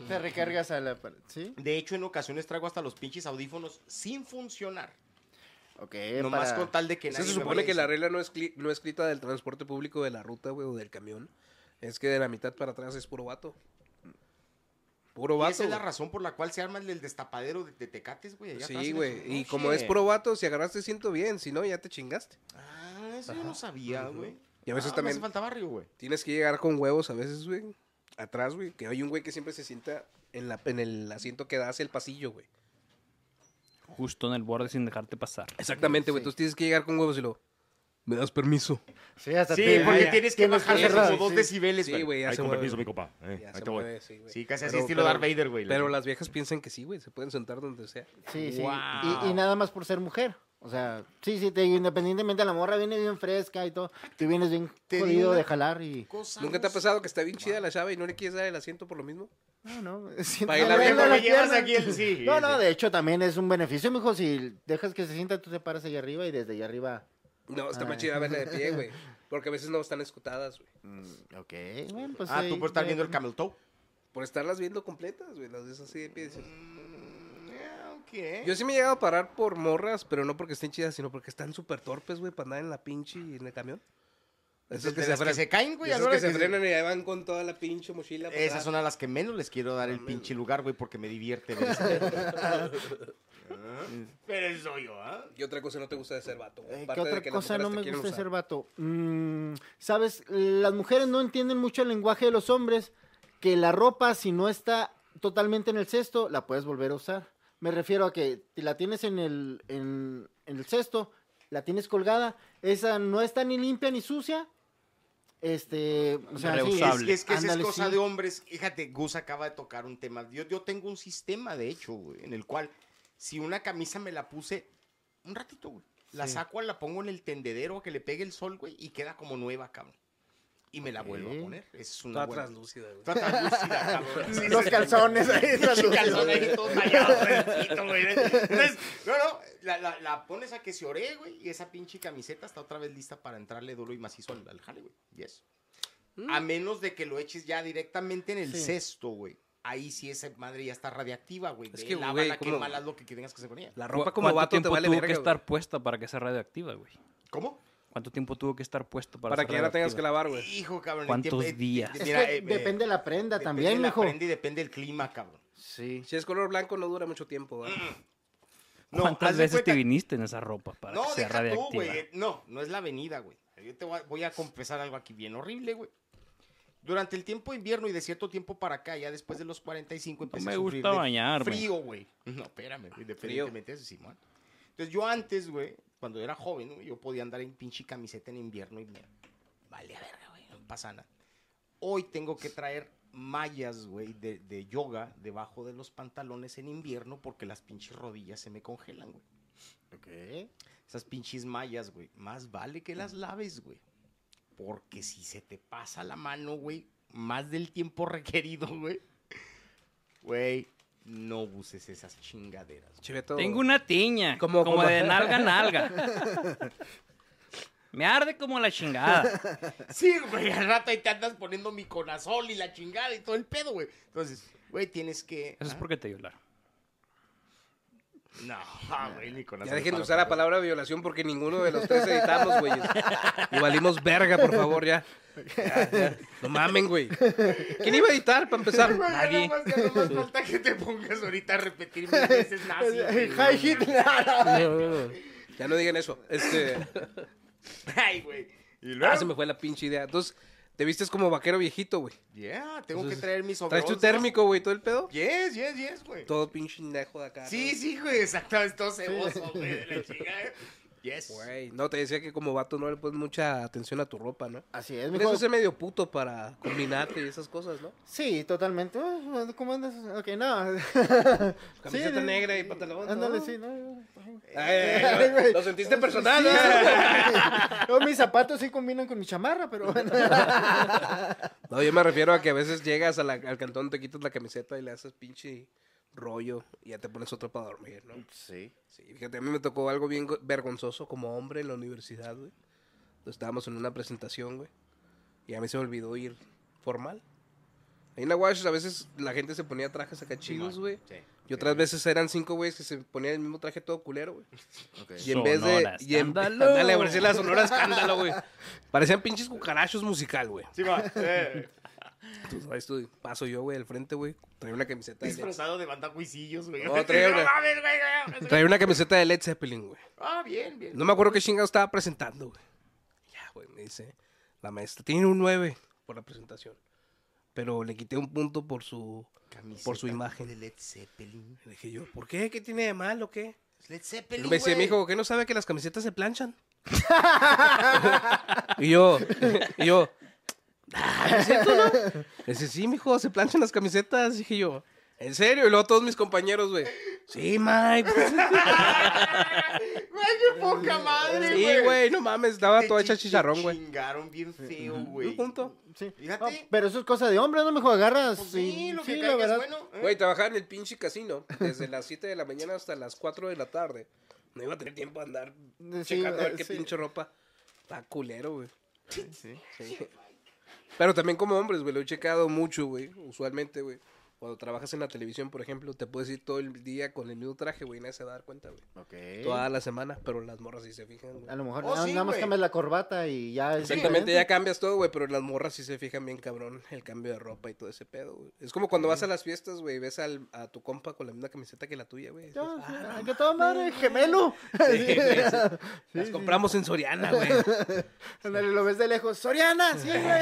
Speaker 3: Te recargas a la pared, ¿sí?
Speaker 2: De hecho, en ocasiones traigo hasta los pinches audífonos sin funcionar.
Speaker 3: Ok,
Speaker 2: nomás
Speaker 3: Eh, para-
Speaker 2: con tal de que
Speaker 1: Pues Eso
Speaker 2: nadie
Speaker 1: se
Speaker 2: me
Speaker 1: supone
Speaker 2: vaya
Speaker 1: que
Speaker 2: a
Speaker 1: la
Speaker 2: decir.
Speaker 1: regla no, escli- no escrita del transporte público de la ruta, güey, o del camión. Es que de la mitad para atrás es puro vato. Puro
Speaker 2: Y
Speaker 1: vato.
Speaker 2: esa es la
Speaker 1: güey.
Speaker 2: razón por la cual se arma el, el destapadero de, de tecates, güey. allá atrás
Speaker 1: Sí,
Speaker 2: en
Speaker 1: güey.
Speaker 2: el-
Speaker 1: Y
Speaker 2: No,
Speaker 1: como es
Speaker 2: shit.
Speaker 1: puro vato, si agarraste siento bien, si no, ya te chingaste.
Speaker 2: Ah, eso yo no sabía, güey.
Speaker 1: Y a veces
Speaker 2: Ah, me
Speaker 1: también-
Speaker 2: hace falta barrio, güey.
Speaker 1: Tienes que llegar con huevos a veces, güey. Atrás, güey. Que hay un güey que siempre se sienta en, la, en el asiento que da hacia el pasillo, güey.
Speaker 5: Justo en el borde sin dejarte pasar.
Speaker 1: Exactamente, güey. Entonces tienes que llegar con huevos y lo. ¿Me das permiso?
Speaker 3: Sí, hasta
Speaker 2: Sí,
Speaker 3: te-
Speaker 2: porque
Speaker 3: ya,
Speaker 2: tienes que bajarle
Speaker 3: cerrar,
Speaker 2: como dos
Speaker 3: sí.
Speaker 2: decibeles,
Speaker 1: Sí, güey, ya se mueve.
Speaker 2: compa. Eh,
Speaker 1: Ya
Speaker 2: ahí
Speaker 1: se
Speaker 2: te voy.
Speaker 1: mueve, sí, güey.
Speaker 2: Sí, casi así
Speaker 1: Pero-
Speaker 2: estilo
Speaker 1: pero-
Speaker 2: Darth Vader, güey.
Speaker 1: Pero las viejas piensan que sí, güey. Se pueden sentar donde sea.
Speaker 3: Sí, sí.
Speaker 2: Wow.
Speaker 3: Y, y nada más por ser mujer. O sea, sí, sí, te digo, independientemente, la morra viene bien fresca y todo. Tú vienes bien
Speaker 2: Te digo
Speaker 3: jodido
Speaker 2: una
Speaker 3: de jalar y...
Speaker 2: Cosa
Speaker 1: ¿Nunca te ha
Speaker 2: no
Speaker 1: pasado que está bien chida la chava y no le quieres dar el asiento por lo mismo?
Speaker 3: No, no. siento-
Speaker 1: Baila
Speaker 3: no,
Speaker 1: bien,
Speaker 3: no,
Speaker 1: porque
Speaker 3: las
Speaker 2: llevas
Speaker 3: piernas.
Speaker 2: aquí el- sí,
Speaker 3: No,
Speaker 2: sí.
Speaker 3: no, de hecho también es un beneficio, mijo. Si dejas que se sienta, tú te paras allá arriba y desde allá arriba...
Speaker 1: No, está
Speaker 3: Ah.
Speaker 1: más chida verla de pie, güey. Porque a veces no están escutadas, güey.
Speaker 3: Ok, bueno, pues...
Speaker 2: Ah,
Speaker 3: ahí,
Speaker 2: tú por estar
Speaker 3: ya-
Speaker 2: viendo el camel toe.
Speaker 1: Por estarlas viendo completas, güey. Las ves así de pie. dices-
Speaker 2: Ok.
Speaker 1: Yo sí me he llegado a parar por morras, pero no porque estén chidas, sino porque están súper torpes, güey, para andar en la pinche y en el camión. Esas
Speaker 2: De las Pues que se caen,
Speaker 3: Pues,
Speaker 2: güey, a
Speaker 1: Esas
Speaker 2: la hora
Speaker 1: que se
Speaker 2: que se-
Speaker 1: frenan y ahí van con toda la pinche mochila. para
Speaker 2: Esas
Speaker 1: atrás.
Speaker 2: son a las que menos les quiero dar el pinche lugar, güey, porque me divierte. ver ese pedo. Ah, Pero eso soy yo, ¿ah?
Speaker 1: Y otra cosa no te gusta de ser vato, güey.
Speaker 3: Eh, ¿Qué
Speaker 1: Aparte de
Speaker 3: otra
Speaker 1: que las
Speaker 3: cosa
Speaker 1: mujeres
Speaker 3: no
Speaker 1: te
Speaker 3: me
Speaker 1: quieren
Speaker 3: gusta
Speaker 1: usar.
Speaker 3: ser vato? Mm, Sabes, las mujeres no entienden mucho el lenguaje de los hombres, que la ropa, si no está totalmente en el cesto, la puedes volver a usar. Me refiero a que si la tienes en el, en, en el cesto, la tienes colgada, esa no está ni limpia ni sucia. Este, o sea, sí,
Speaker 2: Es,
Speaker 5: Reusable.
Speaker 2: que- es que esa es
Speaker 3: Ándale,
Speaker 2: cosa
Speaker 3: sí.
Speaker 2: de hombres. Fíjate, Gus acaba de tocar un tema. Yo, yo tengo un sistema, de hecho, güey, en el cual si una camisa me la puse un ratito, güey, la saco, la pongo en el tendedero a que le pegue el sol, güey, y queda como nueva, cabrón. Y me la vuelvo a
Speaker 3: Ok.
Speaker 2: poner. Esa Es una
Speaker 1: Toda
Speaker 2: buena.
Speaker 1: translúcida, güey.
Speaker 2: Está translúcida, cabrón. Sí,
Speaker 3: Los
Speaker 2: sí.
Speaker 3: calzones ahí,
Speaker 2: Pinche
Speaker 3: translúcidos.
Speaker 2: calzón ahí todo tallado, güey, güey. Entonces, no, no, la, la, la pones a que se ore, güey, y esa pinche camiseta está otra vez lista para entrarle duro y macizo al, al jale, güey. Yes. A menos de que lo eches ya directamente en el
Speaker 3: Sí.
Speaker 2: cesto, güey. Ahí sí esa madre ya está radiactiva, güey.
Speaker 1: Es
Speaker 2: Ve,
Speaker 1: que,
Speaker 2: lávala,
Speaker 1: güey,
Speaker 2: qué
Speaker 1: como-
Speaker 2: mala es lo que tengas que hacer con ella.
Speaker 1: La
Speaker 5: ¿Cu-
Speaker 1: ropa como
Speaker 5: ¿Cuánto
Speaker 1: vato te
Speaker 5: tiempo
Speaker 1: vale
Speaker 5: tuvo
Speaker 1: verga,
Speaker 5: que
Speaker 1: güey.
Speaker 5: estar puesta para que sea radioactiva, güey?
Speaker 2: ¿Cómo?
Speaker 5: ¿Cuánto tiempo tuvo que estar puesta para,
Speaker 1: Para
Speaker 5: ser
Speaker 1: que ya la tengas que
Speaker 5: radioactiva?
Speaker 1: lavar, güey.
Speaker 2: Hijo, cabrón. el
Speaker 5: ¿Cuántos
Speaker 2: tiempo- eh,
Speaker 5: días?
Speaker 2: eh,
Speaker 3: Es
Speaker 2: mira,
Speaker 3: que
Speaker 2: eh, eh,
Speaker 3: depende de la prenda también,
Speaker 2: de la
Speaker 3: mijo.
Speaker 2: prenda y depende del clima, cabrón.
Speaker 3: Sí.
Speaker 1: Si es color blanco, no dura mucho tiempo. ¿verdad?
Speaker 3: Mm.
Speaker 2: No,
Speaker 5: ¿Cuántas
Speaker 2: haz de
Speaker 5: veces
Speaker 2: cuenta-
Speaker 5: te viniste en esa ropa para
Speaker 2: No,
Speaker 5: que sea
Speaker 2: deja tú,
Speaker 5: radiactiva?
Speaker 2: güey. No, no es la avenida, güey. Yo te voy a, voy a confesar algo aquí bien horrible, güey. Durante el tiempo de invierno y de cierto tiempo para acá, ya después de los 45, empecé
Speaker 5: me
Speaker 2: a sufrir
Speaker 5: gusta
Speaker 2: de
Speaker 5: bañarme.
Speaker 2: frío, güey. No, espérame, güey, independientemente de eso, Simón. Entonces, yo antes, güey, cuando era joven, güey, yo podía andar en pinche camiseta en invierno y me vale a verga, güey, no pasa nada. Hoy tengo que traer mallas, güey, de, de yoga debajo de los pantalones en invierno porque las pinches rodillas se me congelan, güey. Esas pinches mallas, güey. Más vale que las laves, güey. Porque si se te pasa la mano, güey, más del tiempo requerido, güey. Güey, no uses esas chingaderas. güey.
Speaker 1: Cheveto.
Speaker 5: Tengo una tiña,
Speaker 1: Como-
Speaker 5: como,
Speaker 1: como-
Speaker 5: de nalga a nalga. Me arde como la chingada.
Speaker 2: Sí, güey, al rato ahí te andas poniendo mi conazol y la chingada y todo el pedo, güey. Entonces, güey, tienes que...
Speaker 5: Eso es
Speaker 2: ¿Ah?
Speaker 5: porque te violaron.
Speaker 2: No, ah, güey, mi conazol.
Speaker 1: Ya dejen de
Speaker 2: para-
Speaker 1: usar la palabra violación porque ninguno de los tres editamos, güey. Y valimos verga, por favor, ya. Ya, ya. No mamen, güey. ¿Quién iba a editar para empezar?
Speaker 2: Güey, ya
Speaker 5: Nadie.
Speaker 2: nomás, ya nomás falta que te pongas ahorita a repetir mil veces nazi. güey.
Speaker 3: Hi Hitler.
Speaker 1: Ya no digan eso. Este.
Speaker 2: Ay, güey. Y luego...
Speaker 1: Ah, se me fue la pinche idea. Entonces, te vistes como vaquero viejito, güey.
Speaker 2: Yeah, tengo que traer mis
Speaker 1: Traes tu
Speaker 2: overalls.
Speaker 1: térmico, güey, todo el pedo.
Speaker 2: Yes, yes, yes, güey.
Speaker 1: Todo pinche nejo de acá.
Speaker 2: Sí,
Speaker 1: ¿no?
Speaker 2: sí, güey, exactamente, todo ceboso, güey, de la chingada. Yes.
Speaker 1: Güey, no, te decía que como vato no le pones mucha atención a tu ropa, ¿no?
Speaker 3: Así es,
Speaker 1: Tienes
Speaker 3: mijo.
Speaker 1: que ser medio puto para combinarte y esas cosas, ¿no?
Speaker 3: Sí, totalmente. Ah, ¿Cómo andas? Ok, no.
Speaker 1: Camiseta
Speaker 3: Sí,
Speaker 1: negra y pantalón.
Speaker 3: Ándale,
Speaker 1: ¿no?
Speaker 3: sí, no.
Speaker 1: Ay, ay, ay,
Speaker 3: Ay, güey.
Speaker 1: lo sentiste personal,
Speaker 3: Sí,
Speaker 1: ¿no?
Speaker 3: sí. No, mis zapatos sí combinan con mi chamarra, pero bueno.
Speaker 1: No, yo me refiero a que a veces llegas a la- al cantón, te quitas la camiseta y le haces pinche rollo y ya te pones otra para dormir, ¿no?
Speaker 2: Sí.
Speaker 1: Sí, fíjate, a mí me tocó algo bien go- vergonzoso como hombre en la universidad, güey. Entonces, Estábamos en una presentación, güey. Y a mí se me olvidó ir formal. Ahí en la Wash a veces la gente se ponía trajes acá chidos, güey.
Speaker 2: Sí.
Speaker 1: Y otras veces eran cinco güeyes que se ponían el mismo traje todo culero, güey. Y en
Speaker 5: Sonora
Speaker 1: vez de. Y en,
Speaker 5: Escándalo.
Speaker 1: Ándale, parecía la sonora escándalo, güey. Parecían pinches cucarachos musical, güey.
Speaker 2: Sí, va. eh,
Speaker 1: Tú sabes, tú, paso yo, güey, al frente, güey. Traía una camiseta de Led,
Speaker 2: Disfrazado de banda juicillos, güey.
Speaker 1: No, trae una-
Speaker 2: mames, güey, güey, güey.
Speaker 1: traía una camiseta de Led Zeppelin, güey.
Speaker 2: Ah, bien, bien.
Speaker 1: No me acuerdo qué chingado estaba presentando, güey. Ya, güey, me dice la maestra. Tiene un 9 por la presentación. Pero le quité un punto por su, por su imagen.
Speaker 2: De Led Zeppelin.
Speaker 1: Le dije yo, ¿por qué? ¿Qué tiene de mal o qué?
Speaker 2: Led
Speaker 1: Y
Speaker 2: Zeppelin,
Speaker 1: me dice,
Speaker 2: güey.
Speaker 1: mijo, ¿qué no sabe que las camisetas se planchan? y yo, y yo, "Ah, ¿es cierto, no? Le dice, sí, mijo, se planchan las camisetas. Dije yo, ¿en serio? Y luego todos mis compañeros, güey, sí, Mike.
Speaker 2: Güey, qué poca madre, güey.
Speaker 1: sí, güey, no mames, estaba
Speaker 2: Te
Speaker 1: toda
Speaker 2: chi-
Speaker 1: hecha
Speaker 2: te
Speaker 1: chicharrón, güey.
Speaker 2: chingaron bien feo, güey.
Speaker 1: Un punto.
Speaker 3: Sí.
Speaker 2: Fíjate.
Speaker 3: No, pero eso es cosa de hombre, no me agarras.
Speaker 2: Pues sí, lo que
Speaker 3: sí,
Speaker 2: caiga es bueno. ¿eh?
Speaker 1: Güey, trabajaba en el pinche casino desde las 7 de la mañana hasta las 4 de la tarde. No iba a tener tiempo de andar
Speaker 3: Sí,
Speaker 1: checando a ver
Speaker 3: eh,
Speaker 1: qué
Speaker 3: sí.
Speaker 1: pinche ropa. Está culero, güey.
Speaker 2: Sí.
Speaker 1: Sí. Pero también como hombres, güey, lo he checado mucho, güey. Usualmente, güey. Cuando trabajas en la televisión, por ejemplo, te puedes ir todo el día con el mismo traje, güey, y nadie se va a dar cuenta, güey.
Speaker 3: ¿Eh?
Speaker 1: Toda la semana, pero las morras sí se fijan,
Speaker 3: A
Speaker 1: güey.
Speaker 3: lo mejor
Speaker 2: Oh,
Speaker 3: nada,
Speaker 2: sí,
Speaker 3: nada más
Speaker 2: güey.
Speaker 3: cambias la corbata y ya es
Speaker 1: Exactamente, ya
Speaker 3: diferente.
Speaker 1: cambias todo, güey, pero las morras sí se fijan bien, cabrón, el cambio de ropa y todo ese pedo, güey. Es como cuando vas a las fiestas, güey, y ves al- a tu compa con la misma camiseta que la tuya, güey.
Speaker 3: Ya,
Speaker 1: Dices, "Ah,
Speaker 3: sí, ay, que toda madre, gemelo. Sí,
Speaker 1: Las compramos en Soriana, güey.
Speaker 3: Ándale, lo ves de lejos. Soriana, sí, güey.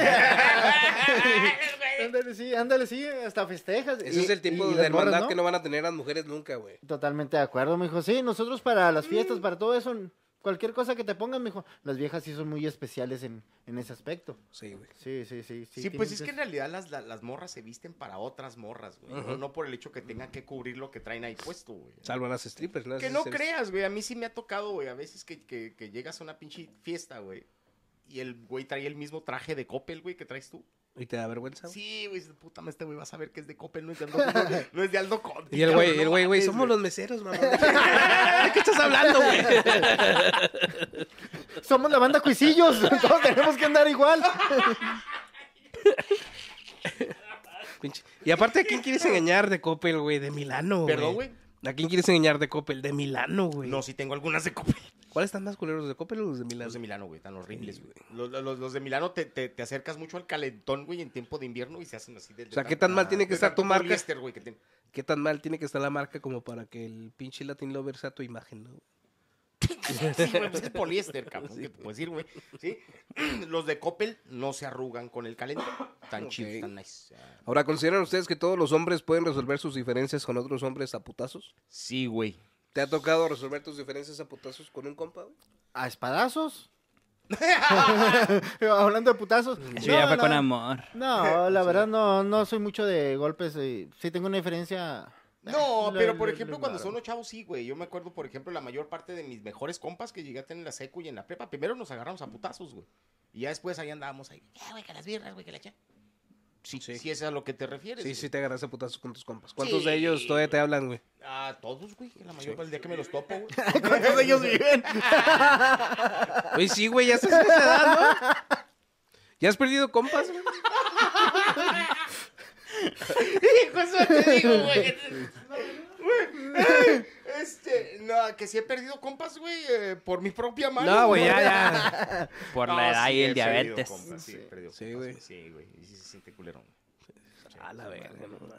Speaker 3: ándale, sí, ándale, sí, hasta festejas.
Speaker 1: Ese
Speaker 3: Y-
Speaker 1: es el
Speaker 3: y-
Speaker 1: tipo
Speaker 3: y
Speaker 1: de
Speaker 3: las morras,
Speaker 1: hermandad
Speaker 3: ¿no?
Speaker 1: que no van a tener las mujeres nunca, güey.
Speaker 3: Totalmente de acuerdo, mijo. Sí, nosotros para
Speaker 2: Mm.
Speaker 3: las fiestas, para todo eso, cualquier cosa que te pongan, mijo, las viejas sí son muy especiales en, en ese aspecto.
Speaker 1: Sí, güey.
Speaker 3: Sí, sí, sí.
Speaker 2: Sí,
Speaker 3: tienen
Speaker 2: pues es que en realidad las, la- las morras se visten para otras morras, güey. no, no por el hecho que tengan que cubrir lo que traen ahí puesto, güey.
Speaker 1: Salvo a las strippers, ¿no?
Speaker 2: Que
Speaker 1: Esas
Speaker 2: no
Speaker 1: series-
Speaker 2: creas, güey. A mí sí me ha tocado, güey. A veces que, que- que llegas a una pinche fiesta, güey. Y el güey trae el mismo traje de Coppel, güey, que traes tú.
Speaker 1: ¿Y te da vergüenza? Ah, güey?
Speaker 2: Sí, güey. dices, Puta, madre, este güey va a saber que es de Coppel, no es de Aldo, no, es de Aldo Conti,
Speaker 1: Y el güey,
Speaker 2: cabrón,
Speaker 1: el
Speaker 2: no
Speaker 1: güey, güey,
Speaker 2: mames,
Speaker 1: somos los meseros, mamá. ¿De qué estás hablando, güey?
Speaker 3: Somos la banda Cuisillos, todos tenemos que andar igual.
Speaker 1: Pinche- Y aparte, ¿a quién quieres engañar de Coppel, güey? De Milano, güey.
Speaker 2: Perdón, güey.
Speaker 1: ¿A quién quieres engañar de Coppel? De Milano, güey.
Speaker 2: No, sí tengo algunas de Coppel.
Speaker 1: ¿Cuáles están más culeros, los de Coppel o los de Milán?
Speaker 2: Los de Milano, güey, tan horribles, güey. Los, los- los de Milano te, te- te acercas mucho al calentón, güey, en tiempo de invierno y se hacen así de. de
Speaker 1: O sea,
Speaker 2: tan- Ah,
Speaker 1: ¿qué tan mal tiene que
Speaker 2: de
Speaker 1: estar tu
Speaker 2: tanto
Speaker 1: marca?
Speaker 2: poliéster, güey, que tiene-
Speaker 1: ¿Qué tan mal tiene que estar la marca como para que el pinche Latin Lover sea tu imagen, no?
Speaker 2: Sí, güey, pues es poliéster, cabrón, ¿qué te puedo decir, güey? ¿Sí? Los de Coppel no se arrugan con el calentón. Tan
Speaker 1: Ok.
Speaker 2: chidos, tan nice. Ah,
Speaker 1: Ahora, ¿consideran ustedes que todos los hombres pueden resolver sus diferencias con otros hombres a putazos?
Speaker 2: Sí, güey.
Speaker 1: ¿Te ha tocado resolver tus diferencias a putazos con un compa, güey?
Speaker 3: ¿A espadazos? Hablando de putazos.
Speaker 5: Eso ya
Speaker 3: No,
Speaker 5: fue
Speaker 3: no.
Speaker 5: con amor.
Speaker 3: No, la verdad no, no soy mucho de golpes. y Sí tengo una diferencia.
Speaker 2: No,
Speaker 3: Ah, lo-
Speaker 2: pero por
Speaker 3: lo-
Speaker 2: ejemplo,
Speaker 3: lo
Speaker 2: cuando son
Speaker 3: ignoraron.
Speaker 2: los chavos, sí, güey. Yo me acuerdo, por ejemplo, la mayor parte de mis mejores compas que llegué a tener en la secu y en la prepa, primero nos agarramos a putazos, güey. Y ya después ahí andábamos ahí. Eh, güey, que las birras, güey, que la echa. Sí, sí, es a lo que te refieres.
Speaker 1: Sí,
Speaker 2: güey.
Speaker 1: sí, te agarras a putazos con tus compas. ¿Cuántos
Speaker 2: Sí.
Speaker 1: de ellos todavía te hablan, güey?
Speaker 2: Ah, todos, güey. La mayor parte del día que me los topo, güey.
Speaker 3: ¿Cuántos de ellos viven?
Speaker 1: Oye, sí, güey, ya estás en esa edad, ¿no? ¿Ya has perdido compas, güey?
Speaker 2: Hijo, eso te digo, güey. que te- Güey, eh, Este, no, que sí he perdido compas, güey, eh, por mi propia mano.
Speaker 5: No, güey, ya, ya. Por
Speaker 2: No,
Speaker 5: la edad
Speaker 2: sí
Speaker 5: y
Speaker 2: he
Speaker 5: el
Speaker 2: perdido
Speaker 5: diabetes.
Speaker 2: compas, sí, he perdido
Speaker 1: Sí,
Speaker 2: compas,
Speaker 1: güey.
Speaker 2: Sí, güey. Y sí se siente culerón.
Speaker 1: A la verga, no mames.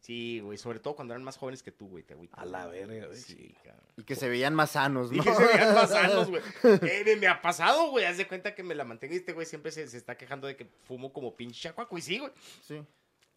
Speaker 2: Sí, güey, sobre todo cuando eran más jóvenes que tú, güey, te agüitas.
Speaker 1: A la verga, güey.
Speaker 2: Sí, cabrón.
Speaker 3: Y que se veían más sanos,
Speaker 2: Y
Speaker 3: ¿no?
Speaker 2: que se vean más sanos, güey. Eh, me, me ha pasado, güey. Haz de cuenta que me la mantengo y este güey siempre se, se está quejando de que fumo como pinche chacuaco. Y sí, güey.
Speaker 3: Sí.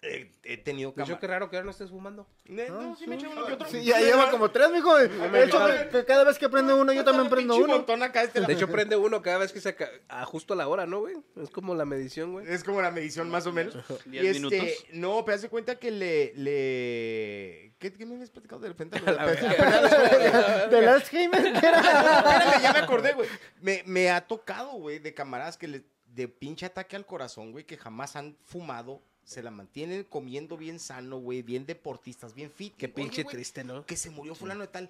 Speaker 2: Eh, he tenido
Speaker 1: Pues yo Ah, qué
Speaker 2: cámara.
Speaker 1: raro que ahora no estés fumando.
Speaker 2: Eh, No, sí, me eché uno que otro.
Speaker 3: Sí, ya lleva como tres, mijo. De hecho,
Speaker 2: mames.
Speaker 3: que cada vez que prende uno, yo también prendo
Speaker 2: Pinche
Speaker 3: uno.
Speaker 2: montón acá, este la-
Speaker 1: De hecho, prende uno cada vez que se aca- a justo a la hora, ¿no, güey? Es como la medición, güey.
Speaker 2: Es como la medición más o menos. Y
Speaker 5: ¿Diez
Speaker 2: este,
Speaker 5: minutos?
Speaker 2: No, pero hace cuenta que le... le... ¿Qué, qué me habías platicado de repente?
Speaker 1: la verga.
Speaker 3: Del Alzheimer. ¿qué era?
Speaker 2: Espérame, ya me acordé, güey. Me, me ha tocado, güey, de camaradas que le, de pinche ataque al corazón, güey, que jamás han fumado. Se la mantienen comiendo bien sano, güey, bien deportistas, bien fit.
Speaker 1: Qué
Speaker 2: Y,
Speaker 1: pinche
Speaker 2: "Oye, güey,
Speaker 1: triste, ¿no?
Speaker 2: Que se murió fulano de tal.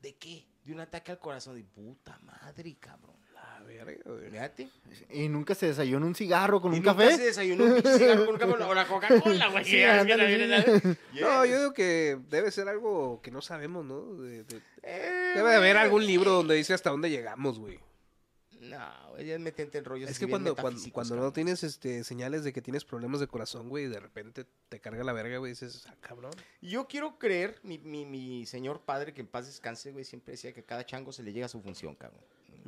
Speaker 2: ¿De qué? De un ataque al corazón. De puta madre, cabrón.
Speaker 1: La verga, güey.
Speaker 2: Fíjate.
Speaker 3: Y nunca se desayunó un cigarro con
Speaker 2: Y
Speaker 3: un
Speaker 2: nunca
Speaker 3: café.
Speaker 2: se desayunó un pinche cigarro con un café o la Coca-Cola, güey.
Speaker 3: Sí,
Speaker 2: Ya,
Speaker 3: ándale,
Speaker 2: mira,
Speaker 3: sí.
Speaker 2: mira, mira.
Speaker 1: No, yo digo que debe ser algo que no sabemos, ¿no? De- de-
Speaker 2: Eh,
Speaker 1: debe de haber
Speaker 2: güey.
Speaker 1: algún libro donde dice hasta dónde llegamos, güey.
Speaker 2: No, güey, ya metente en rollos.
Speaker 1: Es
Speaker 2: así
Speaker 1: que
Speaker 2: bien
Speaker 1: cuando, cuando,
Speaker 2: metafísicos,
Speaker 1: cuando
Speaker 2: cabrón.
Speaker 1: no tienes este, señales de que tienes problemas de corazón, güey, y de repente te carga la verga, güey, dices, ah, cabrón.
Speaker 2: Yo quiero creer, mi, mi, mi señor padre, que en paz descanse, güey, siempre decía que a cada chango se le llega a su función, cabrón.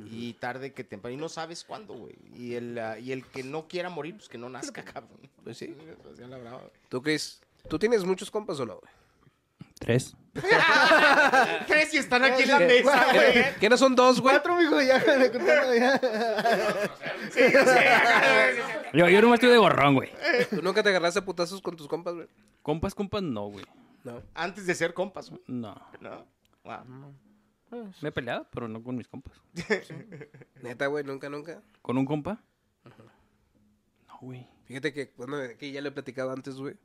Speaker 2: Y tarde que temprano, y no sabes cuándo, güey. Y el, ah, y el que no quiera morir, pues que no nazca, cabrón.
Speaker 1: Pues sí.
Speaker 2: Eso hacía la brava, güey.
Speaker 1: ¿Tú crees? ¿Tú tienes muchos compas o no, güey?
Speaker 5: Tres.
Speaker 2: Tres y están aquí en la mesa, güey.
Speaker 1: ¿Qué no son dos, güey?
Speaker 3: Cuatro, mijo, ya. contando ya.
Speaker 2: Sí, sí, sí.
Speaker 5: Yo, yo nomás estoy de gorrón, güey.
Speaker 1: ¿Tú nunca te agarraste a putazos con tus compas, güey?
Speaker 5: Compas, compas, no, güey.
Speaker 1: No.
Speaker 2: Antes de ser compas, güey.
Speaker 5: No.
Speaker 2: ¿No? Wow.
Speaker 5: Me he peleado, pero no con mis compas.
Speaker 1: Neta, güey, nunca, nunca.
Speaker 5: ¿Con un compa? No, güey.
Speaker 1: Fíjate que, bueno, aquí ya lo he platicado antes, güey.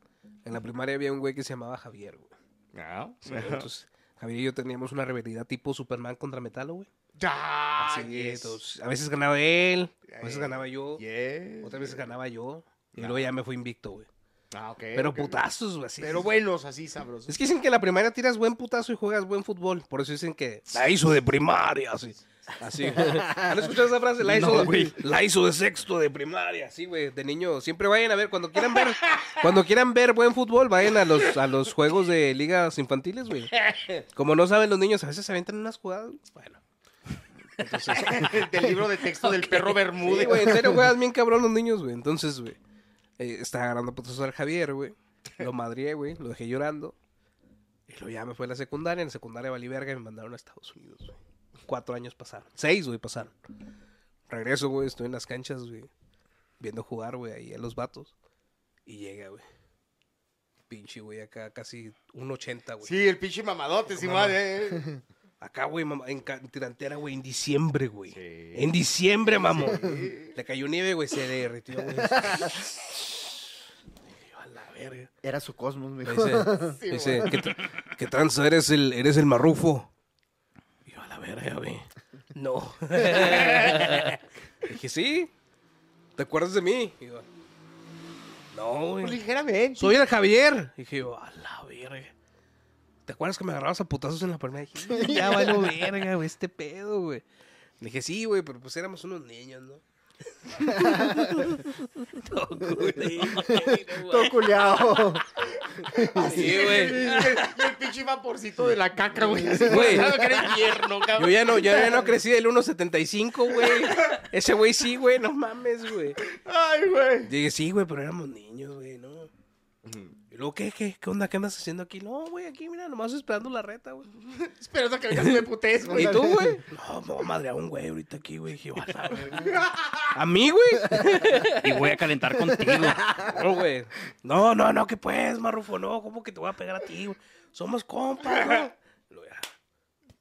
Speaker 1: En la primaria había un güey que se llamaba Javier, güey.
Speaker 2: No.
Speaker 1: Entonces, Javier y yo teníamos una rivalidad tipo Superman contra Metalo, güey.
Speaker 2: Ya,
Speaker 1: Así,
Speaker 2: yes.
Speaker 1: entonces, a veces ganaba él, a veces
Speaker 2: Eh,
Speaker 1: ganaba yo,
Speaker 2: yes.
Speaker 1: otras veces ganaba yo. Y
Speaker 2: No.
Speaker 1: luego ya me fue invicto, güey.
Speaker 2: Ah, ok,
Speaker 1: Pero
Speaker 2: ok.
Speaker 1: putazos, güey. así.
Speaker 2: Pero buenos, así sabrosos.
Speaker 1: Es que dicen que en la primaria tiras buen putazo y juegas buen fútbol. Por eso dicen que la hizo de primaria, así. Así. ¿Han escuchado esa frase? La hizo, la hizo de sexto de primaria, sí, güey. De niño. Siempre vayan a ver, cuando quieran ver, cuando quieran ver buen fútbol, vayan a los, a los juegos de ligas infantiles, güey. Como no saben los niños, a veces se aventan unas jugadas. Bueno.
Speaker 2: del libro de texto del perro Bermúdez.
Speaker 1: Sí, güey, en serio juegas bien cabrón los niños, güey. Entonces, güey, eh, estaba agarrando putazos al Javier, güey. Lo madrié, güey, lo dejé llorando. Y luego ya me fue a la secundaria. En la secundaria valí verga y me mandaron a Estados Unidos, güey. Cuatro años pasaron. Seis, güey, pasaron. Regreso, güey, estoy en las canchas, güey. Viendo jugar, güey, ahí a los vatos. Y llega, güey. Pinche, güey, acá casi un 80, güey.
Speaker 2: Sí, el pinche mamadote, sí, madre. eh.
Speaker 1: Acá, güey, mamá, en, ca- en tirantera, güey, en diciembre, güey.
Speaker 2: Sí.
Speaker 1: En diciembre, mamón. Le cayó nieve, güey, se derritió, güey. Y yo, A la verga.
Speaker 3: Era su cosmos,
Speaker 1: Me
Speaker 3: mijo.
Speaker 1: dice, me dice, ¿qué, tra- qué tranza? Eres el, eres el marrufo. Y yo, a la verga, güey. No. Dije, sí. ¿Te acuerdas de mí? Y yo, no, güey.
Speaker 2: Ligeramente.
Speaker 1: Soy el Javier. Dije yo, a la verga. ¿te acuerdas que me agarrabas a putazos en la palmera? Y dije, ya vale verga, güey, este pedo, güey. Le dije, sí, güey, pero pues éramos unos niños, ¿no?
Speaker 3: Todo culiao.
Speaker 1: Sí, güey.
Speaker 2: el pinche vaporcito de la caca, güey.
Speaker 1: Güey.
Speaker 2: Claro que eres tierno,
Speaker 1: Yo
Speaker 2: cabrón.
Speaker 1: ya no, yo ya no crecí del 1.75, güey. Ese güey sí, güey, no mames, güey.
Speaker 2: Ay, güey.
Speaker 1: Dije, sí, güey, pero éramos niños, güey, ¿no? Y luego, ¿qué, qué, qué onda? ¿Qué andas haciendo aquí? No, güey, aquí, mira, nomás esperando la reta, güey.
Speaker 2: Esperando que vengas y me putees, güey.
Speaker 1: ¿Y tú, güey? No, me voy a madrear un güey ahorita aquí, güey. Dije, "Bala, güey". ¿A mí, güey?
Speaker 5: Y voy a calentar contigo.
Speaker 1: No, güey. No, no, no, que pues, Marrufo, no. ¿Cómo que te voy a pegar a ti, güey? Somos compas, güey. Y luego ya,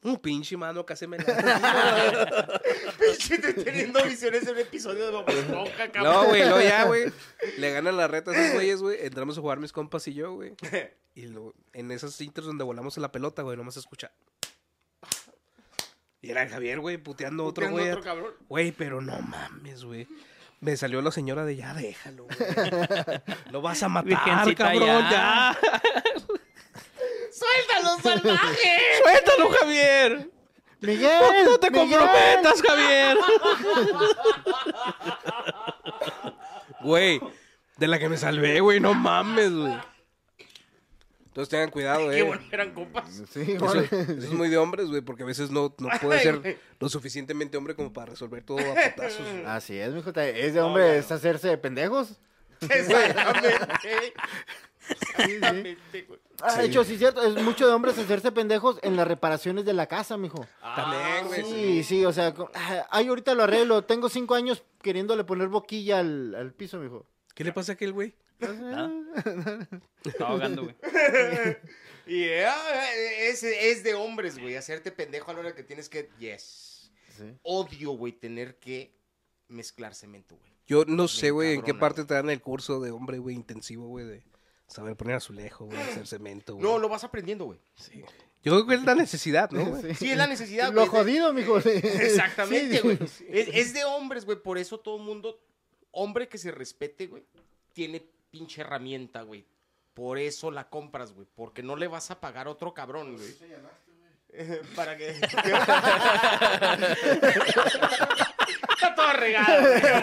Speaker 1: Un pinche mano casi me la...
Speaker 2: Pinche te teniendo visiones de un episodio de Bob Esponja, cabrón.
Speaker 1: No, güey, no, ya, güey. Le ganan la reta a esos güeyes, güey. Entramos a jugar mis compas y yo, güey. Y luego, en esas intros donde volamos a la pelota, güey, nomás se escucha. Y era el Javier, güey, puteando a otro
Speaker 2: Puteando
Speaker 1: güey.
Speaker 2: otro cabrón.
Speaker 1: Güey, pero no mames, güey. Me salió la señora de ya, déjalo, güey. Lo vas a matar,
Speaker 5: Virgencita,
Speaker 1: Ah, cabrón, ya.
Speaker 5: ya.
Speaker 2: ¡Suéltalo, salvaje!
Speaker 1: Suéltalo, Javier.
Speaker 3: Miguel.
Speaker 1: No te
Speaker 3: Miguel.
Speaker 1: comprometas, Javier. Güey, de la que me salvé, güey, no mames, güey. Entonces tengan cuidado,
Speaker 2: Qué
Speaker 1: eh.
Speaker 2: bueno, eran compas.
Speaker 3: Sí,
Speaker 1: Eso,
Speaker 3: igual.
Speaker 1: eso es muy de hombres, güey, porque a veces no, no puede
Speaker 2: Ay,
Speaker 1: ser
Speaker 2: güey.
Speaker 1: lo suficientemente hombre como para resolver todo a patazos.
Speaker 3: Así es, mijo. Es de hombre es hacerse de pendejos.
Speaker 2: Exactamente. Exactamente, güey.
Speaker 3: Ah, De hecho, sí es cierto. Es mucho de hombres hacerse pendejos en las reparaciones de la casa, mijo.
Speaker 1: También,
Speaker 2: Ah,
Speaker 1: güey.
Speaker 3: Sí, sí, o sea, co- ah, ay, ahorita lo arreglo. Tengo cinco años queriéndole poner boquilla al, al piso, mijo.
Speaker 1: ¿Qué le pasa a aquel güey?
Speaker 5: Estaba ahogando, güey.
Speaker 2: Y eh, es, es de hombres, güey. Hacerte pendejo a la hora que tienes que. Yes.
Speaker 3: Sí.
Speaker 2: Odio, güey, tener que mezclar cemento, güey.
Speaker 1: Yo no sé, güey, en qué
Speaker 2: encabrona,
Speaker 1: parte
Speaker 2: güey.
Speaker 1: te dan el curso de hombre, güey, intensivo, güey, de saber poner azulejo, güey, hacer cemento, güey.
Speaker 2: No, lo vas aprendiendo, güey.
Speaker 1: Yo creo que es la necesidad, ¿no, güey?
Speaker 2: Sí, es la necesidad, güey.
Speaker 3: Lo
Speaker 2: de-
Speaker 3: jodido, mijo. sí.
Speaker 2: Exactamente,
Speaker 3: Sí,
Speaker 2: güey. Es, es de hombres, güey. Por eso todo mundo, hombre que se respete, güey, tiene pinche herramienta, güey. Por eso la compras, güey. Porque no le vas a pagar a otro cabrón, güey. Para que. Está todo regado. güey.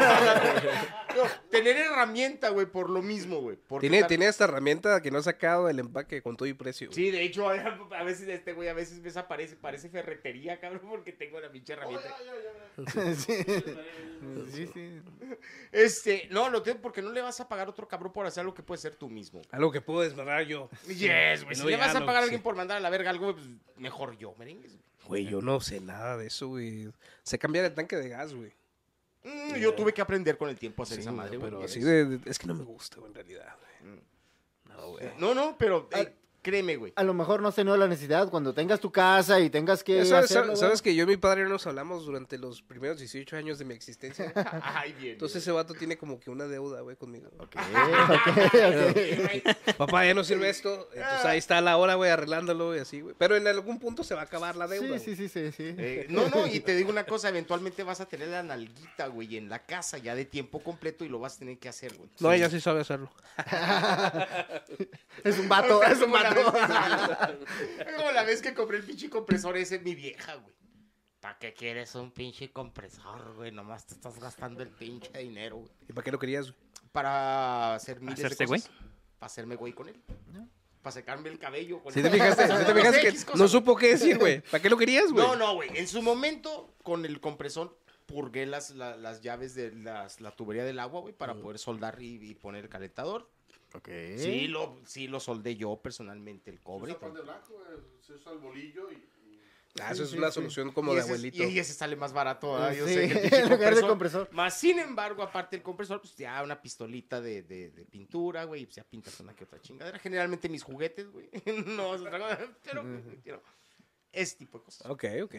Speaker 2: No, tener herramienta, güey, por lo mismo, güey. Porque
Speaker 1: Tiene,
Speaker 2: la-
Speaker 1: tiene esta herramienta que no ha sacado del empaque con todo y precio. güey.
Speaker 2: Sí, de hecho, a a veces este güey, a veces me aparece, parece ferretería, cabrón, porque tengo la pinche herramienta.
Speaker 3: Sí, sí.
Speaker 2: Este, no, lo tengo porque no le vas a pagar a otro cabrón por hacer algo que puede ser tú mismo.
Speaker 1: Algo que puedo desbarrar yo.
Speaker 2: Yes, güey.
Speaker 1: Y
Speaker 2: Si
Speaker 1: no
Speaker 2: le
Speaker 1: ya
Speaker 2: vas a
Speaker 1: lo-
Speaker 2: pagar a
Speaker 1: sí.
Speaker 2: alguien por mandar a la verga algo, pues, mejor yo, merengues. güey.
Speaker 1: Güey, yo no sé nada de eso, güey. Sé cambiar el tanque de gas, güey.
Speaker 2: Mm, yo tuve que aprender con el tiempo a hacer
Speaker 1: Sí,
Speaker 2: esa madre, güey.
Speaker 1: güey,
Speaker 2: Mm.
Speaker 1: pero
Speaker 2: Yes.
Speaker 1: así de, de- Es que no me gusta, güey, en realidad, güey. No, güey.
Speaker 2: No, no, pero
Speaker 1: Ah.
Speaker 2: eh, créeme, güey.
Speaker 3: A lo mejor no has tenido la necesidad. Cuando tengas tu casa y tengas que.
Speaker 1: Ya sabes,
Speaker 3: hacerlo,
Speaker 1: sabes que yo y mi padre nos hablamos durante los primeros 18 años de mi existencia. güey.
Speaker 2: Ay, bien.
Speaker 1: Entonces ese vato tiene como que una deuda, güey, conmigo.
Speaker 3: güey. Ok, ok.
Speaker 2: Eh,
Speaker 1: Papá, ya no sirve esto. Entonces ahí está la hora, güey, arreglándolo y así, güey. Pero en algún punto se va a acabar la deuda.
Speaker 3: Sí,
Speaker 1: güey.
Speaker 3: sí, sí, sí, sí.
Speaker 2: Eh, no, no, y te digo una cosa, eventualmente vas a tener la nalguita, güey, en la casa ya de tiempo completo y lo vas a tener que hacer, güey.
Speaker 1: No, ella sí sabe hacerlo.
Speaker 3: Es un vato, es un
Speaker 2: Como la
Speaker 3: vato.
Speaker 2: vez- Es como la vez que compré el pinche compresor ese, mi vieja, güey. ¿Para qué quieres un pinche compresor, güey? Nomás te estás gastando el pinche dinero, güey.
Speaker 1: ¿Y para qué lo querías, güey?
Speaker 2: Para hacer miles
Speaker 5: ¿Hacerse
Speaker 2: de
Speaker 5: güey?
Speaker 2: cosas. Para hacerme güey con él. Para secarme el cabello con
Speaker 1: Si
Speaker 2: él.
Speaker 1: te fijaste, si te
Speaker 2: No sé,
Speaker 1: fijaste
Speaker 2: X
Speaker 1: que
Speaker 2: cosas,
Speaker 1: no
Speaker 2: güey.
Speaker 1: supo qué decir, güey. ¿Para qué lo querías, güey?
Speaker 2: No, no, güey. En su momento, con el compresor, purgué las, la- las llaves de las, la tubería del agua, güey,
Speaker 1: Mm.
Speaker 2: para poder soldar y, y poner el calentador.
Speaker 3: Ok.
Speaker 2: Sí, lo, sí lo soldé yo personalmente, el
Speaker 4: Se
Speaker 2: cobre.
Speaker 4: usa pan de blanco, güey, se usa el bolillo y... y-
Speaker 1: Ah, eso es
Speaker 3: sí,
Speaker 1: una
Speaker 3: sí.
Speaker 1: solución como
Speaker 2: y
Speaker 1: de
Speaker 2: ese-
Speaker 1: abuelito.
Speaker 2: Y, y ese sale más barato, ¿verdad? yo
Speaker 3: Sí,
Speaker 2: sé que el
Speaker 3: en
Speaker 2: pinche
Speaker 3: lugar del compresor.
Speaker 2: Más sin embargo, aparte del compresor, pues ya una pistolita de, de- de pintura, güey, y pues ya pintas una que otra chingadera. Generalmente mis juguetes, güey. no, es otra cosa, pero, pero ese tipo de cosas.
Speaker 1: Ok, ok.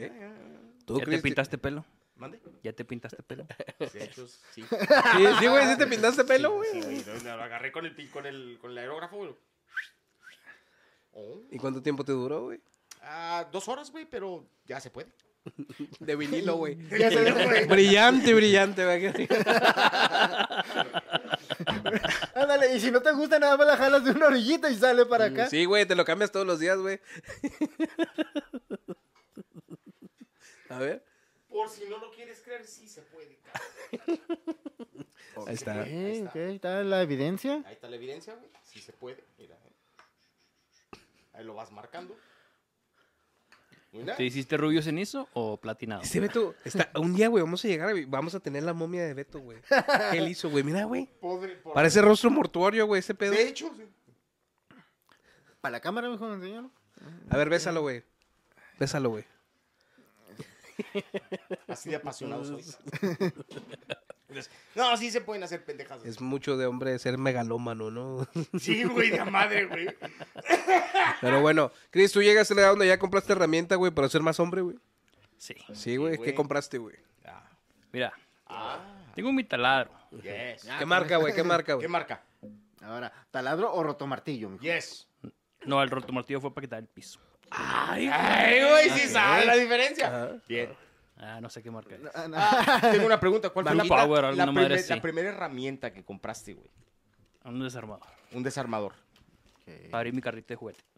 Speaker 1: ¿Tú,
Speaker 5: ¿Ya te
Speaker 1: Chris,
Speaker 5: pintaste pelo?
Speaker 2: ¿Mande?
Speaker 5: ¿Ya te pintaste pelo?
Speaker 2: Pues, De hecho, sí.
Speaker 1: Sí, sí, güey, sí te pintaste pelo, güey.
Speaker 2: Sí, güey, lo, lo agarré con el, pin- con el, con el aerógrafo, güey. Oh.
Speaker 1: ¿Y cuánto tiempo te duró, güey?
Speaker 2: Ah, dos horas, güey, pero ya se puede.
Speaker 1: De vinilo, güey.
Speaker 3: Ya se dio, güey.
Speaker 1: brillante, brillante, güey.
Speaker 3: Ándale, y si no te gusta, nada más la jalas de una orillita y sale para acá.
Speaker 1: Sí, güey, te lo cambias todos los días, güey. A ver.
Speaker 2: Por si no lo quieres creer, sí se puede.
Speaker 1: Ahí está.
Speaker 3: Ok, ok, está la evidencia.
Speaker 2: Ahí está la evidencia, güey. Sí se puede. Mira. eh. Ahí lo vas marcando. Mira.
Speaker 5: ¿Te hiciste rubio cenizo o platinado?
Speaker 1: Este Beto, está, un día, güey, vamos a llegar, a, vamos a tener la momia de Beto, güey. ¿Qué él hizo, güey? Mira, güey.
Speaker 2: Podre- podre-
Speaker 1: Parece rostro mortuorio, güey, ese pedo.
Speaker 2: De hecho, sí.
Speaker 3: Para la cámara, mejor enseñalo.
Speaker 1: A ver, bésalo, güey. Bésalo, güey.
Speaker 2: así de apasionados soy. Entonces, No, sí se pueden hacer pendejadas.
Speaker 1: Es mucho de hombre ser megalómano, ¿no?
Speaker 2: Sí, güey, de madre, güey.
Speaker 1: Pero bueno, Chris, tú llegaste a la edad donde ya compraste herramienta, güey, para ser más hombre, güey.
Speaker 5: Sí.
Speaker 1: Sí, güey. ¿Qué
Speaker 2: güey.
Speaker 1: compraste, güey?
Speaker 2: Ah,
Speaker 5: Mira. Tengo mi taladro.
Speaker 2: yes.
Speaker 1: ¿Qué marca, güey? Ah, ¿Qué marca,
Speaker 2: ¿Qué
Speaker 1: güey?
Speaker 2: marca?
Speaker 3: Ahora, ¿taladro o rotomartillo, mijo?
Speaker 2: Yes.
Speaker 5: No, el rotomartillo fue para quitar el piso.
Speaker 2: Ay, güey, sí sabe la diferencia. Bien.
Speaker 5: Ah, no sé qué marca es.
Speaker 3: Ah, no.
Speaker 2: Tengo una pregunta. ¿Cuál fue la,
Speaker 5: Manpower,
Speaker 2: la- la
Speaker 5: alguna madre
Speaker 2: primer-
Speaker 5: así.
Speaker 2: la primera herramienta que compraste, güey?
Speaker 5: Un desarmador.
Speaker 2: Un desarmador.
Speaker 5: Para abrir mi carrito de juguete.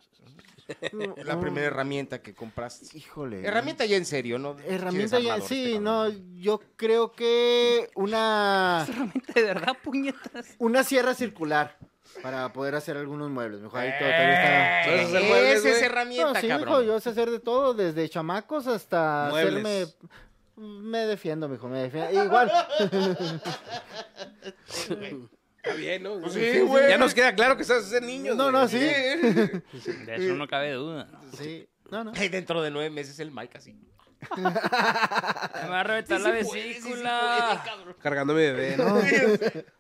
Speaker 3: Oh.
Speaker 2: La primera herramienta que compraste.
Speaker 3: Híjole.
Speaker 2: Herramienta ya en serio, ¿no?
Speaker 3: Herramienta ya,
Speaker 2: desarmador, este
Speaker 3: sí,
Speaker 2: cabrón.
Speaker 3: no, yo creo que una,
Speaker 5: Realmente, de verdad, puñetas.
Speaker 3: una sierra circular para poder hacer algunos muebles. Mejor ahí todo- todavía está-
Speaker 1: ¿Sabes hacer
Speaker 2: Esa
Speaker 1: muebles,
Speaker 2: es
Speaker 1: güey?
Speaker 2: Eh, herramienta,
Speaker 3: No, sí,
Speaker 2: cabrón.
Speaker 3: mijo, yo sé hacer de todo, desde chamacos hasta hacerme...
Speaker 1: Muebles.
Speaker 3: Me defiendo, mijo, me defiendo. Igual,
Speaker 1: Está bien, ¿no?
Speaker 2: Pues sí, güey.
Speaker 1: Ya nos queda claro que sabes ser niño.
Speaker 3: No, no, sí.
Speaker 5: De eso no cabe duda.
Speaker 3: sí, no, no.
Speaker 2: Ay, dentro de nueve meses el Mike así.
Speaker 5: Me va a reventar la vesícula.
Speaker 1: Cargando mi bebé, ¿no?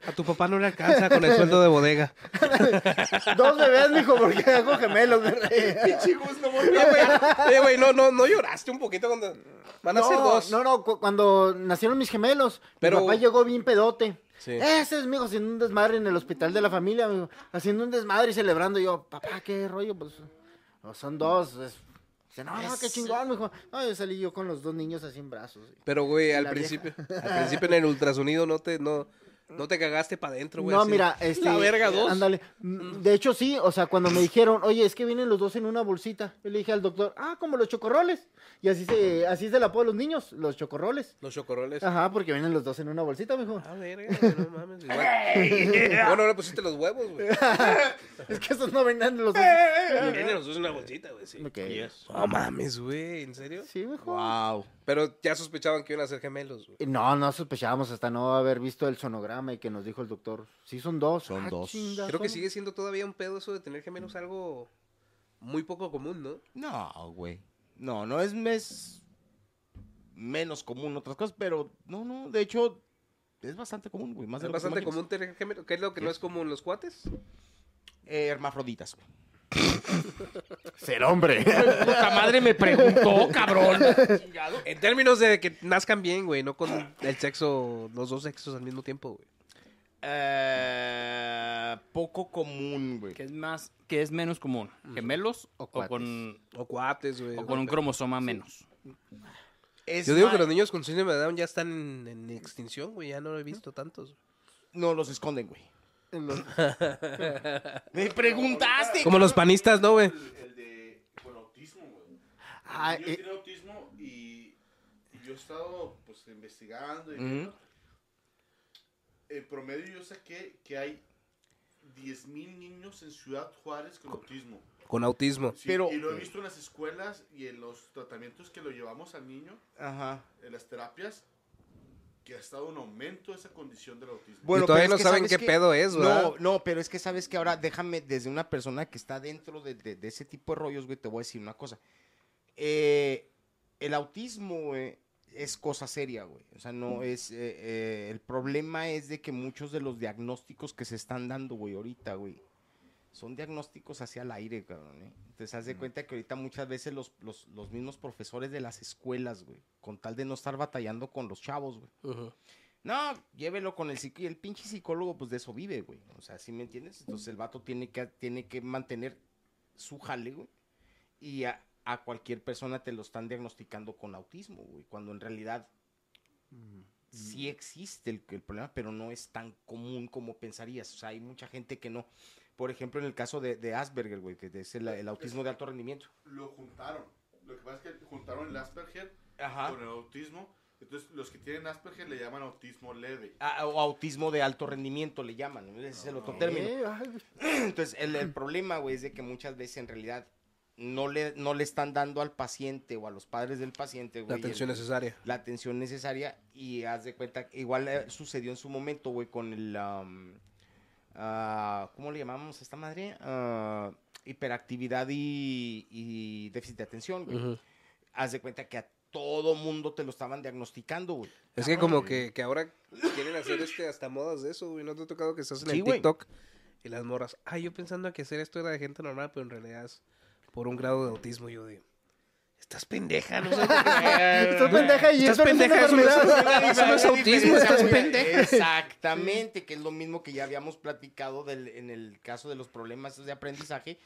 Speaker 1: A tu papá no le alcanza con el sueldo de bodega.
Speaker 3: Dos bebés, mijo, porque hago gemelos, me reí.
Speaker 2: Chicos, no voy
Speaker 1: Oye, güey, Oye, güey, no, no, no lloraste un poquito cuando. Van a ser
Speaker 3: No,
Speaker 1: dos.
Speaker 3: no, no, cu- cuando nacieron mis gemelos,
Speaker 1: Pero-
Speaker 3: mi papá llegó bien pedote.
Speaker 1: Sí.
Speaker 3: Ese es mi hijo haciendo un desmadre en el hospital de la familia, amigo, haciendo un desmadre y celebrando. Y yo, papá, qué rollo, pues no, son dos. es- Dice, no, no, qué chingón, mijo. No, yo salí yo con los dos niños así en brazos.
Speaker 1: Pero, güey, al
Speaker 3: La vieja.
Speaker 1: principio, al principio en el ultrasonido no te, no, no te cagaste para adentro, güey.
Speaker 3: no,
Speaker 1: así.
Speaker 3: mira, este.
Speaker 1: La verga, dos.
Speaker 3: Ándale. Mm, De hecho, sí, o sea, cuando me dijeron, oye, es que vienen los dos en una bolsita, yo le dije al doctor, ah, como los chocorroles. Y así se, así es el apodo de los niños, los chocorroles.
Speaker 1: Los chocoroles.
Speaker 3: Ajá, porque vienen los dos en una bolsita, mijo.
Speaker 1: Ah, verga, güey, no mames. Igual. bueno, no le pusiste los huevos, güey.
Speaker 3: Es que esos no venían los dos.
Speaker 1: Vienen los dos en una bolsita, güey, sí.
Speaker 3: Ok.
Speaker 1: No mames, güey, ¿en serio?
Speaker 3: Sí, mijo.
Speaker 2: Wow.
Speaker 1: Pero ya sospechaban que iban a ser gemelos, güey.
Speaker 3: No, no sospechábamos hasta no haber visto el sonograma y que nos dijo el doctor. Sí, son dos. Ah,
Speaker 2: Son dos.
Speaker 1: Creo que
Speaker 3: sí.
Speaker 1: sigue siendo todavía un pedo eso de tener gemelos algo muy poco común, ¿no?
Speaker 2: No, güey. No, no es mes menos común otras cosas, pero no, no, de hecho es bastante común, güey. Más de
Speaker 1: Es
Speaker 2: lo que te
Speaker 1: bastante
Speaker 2: imaginas.
Speaker 1: común tener gemelos. ¿Qué es lo que no es común? ¿Los cuates?
Speaker 2: Eh, hermafroditas, güey.
Speaker 3: Ser hombre.
Speaker 2: Puta madre me preguntó, cabrón.
Speaker 1: En términos de que nazcan bien, güey, no con el sexo, los dos sexos al mismo tiempo, güey.
Speaker 2: Eh, poco común, güey.
Speaker 5: ¿Qué es más, qué es menos común? ¿Gemelos o,
Speaker 3: cuates.
Speaker 5: con,
Speaker 1: O cuates, güey.
Speaker 5: o con un cromosoma menos?
Speaker 2: Es
Speaker 1: Yo digo que
Speaker 2: más-
Speaker 1: los niños con síndrome de Down ya están en, en extinción, güey. Ya no lo he visto tantos.
Speaker 2: No, los esconden, güey. me preguntaste.
Speaker 1: Como los panistas, ¿no, güey?
Speaker 4: El, el de, con autismo, güey.
Speaker 3: Ah,
Speaker 4: El niño
Speaker 3: eh.
Speaker 4: tiene autismo y, y yo he estado, pues, investigando y
Speaker 2: Ujú.
Speaker 4: viendo. En promedio yo saqué que hay 10.000 niños en Ciudad Juárez con autismo.
Speaker 1: Con autismo.
Speaker 4: Sí,
Speaker 2: Pero-
Speaker 4: y lo he visto en las escuelas y en los tratamientos que lo llevamos al niño,
Speaker 2: Ajá.
Speaker 4: en las terapias, que ha estado un aumento esa condición del autismo.
Speaker 1: Y
Speaker 2: pero
Speaker 1: todavía
Speaker 2: es
Speaker 1: no saben
Speaker 2: sabes
Speaker 1: qué pedo es, ¿verdad?
Speaker 2: No, no, pero es que sabes que ahora déjame, desde una persona que está dentro de, de- de ese tipo de rollos, güey, te voy a decir una cosa. Eh, el autismo, güey, es cosa seria, güey. O sea, no es. eh, eh, el problema es de que muchos de los diagnósticos que se están dando, güey, ahorita, güey, son diagnósticos hacia el aire, cabrón, ¿eh? Entonces, haz de cuenta que ahorita muchas veces los, los, los mismos profesores de las escuelas, güey, con tal de no estar batallando con los chavos, güey. No, llévelo con el psic- y el pinche psicólogo, pues de eso vive, güey. O sea, ¿sí me entiendes? Entonces el vato tiene que, tiene que mantener su jale, güey. Y a, a cualquier persona te lo están diagnosticando con autismo, güey. Cuando en realidad sí existe el, el problema, pero no es tan común como pensarías. O sea, hay mucha gente que no. Por ejemplo, en el caso de, de Asperger, güey, que es el, el autismo de alto rendimiento.
Speaker 4: Lo juntaron. Lo que pasa es que juntaron el Asperger
Speaker 2: Ajá.
Speaker 4: con el autismo. Entonces, los que tienen Asperger le llaman autismo leve.
Speaker 2: Ah, o autismo de alto rendimiento le llaman, ese es el otro término.
Speaker 3: Eh, ay, güey.
Speaker 2: Entonces, el, el problema, güey, es de que muchas veces en realidad no le, no le están dando al paciente o a los padres del paciente,
Speaker 1: La
Speaker 2: güey,
Speaker 1: atención
Speaker 2: el-
Speaker 1: necesaria.
Speaker 2: la atención necesaria y haz de cuenta, que igual eh, sucedió en su momento, güey, con el, am, ah, ¿cómo le llamamos a esta madre? Ah, hiperactividad y, y déficit de atención, güey.
Speaker 1: Ujú.
Speaker 2: Haz de cuenta que a todo mundo te lo estaban diagnosticando, güey.
Speaker 1: Es que como que, que ahora quieren hacer este hasta modas de eso, güey. ¿No te ha tocado que estás en
Speaker 2: Sí,
Speaker 1: el
Speaker 2: güey.
Speaker 1: TikTok y las morras? Ah, yo pensando que hacer esto era de gente normal, pero en realidad es por un grado de autismo. Yo digo, estás pendeja, no sé.
Speaker 3: Estás pendeja y
Speaker 1: Estás
Speaker 3: eso no es
Speaker 1: pendeja, eso no es-
Speaker 3: enfermedad.
Speaker 1: eso no es
Speaker 2: La
Speaker 1: autismo,
Speaker 2: diferencia,
Speaker 1: estás
Speaker 2: güey,
Speaker 1: pendeja.
Speaker 2: Exactamente, que es lo mismo que ya habíamos platicado del- en el caso de los problemas de aprendizaje,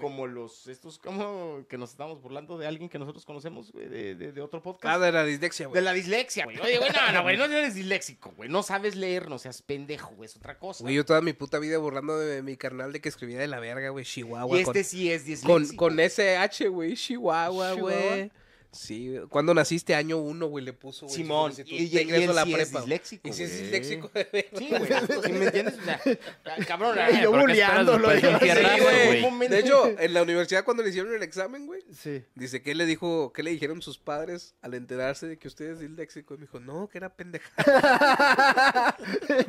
Speaker 2: como los, estos, como que nos estamos burlando de alguien que nosotros conocemos, güey, de, de- de otro
Speaker 1: Ah,
Speaker 2: podcast.
Speaker 1: de la dislexia,
Speaker 2: Pues, de
Speaker 1: güey.
Speaker 2: la dislexia, güey. Oye, güey, no, no, güey, no eres disléxico, güey. No sabes leer, no seas pendejo, güey, es otra cosa.
Speaker 1: Güey, yo toda mi puta vida burlando de mi carnal de que escribía de la verga, güey, Chihuahua.
Speaker 2: y
Speaker 1: con-
Speaker 2: este sí es
Speaker 1: Con,
Speaker 2: disléxico.
Speaker 1: con ese H, güey, Chihuahua,
Speaker 3: Chihuahua.
Speaker 1: güey. Sí, güey. cuando naciste año uno, güey, le puso, güey.
Speaker 2: Simón,
Speaker 1: su solicitud
Speaker 2: y, y-
Speaker 1: de
Speaker 2: y
Speaker 1: ingreso
Speaker 2: él
Speaker 1: a la
Speaker 2: sí es
Speaker 1: prepa, güey.
Speaker 2: disléxico.
Speaker 1: Y si es
Speaker 2: güey.
Speaker 1: disléxico, güey.
Speaker 2: Sí, güey. ¿Sí me entiendes? O sea, ca- cabrón, eh,
Speaker 3: Yo
Speaker 2: ¿por qué
Speaker 3: bulleándolo.
Speaker 5: esperas después de un
Speaker 2: esperas?
Speaker 1: Sí,
Speaker 5: Perrazo,
Speaker 1: güey.
Speaker 2: Un momento.
Speaker 1: De hecho, en la universidad cuando le hicieron el examen, güey,
Speaker 3: Sí.
Speaker 1: dice que le dijo, qué le dijeron sus padres al enterarse de que usted es disléxico. Y me dijo, no, que era pendejada.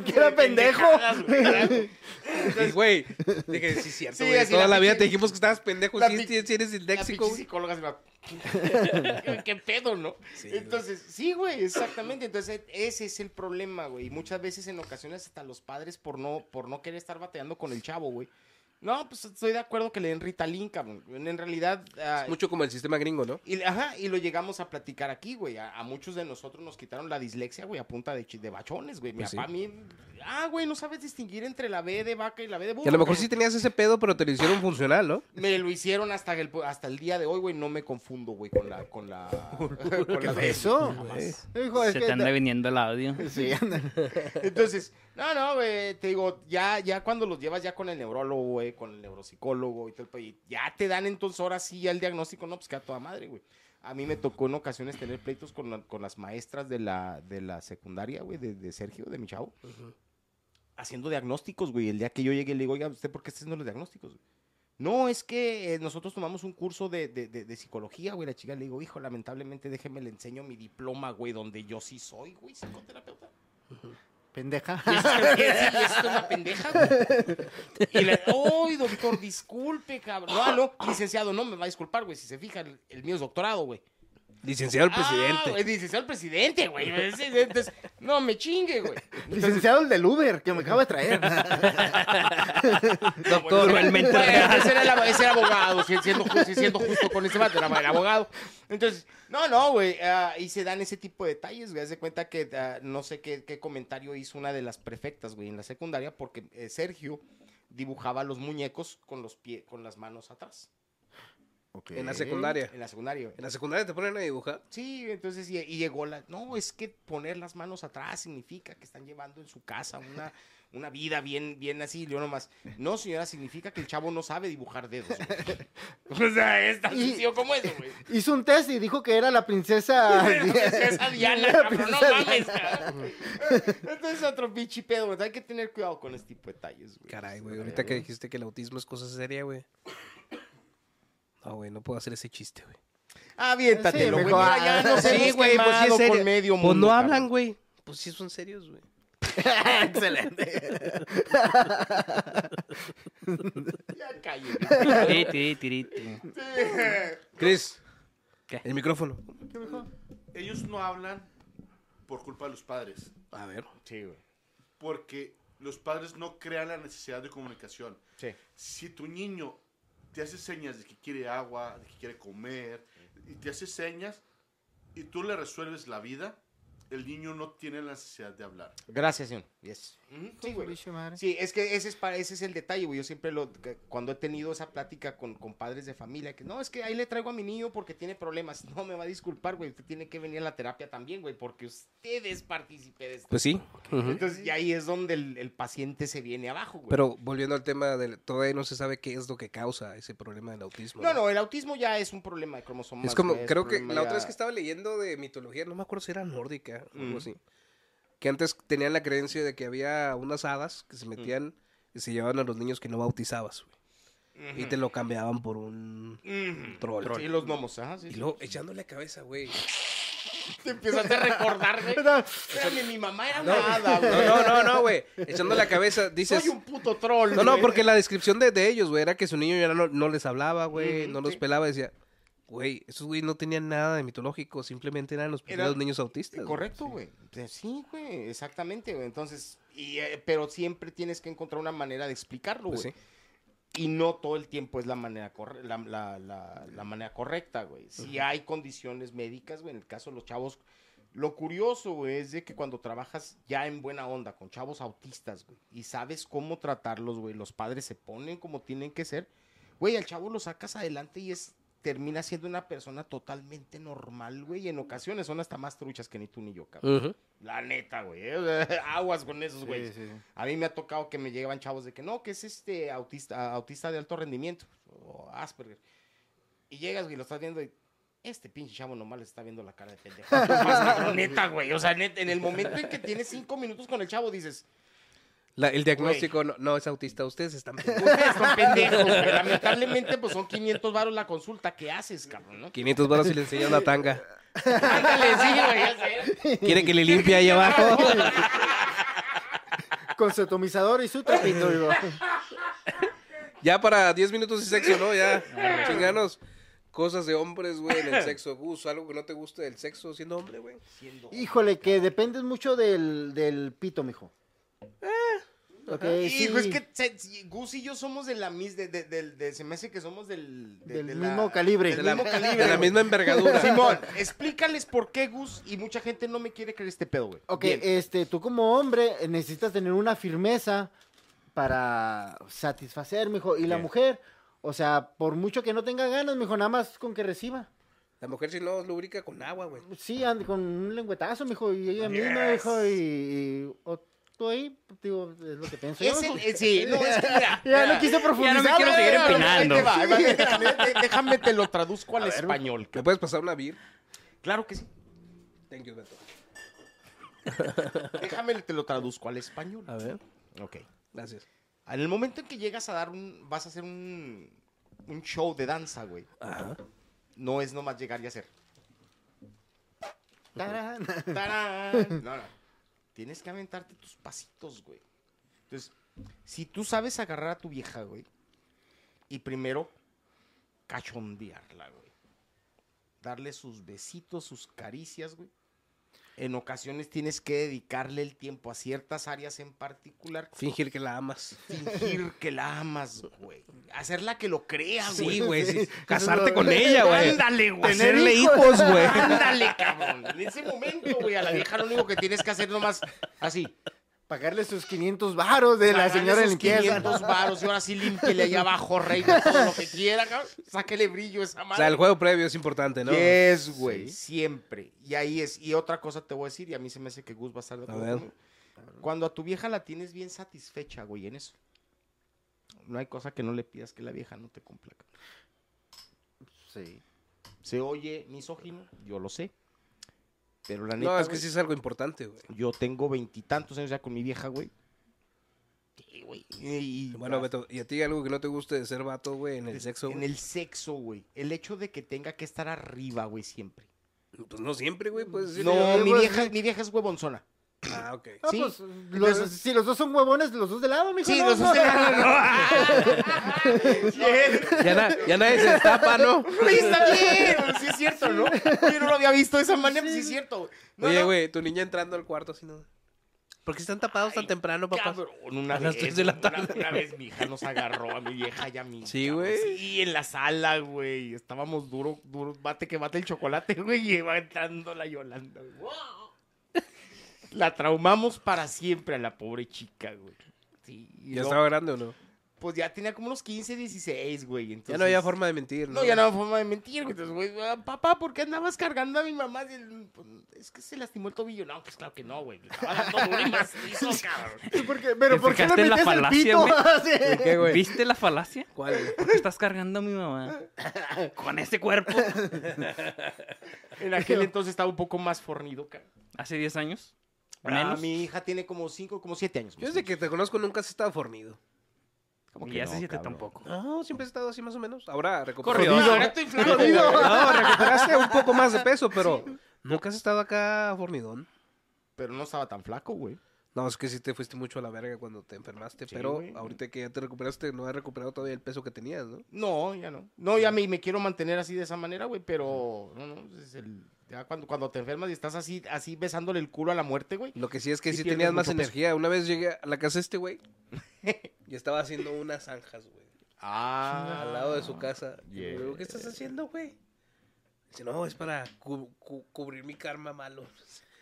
Speaker 3: Que era pendejo.
Speaker 1: Y, güey, dije, sí, cierto,
Speaker 2: Sí,
Speaker 1: güey.
Speaker 2: así
Speaker 1: toda
Speaker 2: la
Speaker 1: la vida
Speaker 2: pinche-
Speaker 1: te dijimos que estabas pendejo.
Speaker 2: la
Speaker 1: Sí,
Speaker 2: pinche-
Speaker 1: sí, sí eres
Speaker 2: La pinche
Speaker 1: disléxico, güey.
Speaker 2: psicóloga se va, "¿Qué- ¿Qué pedo, no?
Speaker 1: Sí, güey.
Speaker 2: Entonces, sí, güey, exactamente. Entonces, ese es el problema, güey. Y muchas veces, en ocasiones, hasta los padres, por no, por no querer estar bateando con el chavo, güey. No, pues estoy de acuerdo que le den Ritalin, cabrón. En realidad, ah,
Speaker 1: Mucho como el sistema gringo, ¿no?
Speaker 2: Y, ajá, y lo llegamos a platicar aquí, güey. A, a muchos de nosotros nos quitaron la dislexia, güey, a punta de, chi- de bachones, güey. Mi
Speaker 1: Pues sí.
Speaker 2: papá a mí... Ah, güey, no sabes distinguir entre la B de vaca y la B de burro.
Speaker 1: Y a lo mejor
Speaker 2: cabrón.
Speaker 1: sí tenías ese pedo, pero te lo hicieron funcional, ¿no?
Speaker 2: Me lo hicieron hasta el, hasta el día de hoy, güey. No me confundo, güey, con la... Con la con la B.
Speaker 3: Eso. Hijo, es
Speaker 5: Se
Speaker 3: que-
Speaker 5: te anda viniendo el audio.
Speaker 3: Sí, anda.
Speaker 2: Entonces, no, no, güey, te digo, ya, ya cuando los llevas ya con el neurólogo, güey, con el neuropsicólogo y todo el país, ya te dan entonces ahora sí ya el diagnóstico, no, pues queda toda madre, güey. A mí me tocó en ocasiones tener pleitos con, la- con las maestras de la, de la secundaria, güey, de, de Sergio, de mi chavo, haciendo diagnósticos, güey. El día que yo llegué le digo, oiga, ¿usted por qué está haciendo los diagnósticos? güey?" No, es que eh, nosotros tomamos un curso de, de- de- de psicología, güey. La chica le digo, hijo, lamentablemente déjeme le enseño mi diploma, güey, donde yo sí soy, güey, psicoterapeuta.
Speaker 3: Pendeja.
Speaker 2: Y eso es- y eso es una pendeja, güey. Y le, ¡ay, doctor, disculpe, cabrón! No, ah, no, licenciado, no me va a disculpar, güey. Si se fija, el, el mío es doctorado, güey.
Speaker 1: Licenciado el
Speaker 2: Ah,
Speaker 1: presidente.
Speaker 2: güey, licenciado el presidente, güey. Ese- entonces, no me chingue, güey.
Speaker 3: Licenciado el del Uber que me acaba de traer.
Speaker 5: Doctor, realmente
Speaker 2: Bueno, ese era, el abo- ese era abogado, si- siendo, ju- si- siendo justo con ese vato, era el abogado. Entonces, no, no, güey, ah, y se dan ese tipo de detalles, güey. Haz de cuenta que ah, no sé qué, qué comentario hizo una de las prefectas, güey, en la secundaria, porque eh, Sergio dibujaba los muñecos con los pies, con las manos atrás.
Speaker 1: En la secundaria.
Speaker 2: En la secundaria, güey.
Speaker 1: En la secundaria te ponen a dibujar.
Speaker 2: Sí, entonces, y, y llegó la... No, es que poner las manos atrás significa que están llevando en su casa una, una vida bien, bien así, yo nomás. No, señora, significa que el chavo no sabe dibujar dedos, güey. O sea, es tan
Speaker 3: Y-
Speaker 2: sencillo como eso, güey.
Speaker 3: Hizo un test y dijo que era la princesa.
Speaker 2: Princesa Diana,
Speaker 3: La
Speaker 2: cabrón, no
Speaker 3: princesa
Speaker 2: mames. cabrón. Entonces, otro pinche pedo, güey. Hay que tener cuidado con este tipo de detalles, güey.
Speaker 1: Caray, güey, ahorita que dijiste que el autismo es cosa seria, güey. No, güey, no puedo hacer ese chiste, güey.
Speaker 3: Sí,
Speaker 2: Aviéntatelo, güey.
Speaker 3: mejor.
Speaker 2: Mira, ya nos hemos
Speaker 1: pues es
Speaker 2: quemado
Speaker 1: serio.
Speaker 2: con medio
Speaker 1: Pues
Speaker 2: mundo,
Speaker 1: no
Speaker 2: cabrón.
Speaker 1: hablan, güey. Pues sí son serios, güey.
Speaker 3: Excelente.
Speaker 2: Ya cállate.
Speaker 5: Tiri, tiri, tiri, tiri.
Speaker 1: Chris,
Speaker 5: ¿Qué?
Speaker 1: el micrófono.
Speaker 4: Ellos no hablan por culpa de los padres.
Speaker 1: A ver.
Speaker 2: Sí, güey.
Speaker 4: Porque los padres no crean la necesidad de comunicación.
Speaker 2: Sí.
Speaker 4: Si tu niño te hace señas de que quiere agua, de que quiere comer, y te hace señas, y tú le resuelves la vida, el niño no tiene la necesidad de hablar.
Speaker 2: Gracias, señor. Yes. Sí, güey.
Speaker 3: Bicho madre.
Speaker 2: Sí, es que ese es, pa- ese es el detalle, güey. Yo siempre lo, que- cuando he tenido esa plática con, con padres de familia, que no, es que ahí le traigo a mi niño porque tiene problemas. No me va a disculpar, güey. Usted tiene que venir a la terapia también, güey, porque ustedes participé de esto.
Speaker 1: Pues sí. ujú.
Speaker 2: Entonces, y ahí es donde el, el paciente se viene abajo, güey.
Speaker 1: Pero volviendo al tema del todavía no se sabe qué es lo que causa ese problema del autismo.
Speaker 2: no, no, el autismo ya es un problema de cromosomas.
Speaker 1: Es como,
Speaker 2: güey,
Speaker 1: creo que
Speaker 2: problema
Speaker 1: la
Speaker 2: ya-
Speaker 1: otra vez que estaba leyendo de mitología, no me acuerdo si era nórdica o
Speaker 2: Mm.
Speaker 1: algo así, que antes tenían la creencia de que había unas hadas que se metían y se llevaban a los niños que no bautizabas, güey. Y te lo cambiaban por un
Speaker 2: Mm.
Speaker 1: troll.
Speaker 2: Sí, los gnomos, ajá, sí,
Speaker 1: Y
Speaker 2: sí.
Speaker 1: luego echándole la cabeza, güey.
Speaker 2: Te empiezas a recordar, güey. Espérame, mi mamá era una hada,
Speaker 1: No,
Speaker 2: güey.
Speaker 1: no, no, no, güey. Echándole la cabeza, dices.
Speaker 2: Soy un puto troll,
Speaker 1: No, no,
Speaker 2: güey.
Speaker 1: porque la descripción de, de ellos, güey, era que su niño ya no, no les hablaba, güey,
Speaker 2: Ujú,
Speaker 1: no los
Speaker 2: sí.
Speaker 1: pelaba, decía, güey, esos güey no tenían nada de mitológico, simplemente eran los primeros
Speaker 2: Eran-
Speaker 1: niños autistas.
Speaker 2: Eh,
Speaker 1: güey".
Speaker 2: Correcto, güey. Pues Sí, güey, exactamente, güey. Entonces, y, eh, pero siempre tienes que encontrar una manera de explicarlo,
Speaker 1: Pues
Speaker 2: güey. Y no todo el tiempo es la manera, corre- la, la- la- la manera correcta, güey. Si hay condiciones médicas, güey, en el caso de los chavos. Lo curioso, güey, es de que cuando trabajas ya en buena onda con chavos autistas, güey, y sabes cómo tratarlos, güey, los padres se ponen como tienen que ser, güey, al chavo lo sacas adelante y es termina siendo una persona totalmente normal, güey, y en ocasiones son hasta más truchas que ni tú ni yo, cabrón.
Speaker 1: Ujú.
Speaker 2: La neta, güey. eh, o sea, Aguas con esos, güey.
Speaker 3: Mm. Sí, sí, sí.
Speaker 2: A mí me ha tocado que me llegaban chavos de que no, que es este autista, autista de alto rendimiento o Asperger. Y llegas, güey, lo estás viendo y este pinche chavo nomás le está viendo la cara de pendejo. Yo más, cabrón, neta, güey. O sea, neta, en el momento en que tienes cinco minutos con el chavo, dices,
Speaker 1: La- el diagnóstico no, no es autista, ustedes están...
Speaker 2: ustedes son pendejos, güey. Lamentablemente, pues son 500 varos la consulta que haces, cabrón, ¿no?
Speaker 1: 500 baros y le enseñan una tanga.
Speaker 2: Ándale, sí, güey, ya sé.
Speaker 1: Quiere que le limpie ahí abajo.
Speaker 3: Con su atomizador y su trapito, digo.
Speaker 1: ya para 10 minutos y sexo, ¿no? Ya,
Speaker 2: Ah,
Speaker 1: chinganos. Cosas de hombres, güey, en el sexo. Gus, algo que no te guste del sexo siendo hombre, güey.
Speaker 2: Siendo-
Speaker 3: Híjole, que dependes mucho del, del pito, mijo. Ok, sí.
Speaker 2: Eh, Hijo, es que se- si Gus y yo somos de la mis, de, de, del- de- se me hace que somos del, de-
Speaker 3: Del
Speaker 2: de
Speaker 3: mismo calibre.
Speaker 2: Del
Speaker 1: De la,
Speaker 2: mismo
Speaker 1: de
Speaker 2: calibre.
Speaker 1: la misma envergadura.
Speaker 2: Simón, explícales por qué Gus y mucha gente no me quiere creer este pedo, güey.
Speaker 3: Ok,
Speaker 2: Bien.
Speaker 3: este, tú como hombre eh, necesitas tener una firmeza para satisfacer, mijo. Y la
Speaker 2: Bien.
Speaker 3: mujer, o sea, por mucho que no tenga ganas, mijo, nada más con que reciba.
Speaker 1: La mujer si no lubrica con agua, güey.
Speaker 3: Sí, ande con un lengüetazo, mijo, y ella misma, mijo, y, y o- tú ahí, digo, es lo que pienso yo,
Speaker 2: Es el-
Speaker 3: mijo.
Speaker 2: eh, sí, no, es que mira,
Speaker 3: Ya no
Speaker 2: mira.
Speaker 3: quise
Speaker 5: Ya
Speaker 3: profundizar. eh.
Speaker 5: no me quiero seguir
Speaker 3: ¿verdad?
Speaker 5: empinando.
Speaker 2: Ahí te va, ahí va, déjame, de- déjame te lo traduzco al español.
Speaker 1: ¿Me puedes pasar una beer?
Speaker 2: Claro que sí.
Speaker 1: Thank you, Beto.
Speaker 2: Déjame te lo traduzco al español.
Speaker 1: A ver.
Speaker 2: Ok.
Speaker 1: Gracias.
Speaker 2: En el momento en que llegas a dar un. Vas a hacer un. Un show de danza, güey. No es nomás llegar y hacer.
Speaker 3: Tarán.
Speaker 2: ¡Tarán! No, no. Tienes que aventarte tus pasitos, güey. Entonces, si tú sabes agarrar a tu vieja, güey, y primero cachondearla, güey. Darle sus besitos, sus caricias, güey. En ocasiones tienes que dedicarle el tiempo a ciertas áreas en particular.
Speaker 1: Fingir que la amas.
Speaker 2: Fingir que la amas, güey. Hacerla que lo crea, güey.
Speaker 1: Sí, güey. sí. Casarte con ella, güey.
Speaker 2: Ándale, güey.
Speaker 1: Hacerle hijos, güey.
Speaker 2: Ándale, cabrón. En ese momento, güey, a la vieja lo único que tienes que hacer nomás así.
Speaker 3: Pagarle sus 500 varos de la
Speaker 2: Pagarle
Speaker 3: señora de
Speaker 2: esos
Speaker 3: limpieza.
Speaker 2: 500 varos y ahora sí límpiele allá abajo, reina, todo lo que quiera, cabrón. Sáquele brillo a esa
Speaker 1: O
Speaker 2: madre.
Speaker 1: sea, el juego previo es importante, ¿no?
Speaker 2: Yes, güey.
Speaker 1: Sí.
Speaker 2: Siempre. Y ahí es. Y otra cosa te voy a decir, y a mí se me hace que Gus va a estar de
Speaker 1: A
Speaker 2: acuerdo.
Speaker 1: ver.
Speaker 2: conmigo. Cuando a tu vieja la tienes bien satisfecha, güey, en eso. No hay cosa que no le pidas que la vieja no te cumpla. cabrón.
Speaker 3: Sí.
Speaker 2: Se oye misógino, yo lo sé. Pero la neta.
Speaker 1: No, es que
Speaker 2: güey,
Speaker 1: sí es algo importante, güey.
Speaker 2: Yo tengo veintitantos años ya con mi vieja, güey. Sí, güey. Y- y-
Speaker 1: Bueno, Beto, ¿y a ti algo que no te guste de ser vato, güey, en el sexo?
Speaker 2: En
Speaker 1: güey?
Speaker 2: el sexo, güey. El hecho de que tenga que estar arriba, güey, siempre.
Speaker 1: Pues no siempre, güey, puedes decir.
Speaker 2: No,
Speaker 3: yo
Speaker 2: mi
Speaker 3: digo,
Speaker 2: vieja, mi vieja es huevonzona.
Speaker 1: Ah, ok.
Speaker 3: Ah,
Speaker 2: Sí.
Speaker 3: pues, los- si los dos son huevones, los dos de lado, mijo.
Speaker 2: Sí,
Speaker 3: no,
Speaker 2: los
Speaker 3: no.
Speaker 2: ustedes. Bien.
Speaker 1: Ya, na- ya nadie se destapa, ¿no?
Speaker 2: Oye, está bien. Sí, es cierto, ¿no? Yo no lo había visto de esa manera, pues sí, es cierto. No,
Speaker 1: Oye,
Speaker 2: no,
Speaker 1: güey, tu niña entrando al cuarto así, ¿no? ¿Por qué están tapados tan temprano, papá?
Speaker 2: Cabrón, una
Speaker 1: A las
Speaker 2: vez,
Speaker 1: tres de la
Speaker 2: una-
Speaker 1: tarde.
Speaker 2: Una, vez mi hija nos agarró a mi vieja y a mí.
Speaker 1: Sí,
Speaker 2: cabrón.
Speaker 1: güey.
Speaker 2: Sí, en la sala, güey. Estábamos duro, duro, bate que bate el chocolate, güey. Y va entrando la Yolanda. güey. La traumamos para siempre a la pobre chica, güey. Sí, y
Speaker 1: ¿Ya
Speaker 2: luego,
Speaker 1: estaba grande o no?
Speaker 2: Pues ya tenía como unos 15, 16, güey. Entonces...
Speaker 1: Ya no había forma de mentir, ¿no?
Speaker 2: No, ya no había forma de mentir, güey. Entonces, güey, ah, papá, ¿por qué andabas cargando a mi mamá? Y el- pues, Es que se lastimó el tobillo. No, pues claro que no, güey. Le estaba dando duro y macizo, cabrón.
Speaker 3: ¿Y por qué? ¿Pero
Speaker 5: ¿Te
Speaker 3: por qué le
Speaker 5: fijaste en la
Speaker 3: metes el
Speaker 5: falacia,
Speaker 3: pito?
Speaker 5: güey?
Speaker 1: ¿De qué, güey?
Speaker 5: ¿Viste la falacia?
Speaker 1: ¿Cuál? güey?
Speaker 5: ¿Por qué estás cargando a mi mamá? Con ese cuerpo.
Speaker 2: En aquel entonces estaba un poco más fornido, cabrón.
Speaker 5: Hace 10 años.
Speaker 2: Ah,
Speaker 5: Menos.
Speaker 2: mi hija tiene como 5, como 7 años.
Speaker 1: Yo desde que te conozco nunca has estado fornido.
Speaker 2: Como
Speaker 5: y hace 7 tampoco.
Speaker 1: No, Ah, siempre he estado así más o menos. Ahora recuperaste.
Speaker 5: Corrido.
Speaker 2: Ahora estoy flaco,
Speaker 1: No,
Speaker 2: güey.
Speaker 1: recuperaste un poco más de peso, pero nunca has estado acá fornidón.
Speaker 2: Pero no estaba tan flaco, güey.
Speaker 1: No, es que sí te fuiste mucho a la verga cuando te enfermaste,
Speaker 2: Sí,
Speaker 1: pero
Speaker 2: güey.
Speaker 1: ahorita que ya te recuperaste, no has recuperado todavía el peso que tenías, ¿no?
Speaker 2: No, ya no. No, ya me, me quiero mantener así de esa manera, güey, pero no, no, es el- ya cuando, cuando te enfermas y estás así, así besándole el culo a la muerte, güey.
Speaker 1: Lo que sí es que
Speaker 2: Sí
Speaker 1: sí
Speaker 2: pierdes
Speaker 1: tenías más
Speaker 2: mucho peso.
Speaker 1: energía. Una vez llegué a la casa de este güey y estaba haciendo unas zanjas, güey,
Speaker 2: Ah,
Speaker 1: al lado de su casa. Y
Speaker 2: yeah.
Speaker 1: le digo, ¿qué estás haciendo, güey? Dice, no, es para cu- cu- cubrir mi karma malo.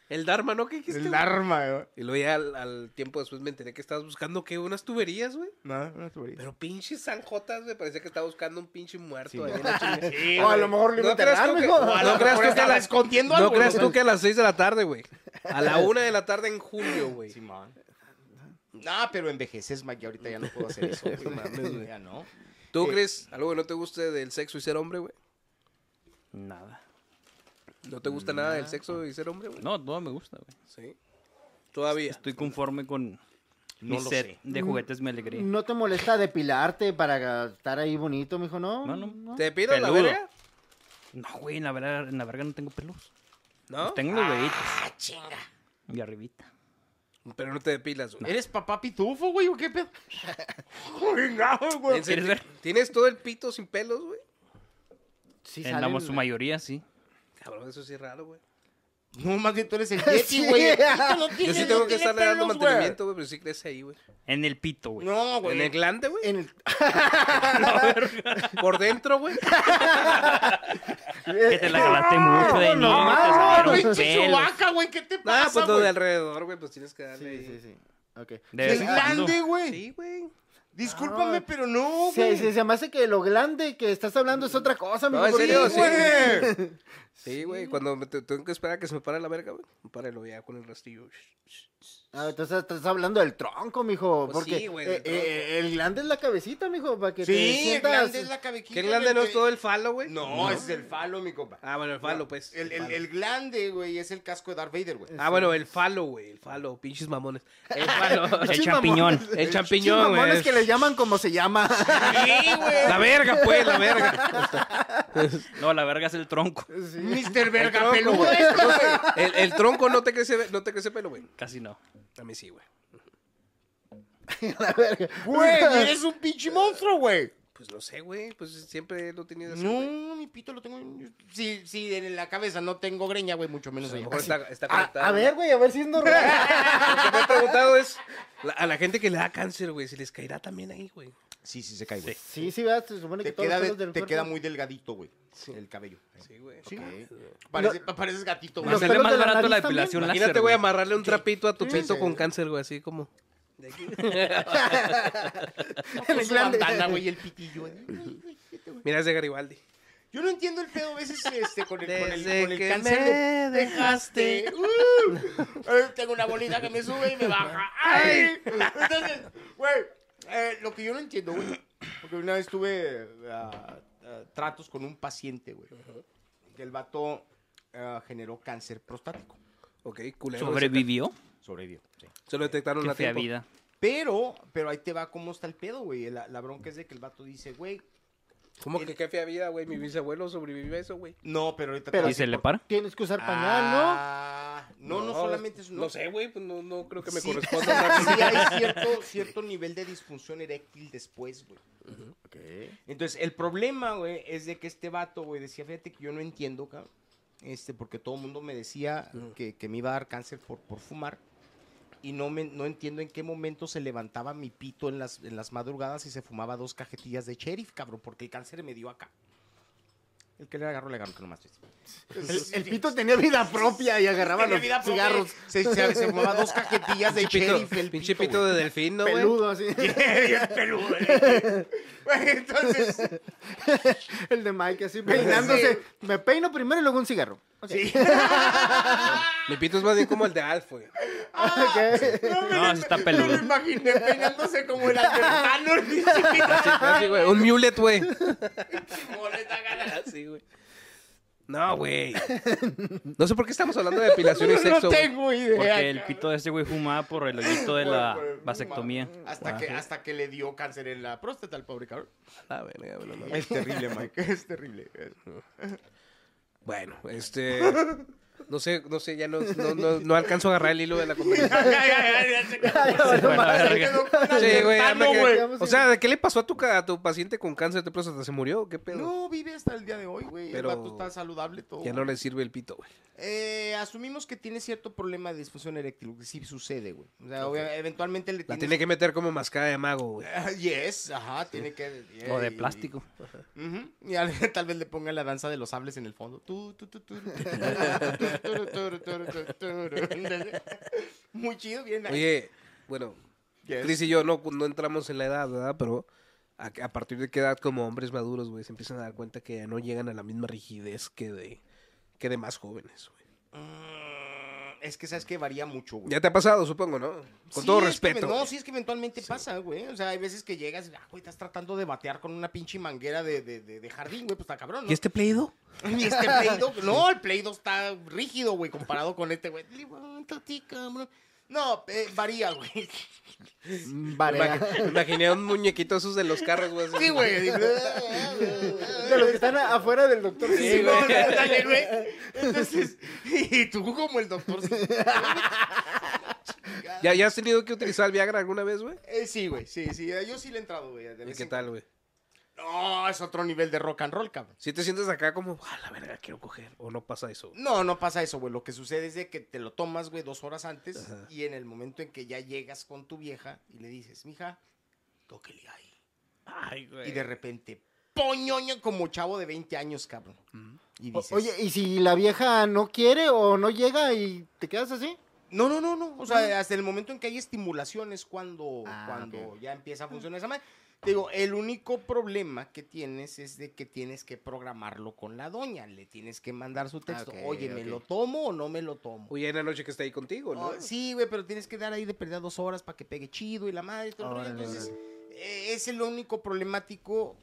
Speaker 1: El Dharma, ¿no? ¿Qué dijiste?
Speaker 2: El
Speaker 1: güey?
Speaker 2: arma, güey.
Speaker 1: Y luego ya al, al tiempo después me enteré que estabas buscando, ¿qué? Unas tuberías, güey.
Speaker 2: No, no te voy a ir.
Speaker 1: Pero pinches zanjotas, güey. Parecía que estaba buscando un pinche muerto
Speaker 2: Sí,
Speaker 1: ahí
Speaker 2: güey.
Speaker 1: en la chingada.
Speaker 3: O a lo mejor lo iba
Speaker 1: No
Speaker 3: a
Speaker 1: creas
Speaker 3: enterrar,
Speaker 1: tú que-
Speaker 3: mijo.
Speaker 1: no creas tú que a
Speaker 2: estaba
Speaker 1: la-
Speaker 2: escondiendo
Speaker 1: No
Speaker 2: algo.
Speaker 1: creas
Speaker 2: sé.
Speaker 1: tú que a las 6 de la tarde, güey. A la 1 de la tarde en julio, güey.
Speaker 2: Simón. No, pero envejeces, Mike, y ahorita ya no puedo hacer eso, güey. ya no.
Speaker 1: ¿Tú
Speaker 2: Eh.
Speaker 1: crees algo que no te guste del sexo y ser hombre, güey?
Speaker 5: Nada.
Speaker 1: ¿No te gusta nada del sexo y ser hombre, güey?
Speaker 5: No, todo me gusta, güey.
Speaker 1: Sí. Todavía.
Speaker 5: Estoy conforme con mi
Speaker 2: lo
Speaker 5: set
Speaker 2: sé.
Speaker 5: de juguetes, me alegría.
Speaker 3: ¿No te molesta depilarte para estar ahí bonito, mijo? No,
Speaker 5: No, no.
Speaker 1: ¿Te pido la
Speaker 5: Peludo.
Speaker 1: verga?
Speaker 5: No, güey, en la verga, en la verga no tengo pelos.
Speaker 1: ¿No?
Speaker 5: Tengo los deditos. Ah, chinga. Y arribita.
Speaker 1: Pero no te depilas, güey.
Speaker 2: ¿Eres papá pitufo, güey, o qué pedo? Chingado, güey.
Speaker 1: ¿En serio?
Speaker 5: ¿Quieres
Speaker 1: ¿Tienes todo el pito sin pelos, güey?
Speaker 3: Sí
Speaker 5: En
Speaker 3: salen,
Speaker 5: la su mayoría, sí.
Speaker 1: Cabrón, eso sí es raro, güey.
Speaker 2: No, más bien tú eres el Yeti,
Speaker 3: Sí.
Speaker 2: güey. El pito no
Speaker 1: Yo
Speaker 2: tiene-
Speaker 1: sí
Speaker 2: no
Speaker 1: tengo que
Speaker 2: tiene
Speaker 1: estarle dando
Speaker 2: pelos, güey.
Speaker 1: mantenimiento, güey, pero sí crece ahí, güey.
Speaker 5: En el pito, güey.
Speaker 2: No,
Speaker 1: ¿En el
Speaker 2: güey.
Speaker 1: glande, güey?
Speaker 3: en el-
Speaker 1: ¿Por dentro, güey? Ah,
Speaker 5: Que te la galaste mucho de niño. te
Speaker 2: Ah,
Speaker 5: salieron
Speaker 2: pinche
Speaker 5: pelos.
Speaker 2: Chewbacca, güey, ¿qué te
Speaker 1: Ah,
Speaker 2: pasa,
Speaker 1: pues lo de
Speaker 2: güey?
Speaker 1: alrededor, güey, pues tienes que darle.
Speaker 3: Sí,
Speaker 1: ahí.
Speaker 3: sí, sí. Ok.
Speaker 5: De
Speaker 2: Es
Speaker 5: vez en cuando.
Speaker 2: grande, güey.
Speaker 1: Sí, güey.
Speaker 2: Discúlpame, pero no,
Speaker 3: Sí,
Speaker 2: güey.
Speaker 3: sí, se me hace que lo grande que estás hablando es otra cosa, mijo.
Speaker 1: No, en
Speaker 3: porque-
Speaker 1: serio, sí.
Speaker 2: güey.
Speaker 1: Sí, güey. Cuando me te- tengo que esperar a que se me pare la verga, güey. Páralo ya con el rastillo.
Speaker 3: Ah, entonces estás hablando del tronco, mijo.
Speaker 1: Pues
Speaker 3: porque
Speaker 1: sí, güey,
Speaker 3: eh,
Speaker 1: del tronco.
Speaker 3: eh, el glande es la cabecita, mijo, para que te
Speaker 2: Sí, el
Speaker 3: sientas...
Speaker 2: glande es la cabequita.
Speaker 1: ¿Qué glande
Speaker 2: del
Speaker 1: no es
Speaker 2: que-
Speaker 1: todo el falo, güey?
Speaker 2: No, es el falo, mi compa.
Speaker 1: Ah, bueno, el falo, pues.
Speaker 2: El,
Speaker 1: el
Speaker 2: el,
Speaker 1: falo.
Speaker 2: el glande, güey, es el casco de Darth Vader, güey.
Speaker 1: Ah, bueno, el falo, güey. El falo, pinches mamones. El falo.
Speaker 5: El
Speaker 3: Pinches
Speaker 5: champiñón.
Speaker 3: mamones.
Speaker 1: el
Speaker 3: Pinches
Speaker 1: champiñón,
Speaker 3: mamones
Speaker 1: güey.
Speaker 3: que le llaman como se llama.
Speaker 1: La verga, pues, la verga.
Speaker 5: No, la verga es el tronco.
Speaker 2: Mr. Verga
Speaker 1: tronco,
Speaker 2: peludo
Speaker 1: güey.
Speaker 2: este, güey.
Speaker 1: El, el tronco no te crece, no te crece pelo, güey.
Speaker 5: Casi no.
Speaker 1: A mí sí, güey.
Speaker 2: Güey, eres un pinche monstruo, güey.
Speaker 1: Pues no sé, güey. Pues siempre lo he tenido así. güey.
Speaker 2: No, mi pito lo tengo. Si, si en la cabeza no tengo greña, güey, mucho menos
Speaker 1: A lo
Speaker 2: allá.
Speaker 1: mejor está, está
Speaker 3: A,
Speaker 1: conectado.
Speaker 3: a ver, güey, a ver si es normal.
Speaker 1: Lo que me he preguntado es la- a la gente que le da cáncer, güey, si les caerá también ahí, güey.
Speaker 2: Sí, sí, se cae, güey.
Speaker 3: Sí, sí, ¿verdad? Se supone que
Speaker 2: Te,
Speaker 3: todos
Speaker 2: queda, de-
Speaker 3: los pelos del
Speaker 2: te
Speaker 3: cuerpo-
Speaker 2: queda muy delgadito, güey. El cabello.
Speaker 1: Sí, güey.
Speaker 2: Ok. Parece, pareces gatito, güey.
Speaker 3: Los
Speaker 5: Más
Speaker 3: pelos
Speaker 5: más
Speaker 3: de la
Speaker 5: barato la
Speaker 3: nariz también.
Speaker 5: depilación
Speaker 1: Imagínate,
Speaker 5: láser,
Speaker 1: güey,
Speaker 5: güey.
Speaker 1: amarrarle un trapito a tu pito
Speaker 2: sí.
Speaker 1: con cáncer, güey, así como. de aquí.
Speaker 2: Con
Speaker 3: el
Speaker 2: su
Speaker 3: glande.
Speaker 2: bandana, güey, y el pitillo. Ay, güey, vete, güey.
Speaker 1: Mira, es de Garibaldi.
Speaker 2: Yo no entiendo el pedo a veces este, con el, con el,
Speaker 1: Desde
Speaker 2: con el
Speaker 1: que
Speaker 2: cáncer.
Speaker 1: me
Speaker 2: de-
Speaker 1: dejaste.
Speaker 2: ¡Uh! Eh, tengo una bolita que me sube y me baja. ¡Ay! Entonces, güey, eh, lo que yo no entiendo, güey, porque una vez tuve ah, ah, tratos con un paciente, güey, que el vato ah, generó cáncer prostático.
Speaker 1: Ok, culero.
Speaker 5: Sobrevivió.
Speaker 2: Sobrevivió, sí.
Speaker 1: Se lo detectaron
Speaker 5: Qué
Speaker 1: a
Speaker 5: fea
Speaker 1: tiempo.
Speaker 5: vida.
Speaker 2: Pero, pero ahí te va cómo está el pedo, güey. La, la bronca es de que el vato dice, güey,
Speaker 1: ¿Cómo que qué fea vida, güey? Mi bisabuelo sobrevivió a eso, güey.
Speaker 2: no, pero ahorita... te
Speaker 3: Pero
Speaker 2: voy a
Speaker 5: ¿Y se
Speaker 2: decir
Speaker 5: le
Speaker 2: por-
Speaker 5: para?
Speaker 3: Tienes que usar pañal, ¿no?
Speaker 2: Ah, no, no, solamente es...
Speaker 1: No, sé, güey, pues no, no creo que me
Speaker 2: Sí,
Speaker 1: corresponda.
Speaker 2: sí hay cierto, cierto nivel de disfunción eréctil después, güey. Entonces, el problema, güey, es de que este vato, güey, decía, fíjate que yo no entiendo, cabrón. Este, porque todo el mundo me decía que, que me iba a dar cáncer por, por fumar. Y no, me, no entiendo en qué momento se levantaba mi pito en las, en las madrugadas y se fumaba dos cajetillas de sheriff, cabrón, porque el cáncer me dio acá. El que le agarró, le agarró, que nomás.
Speaker 3: El, el pito tenía vida propia y agarraba los cigarros.
Speaker 2: Se, se, se fumaba dos cajetillas de sheriff. El
Speaker 1: pinche
Speaker 2: pito,
Speaker 1: pito
Speaker 2: güey.
Speaker 1: de delfín, ¿no, güey?
Speaker 3: Peludo así.
Speaker 2: Bien peludo, güey. Güey, Entonces,
Speaker 3: El de Mike así peinándose. Me peino primero y luego un cigarro. Ok.
Speaker 1: Mi pito es más bien como el de Alf, güey. Ah,
Speaker 3: Ok.
Speaker 2: me-
Speaker 7: No, sí está
Speaker 2: me lo
Speaker 7: peludo.
Speaker 2: imaginé peinándose como el albertano, el pinche pito.
Speaker 1: Así, así, güey. Un mulet, güey. Así, güey. No, güey. No sé por qué estamos hablando de depilación y
Speaker 2: No
Speaker 1: sexo. güey.
Speaker 2: tengo idea.
Speaker 7: Porque el
Speaker 2: cabrón.
Speaker 7: pito de ese güey fumaba por el hoyito de la vasectomía.
Speaker 2: Hasta que, hasta que le dio cáncer en la próstata al pobre cabrón.
Speaker 1: Ah, verga, güey, no mames.
Speaker 2: Es terrible, Mike. Es terrible.
Speaker 1: Bueno, este. No sé, no sé, ya no, no, no, no alcanzo a agarrar el hilo de la conversación.
Speaker 7: Bueno, a ver, que-
Speaker 1: Sí, güey. ya me
Speaker 2: Albertano,
Speaker 1: quedé-
Speaker 2: güey.
Speaker 1: O sea, ¿de qué le pasó a tu, ca- a tu paciente con cáncer de próstata? ¿Se murió? ¿Qué pedo?
Speaker 2: No, vive hasta el día de hoy, güey.
Speaker 1: Pero-
Speaker 2: El vato está saludable todo.
Speaker 1: Ya no le sirve el pito, güey.
Speaker 2: Eh, asumimos que tiene cierto problema de disfunción eréctil, que sí sucede, güey. O sea, obvia- eventualmente le
Speaker 1: La
Speaker 2: tienes-
Speaker 1: tiene que meter como mascada de mago, güey.
Speaker 2: Ah, Yes, ajá, tiene que...
Speaker 5: O de plástico.
Speaker 2: Ujú. Y al- tal vez le pongan la danza de los sables en el fondo. Tu, tu, tu, tu, tu, tu, tu, tu, tu, tu, tu, tu. Muy chido, bien.
Speaker 1: Oye, bueno,
Speaker 2: Yes.
Speaker 1: Cris y yo no, no entramos en la edad, ¿verdad? Pero a, a partir de qué edad, como hombres maduros, güey, se empiezan a dar cuenta que ya no llegan a la misma rigidez que de, que de más jóvenes, güey.
Speaker 2: Mm, Es que sabes que varía mucho, güey.
Speaker 1: Ya te ha pasado, supongo, ¿no? Con
Speaker 2: Sí,
Speaker 1: todo
Speaker 2: es que
Speaker 1: respeto.
Speaker 2: me- no,
Speaker 1: güey.
Speaker 2: sí, es que eventualmente pasa, güey. O sea, hay veces que llegas y, ah, güey, estás tratando de batear con una pinche manguera de, de, de, de jardín, güey, pues está cabrón, ¿no?
Speaker 1: ¿Y este pleido?
Speaker 2: Y este Play Doh- no, el Play Doh está rígido, güey, comparado con este, güey. Levántate, cabrón. No, eh, varía, güey.
Speaker 3: Varea.
Speaker 1: Me imaginé un muñequito esos de los carros, güey. así.
Speaker 2: Sí, güey.
Speaker 3: De los que están a- afuera del doctor.
Speaker 2: Sí, no, no, dale, güey. Entonces, y tú como el doctor. sí.
Speaker 1: ¿Ya, ¿Ya has tenido que utilizar el Viagra alguna vez, güey?
Speaker 2: Eh, sí, güey, sí, sí. eh, Yo sí le he entrado, güey. de
Speaker 1: ¿Y
Speaker 2: vez
Speaker 1: qué
Speaker 2: en-
Speaker 1: tal, güey?
Speaker 2: No, es otro nivel de rock and roll, cabrón.
Speaker 1: Si te sientes acá como, ah, la verga, quiero coger. O no pasa eso. güey?
Speaker 2: No, no pasa eso, güey. Lo que sucede es de que te lo tomas, güey, dos horas antes y en el momento en que ya llegas con tu vieja y le dices, mija, tóquele ahí.
Speaker 1: Ay,
Speaker 2: Y de repente, poñoño, como chavo de 20 años, cabrón. Y
Speaker 3: O-
Speaker 2: dices,
Speaker 3: Oye, ¿y si la vieja no quiere o no llega y te quedas así?
Speaker 2: no, no, no, no. O sea, hasta el momento en que hay estimulación es cuando,
Speaker 3: Ah,
Speaker 2: cuando
Speaker 3: ok.
Speaker 2: ya empieza a funcionar esa madre. Te digo, el único problema que tienes es de que tienes que programarlo con la doña. Le tienes que mandar su texto.
Speaker 3: ok,
Speaker 2: Oye, ¿me
Speaker 3: ok.
Speaker 2: lo tomo o no me lo tomo?
Speaker 1: Oye, hay una noche que está ahí contigo, ¿no?
Speaker 2: Oh, sí, güey, pero tienes que dar ahí de perder dos horas para que pegue chido y la madre. y todo el rollo. Entonces, eh, es el único problemático,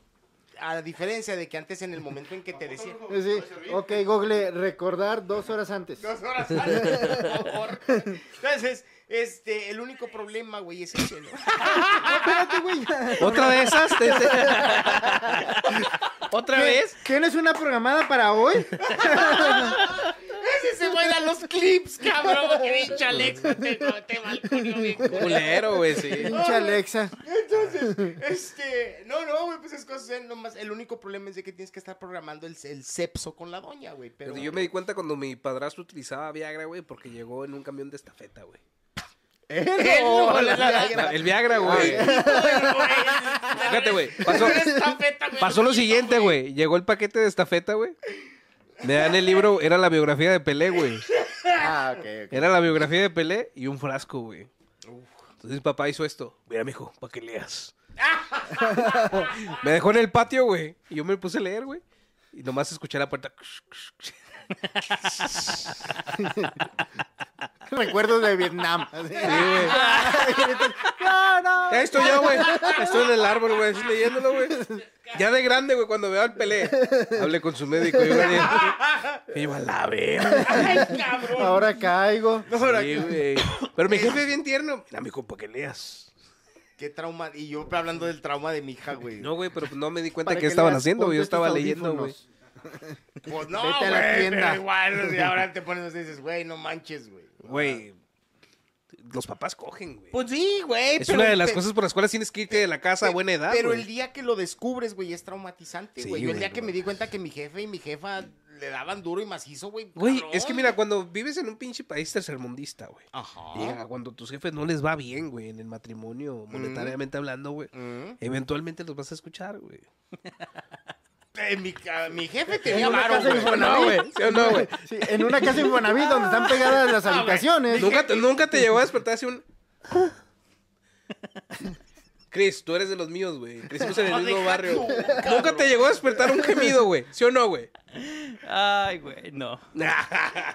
Speaker 2: a diferencia de que antes en el momento en que te decían...
Speaker 3: Es decir, ok, Google, recordar dos horas antes.
Speaker 2: Dos horas antes, por favor. Entonces, este, el único problema, güey, es ese, ¿no?
Speaker 3: Ah, Espérate, güey.
Speaker 1: ¿Otra de esas? Te- te- ¿Otra vez?
Speaker 3: ¿Tienes una programada para hoy?
Speaker 2: Es ese, güey, da los clips, cabrón. Que pinche Alex, te, te balconeó bien
Speaker 1: Culero, güey, sí.
Speaker 3: Pinche Alexa.
Speaker 2: Entonces, este, no, no, güey, pues es cosas, eh, nomás, el único problema es de que tienes que estar programando el, el sepso con la doña, güey, pero...
Speaker 1: Yo me di cuenta cuando mi padrastro utilizaba Viagra, güey, porque llegó en un camión de estafeta, güey.
Speaker 2: No, la- la- la-
Speaker 1: Ah, El Viagra, güey. Fíjate, güey. Pasó, pasó lo siguiente, güey. Llegó el paquete de estafeta, güey. Me dan el libro, era la biografía de Pelé, güey.
Speaker 2: Ah, ok, ok.
Speaker 1: Era la biografía de Pelé y un frasco, güey. Entonces mi papá hizo esto. Mira, mijo, para que leas. me dejó en el patio, güey. Y yo me puse a leer, güey. Y nomás escuché la puerta.
Speaker 3: Recuerdos de Vietnam. Así.
Speaker 1: güey.
Speaker 3: No, no.
Speaker 1: Ya estoy yo, güey. Estoy en el árbol, güey. Así leyéndolo, güey. Ya de grande, güey, cuando veo al Pelé. Hablé con su médico. Y yo le dije, iba a la verga.
Speaker 3: Ahora caigo.
Speaker 1: Sí, güey. Pero mi jefe bien tierno. Mira, mijo, para que leas.
Speaker 2: Qué trauma, y yo hablando del trauma de mi hija, güey.
Speaker 1: No, güey, pero no me di cuenta
Speaker 3: Para
Speaker 1: que,
Speaker 3: que
Speaker 1: estaban
Speaker 3: leas,
Speaker 1: haciendo, güey. Yo
Speaker 3: ponte tus
Speaker 1: estaba leyendo, güey.
Speaker 3: audífonos.
Speaker 2: Pues no,
Speaker 3: Vete a la
Speaker 2: güey, pero
Speaker 3: tienda.
Speaker 2: igual, o sea, ahora te pones así y dices, güey, no manches, güey.
Speaker 1: Güey, los papás cogen, güey.
Speaker 2: Pues sí, güey.
Speaker 1: Ah. Es
Speaker 2: pero-
Speaker 1: una de las
Speaker 2: pe-
Speaker 1: cosas por las cuales tienes que irte de la casa a
Speaker 2: pe-
Speaker 1: buena edad.
Speaker 2: Pero
Speaker 1: güey.
Speaker 2: el día que lo descubres, güey, es traumatizante,
Speaker 1: Sí,
Speaker 2: güey. Yo el
Speaker 1: güey,
Speaker 2: día que
Speaker 1: no.
Speaker 2: me di cuenta que mi jefe y mi jefa le daban duro y macizo, güey.
Speaker 1: Güey,
Speaker 2: cabrón.
Speaker 1: es que mira, cuando vives en un pinche país tercermundista, güey.
Speaker 2: Ajá.
Speaker 1: llega cuando a tus jefes no les va bien, güey, en el matrimonio, monetariamente hablando, güey.
Speaker 2: Mm.
Speaker 1: Eventualmente los vas a escuchar, güey.
Speaker 2: eh, mi, ca- mi jefe tenía
Speaker 3: una
Speaker 2: varo,
Speaker 3: casa
Speaker 2: güey.
Speaker 3: Infonavit.
Speaker 1: ¿Sí o no, güey?
Speaker 3: Sí, en una casa Infonavit donde están pegadas las habitaciones.
Speaker 1: ¿Nunca, te- nunca te llegó a despertar así un. Chris, tú eres de los míos, güey. Crecimos en
Speaker 2: No,
Speaker 1: el mismo
Speaker 2: deja
Speaker 1: barrio.
Speaker 2: tú,
Speaker 1: Nunca te llegó a despertar un gemido, güey. ¿Sí o no, güey?
Speaker 2: Pues
Speaker 5: Ay, güey, no.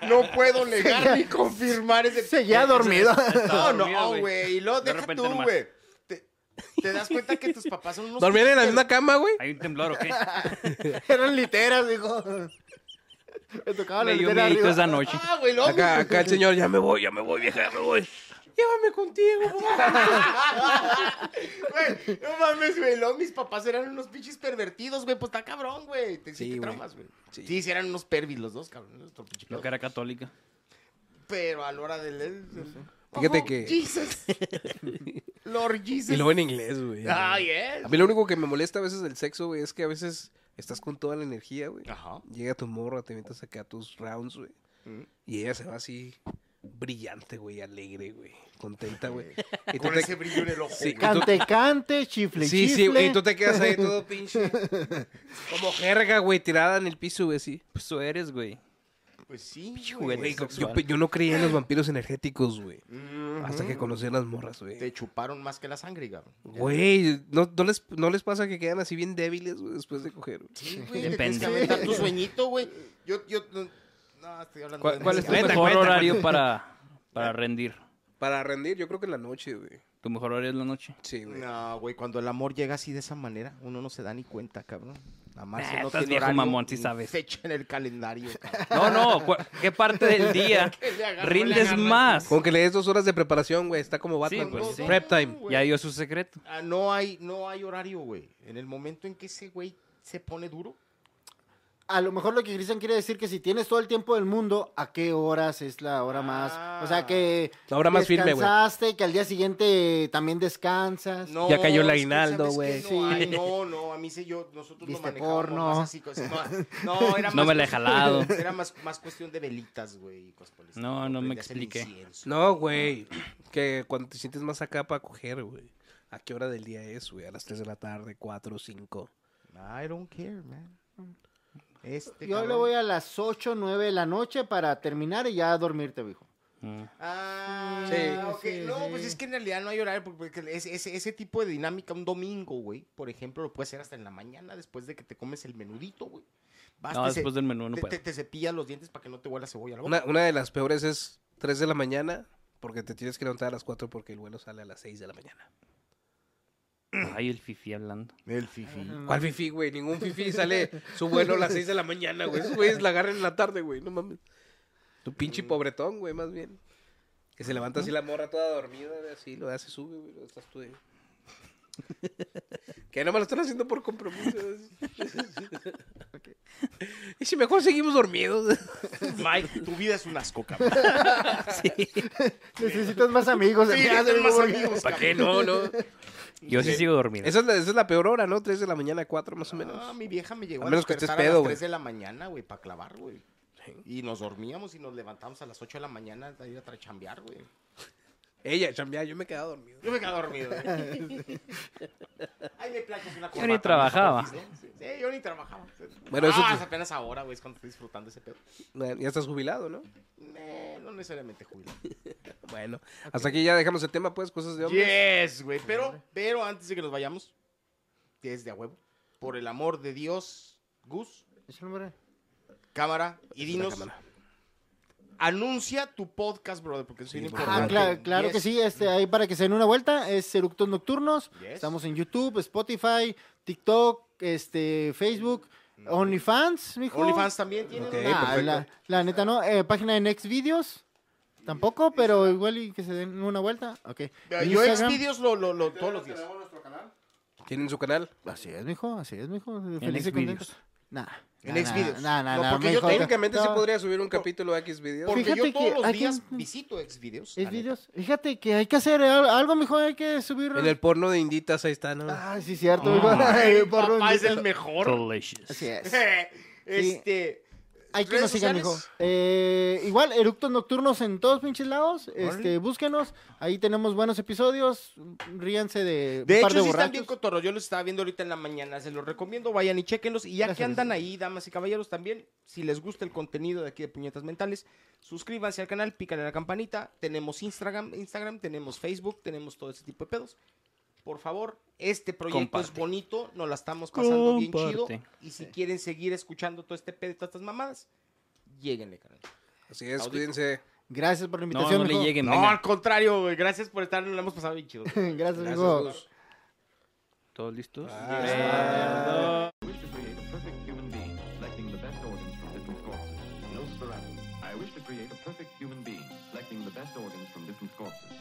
Speaker 2: No puedo negar ni confirmar ese
Speaker 3: Seguía dormido.
Speaker 2: No,
Speaker 5: dormido,
Speaker 2: no,
Speaker 5: güey.
Speaker 2: güey. Y luego
Speaker 5: De
Speaker 2: deja
Speaker 5: repente
Speaker 2: tú,
Speaker 5: nomás.
Speaker 2: güey. Te, te das cuenta que tus papás son unos.
Speaker 1: ¿Dormían en la misma cama, güey?
Speaker 5: ¿Hay un temblor o qué?
Speaker 7: Ah,
Speaker 3: Eran literas, dijo. Me tocaba la
Speaker 5: Me dio
Speaker 3: litera
Speaker 5: miedito
Speaker 3: arriba.
Speaker 5: esa noche.
Speaker 2: Ah, güey, luego.
Speaker 1: Acá, acá el señor, ya me voy, ya me voy, vieja, ya me voy. Llévame contigo,
Speaker 2: Güey, no mames, güey. Luego mis papás eran unos pinches pervertidos, güey. Pues está cabrón, güey. Te, sí,
Speaker 1: Sí,
Speaker 2: te
Speaker 1: güey.
Speaker 2: traumas, güey. Sí.
Speaker 1: Sí.
Speaker 2: sí, eran unos pervis los dos, cabrón. Nuestro pinche
Speaker 5: Lo
Speaker 2: pedo.
Speaker 5: que era católica.
Speaker 2: Pero a la hora del. del-
Speaker 1: Fíjate
Speaker 2: Oh,
Speaker 1: que-
Speaker 2: Jesus. Lord Jesus.
Speaker 1: Y luego en inglés, güey.
Speaker 2: Ah, yes.
Speaker 1: A mí lo único que me molesta a veces del sexo, güey, es que a veces estás con toda la energía,
Speaker 5: Ah.
Speaker 1: güey.
Speaker 2: Ajá.
Speaker 1: Llega tu morra, te metes acá a tus rounds, güey.
Speaker 5: Mm.
Speaker 1: Y ella se va así brillante, güey, alegre, güey. Contenta, güey.
Speaker 5: Eh,
Speaker 1: Y tú
Speaker 2: Con
Speaker 1: te-
Speaker 2: ese brillo en el ojo.
Speaker 1: Sí,
Speaker 2: güey.
Speaker 3: Cante, cante, chifle,
Speaker 1: Sí, sí,
Speaker 3: chifle.
Speaker 1: güey, y tú te quedas ahí todo pinche. Como jerga, güey, tirada en el piso, güey, así.
Speaker 5: Pues tú eres, güey.
Speaker 2: Pues sí,
Speaker 5: juguete.
Speaker 2: güey.
Speaker 1: Güey, yo-
Speaker 5: Sexual.
Speaker 1: yo, yo no creía en los vampiros energéticos, güey. Hasta que conocí a las morras, güey.
Speaker 2: Te chuparon más que la sangre, cabrón.
Speaker 1: Güey, ¿no, no les, ¿no les pasa que quedan así bien débiles güey, después de coger? güey?
Speaker 2: Sí, güey.
Speaker 5: Depende.
Speaker 2: Depende. aventar tu sueñito, güey. Yo, yo, no, no, estoy hablando
Speaker 5: ¿Cuál,
Speaker 2: de
Speaker 5: cuál es tu
Speaker 1: Cuenta,
Speaker 5: mejor
Speaker 1: cuenta,
Speaker 5: horario para, para rendir?
Speaker 1: Para rendir, yo creo que en la noche, güey.
Speaker 5: ¿Tu mejor horario es la noche?
Speaker 1: Sí, güey.
Speaker 2: No, güey, cuando el amor llega así de esa manera, uno no se da ni cuenta, cabrón. Nada más
Speaker 5: Ah,
Speaker 2: uno
Speaker 5: estás
Speaker 2: tiene
Speaker 5: viejo
Speaker 2: horario
Speaker 5: mamón, sí
Speaker 2: ni
Speaker 5: sabes.
Speaker 2: Fecha en el calendario, cabrón.
Speaker 5: No, no. cu- ¿Qué parte del día
Speaker 2: le agarró, le
Speaker 5: rindes
Speaker 2: agarró.
Speaker 5: más?
Speaker 1: Con que le des dos horas de preparación, güey. Está como Batman,
Speaker 5: Sí,
Speaker 1: güey.
Speaker 5: pues, sí.
Speaker 1: Prep time.
Speaker 2: güey.
Speaker 5: Ya dio su secreto.
Speaker 2: Ah, no hay, no hay horario, güey. En el momento en que ese güey se pone duro,
Speaker 3: A lo mejor lo que Cristian quiere decir que si tienes todo el tiempo del mundo, ¿a qué horas es la hora más? O sea, que
Speaker 1: La hora más firme, güey.
Speaker 3: descansaste, que al día siguiente también descansas.
Speaker 2: no,
Speaker 1: Ya cayó el
Speaker 2: es que
Speaker 1: aguinaldo,
Speaker 2: sabes
Speaker 1: güey.
Speaker 2: que
Speaker 3: Sí.
Speaker 2: No, hay, no, no, a mí se yo, nosotros lo
Speaker 3: Viste
Speaker 2: manejábamos
Speaker 3: porno.
Speaker 2: más así. cosas- No, no, era
Speaker 5: No
Speaker 2: más
Speaker 5: me la he
Speaker 2: cuestión-
Speaker 5: jalado.
Speaker 2: Era más, más cuestión de velitas, güey. y cosas por el estilo,
Speaker 5: No, no me
Speaker 2: prendías el
Speaker 5: expliqué.
Speaker 2: incienso.
Speaker 1: No, güey. Que cuando te sientes más acá para coger, güey. ¿A qué hora del día es, güey? A las 3 de la tarde, 4, 5.
Speaker 2: I don't care, man. Este
Speaker 3: Yo le
Speaker 2: cabrón.
Speaker 3: voy a las 8, 9 de la noche para terminar y ya dormirte, viejo.
Speaker 5: Mm.
Speaker 2: Ah,
Speaker 1: Sí.
Speaker 2: ok.
Speaker 3: Sí,
Speaker 2: no,
Speaker 3: sí.
Speaker 2: pues es que en realidad no hay horario, porque porque ese, ese- ese tipo de dinámica, un domingo, güey, por ejemplo, lo puedes hacer hasta en la mañana, después de que te comes el menudito, güey. Vas,
Speaker 5: No,
Speaker 2: te ce-
Speaker 5: después del menú no
Speaker 2: te,
Speaker 5: puedo.
Speaker 2: te- te cepillas los dientes para que no te huela cebolla a la boca.
Speaker 1: Una, una de las peores es 3 de la mañana, porque te tienes que levantar a las 4 porque el vuelo sale a las 6 de la mañana.
Speaker 5: Ay, el fifi hablando.
Speaker 2: El fifi.
Speaker 1: ¿Cuál fifi, güey? Ningún fifi sale su vuelo a las 6 de la mañana, güey. Esos güeyes la agarran en la tarde, güey. No mames. Tu pinche
Speaker 2: Mm.
Speaker 1: pobretón, güey, más bien. Que se levanta así la morra toda dormida, güey, así, lo hace, sube, güey, lo estás tú ahí. Que no me lo están haciendo por compromiso. güey. Y si mejor seguimos dormidos.
Speaker 2: Mike, tu vida es un asco, cabrón.
Speaker 3: Necesitas más amigos.
Speaker 2: Sí,
Speaker 3: amigas,
Speaker 2: hazte más
Speaker 3: porque-
Speaker 2: amigos,
Speaker 1: ¿Para qué?
Speaker 2: cabrón.
Speaker 1: No, no.
Speaker 5: Yo sí sigo dormido.
Speaker 1: Esa es la, esa es la peor hora, ¿no? 3 de la mañana, 4 más o
Speaker 2: Ah,
Speaker 1: menos.
Speaker 2: mi vieja me llegó
Speaker 1: A
Speaker 2: a,
Speaker 1: menos que estés
Speaker 2: despertar a
Speaker 1: pedo,
Speaker 2: las
Speaker 1: güey.
Speaker 2: 3 de la mañana, güey, para clavar, güey. Y nos dormíamos y nos levantamos a las 8 de la mañana a ir a trachambear, güey.
Speaker 1: Ella, chambea, yo me he quedado dormido.
Speaker 2: Yo me quedo dormido. ¿eh? Ay, me planchas una
Speaker 5: Yo
Speaker 2: corbata.
Speaker 5: ni
Speaker 2: unos
Speaker 5: trabajaba.
Speaker 2: cortis, ¿no? Sí, sí, yo ni trabajaba.
Speaker 1: Bueno, eso
Speaker 2: Ah,
Speaker 1: te-
Speaker 2: es apenas ahora, güey, es cuando estoy disfrutando ese pedo.
Speaker 1: Ya estás jubilado, ¿no?
Speaker 2: Eh, no necesariamente Julio.
Speaker 1: Bueno, hasta aquí ya dejamos el tema, pues, cosas de hombres.
Speaker 2: Yes, güey. Pero, pero antes de que nos vayamos, desde a huevo, por el amor de Dios, Gus,
Speaker 3: Es el hombre.
Speaker 2: cámara, y
Speaker 1: Una
Speaker 2: dinos,
Speaker 1: cámara.
Speaker 2: anuncia tu podcast, brother, porque es bien
Speaker 1: Sí,
Speaker 2: importante.
Speaker 3: Ah, cla- claro que
Speaker 2: Yes.
Speaker 3: sí, este, ahí para que se den una vuelta, es Eructos Nocturnos,
Speaker 2: Yes.
Speaker 3: estamos en YouTube, Spotify, TikTok, este, Facebook, OnlyFans, mijo.
Speaker 2: Mm. OnlyFans también tiene.
Speaker 1: Ok,
Speaker 3: Ah,
Speaker 1: perfecto.
Speaker 3: la, la neta no, eh, página de Next Videos, tampoco, pero igual y que se den una vuelta, ok.
Speaker 2: Yo
Speaker 3: Instagram.
Speaker 2: exvideos lo, lo, lo, todos los días.
Speaker 4: Tenemos nuestro canal.
Speaker 1: Tienen su canal.
Speaker 3: Así es, mijo, así es, mijo, feliz y
Speaker 5: Next
Speaker 3: contento.
Speaker 5: Videos.
Speaker 3: Nah.
Speaker 2: En
Speaker 3: nah,
Speaker 2: Next
Speaker 3: nah,
Speaker 2: Videos.
Speaker 3: nah, nah,
Speaker 2: No,
Speaker 3: nah,
Speaker 2: porque yo
Speaker 3: mijo,
Speaker 1: Técnicamente
Speaker 3: no.
Speaker 1: sí podría subir un capítulo a X videos.
Speaker 2: Porque
Speaker 3: Fíjate
Speaker 2: yo todos
Speaker 3: que
Speaker 2: los
Speaker 3: hay
Speaker 2: días
Speaker 3: quien-
Speaker 2: visito exvideos. la neta.
Speaker 3: Es videos. Fíjate que hay que hacer al- algo, mijo, hay que subir.
Speaker 1: En el porno de Inditas, ahí está, ¿no?
Speaker 3: Ah, sí, cierto. mijo. Ay,
Speaker 2: Mi
Speaker 3: porro,
Speaker 2: papá es
Speaker 3: dice-
Speaker 2: el mejor.
Speaker 5: Delicious.
Speaker 3: Así es.
Speaker 2: este,
Speaker 3: Hay que
Speaker 2: ¿Redes
Speaker 3: nos sigan, hijo.
Speaker 2: sociales?
Speaker 3: Eh, igual, Eructos Nocturnos en todos pinches lados. Este, búsquenos. Ahí tenemos buenos episodios. Ríanse de un
Speaker 2: De
Speaker 3: par
Speaker 2: hecho,
Speaker 3: de
Speaker 2: sí están
Speaker 3: borrachos.
Speaker 2: bien cotorros. Yo los estaba viendo ahorita en la mañana. Se los recomiendo. Vayan y chequenlos. Y ya
Speaker 3: Gracias,
Speaker 2: que andan ahí, damas y caballeros, también, si les gusta el contenido de aquí de Puñetas Mentales, suscríbanse al canal, pícale a la campanita. Tenemos Instagram, Instagram tenemos Facebook, tenemos todo ese tipo de pedos. Por favor, este proyecto es
Speaker 7: Comparte.
Speaker 2: bonito. Nos la estamos pasando bien
Speaker 7: Comparte.
Speaker 2: chido. Y si quieren seguir escuchando todo este pedo y todas estas mamadas, lléguenle, canal.
Speaker 1: Así es,
Speaker 2: Audito.
Speaker 1: cuídense.
Speaker 3: Gracias por la
Speaker 7: No,
Speaker 3: invitación.
Speaker 7: no le
Speaker 3: mijo.
Speaker 7: lleguen.
Speaker 2: No,
Speaker 7: venga.
Speaker 2: al contrario, güey. Gracias por estar. Nos la hemos pasado bien chido.
Speaker 3: Gracias,
Speaker 1: Gracias,
Speaker 3: mijo.
Speaker 1: Gus.
Speaker 7: ¿Todos listos?
Speaker 8: I wish to create a perfect human being, selecting the best organs from different corpses. No sporadic. I wish to create a perfect human being, selecting the best organs from different corpses.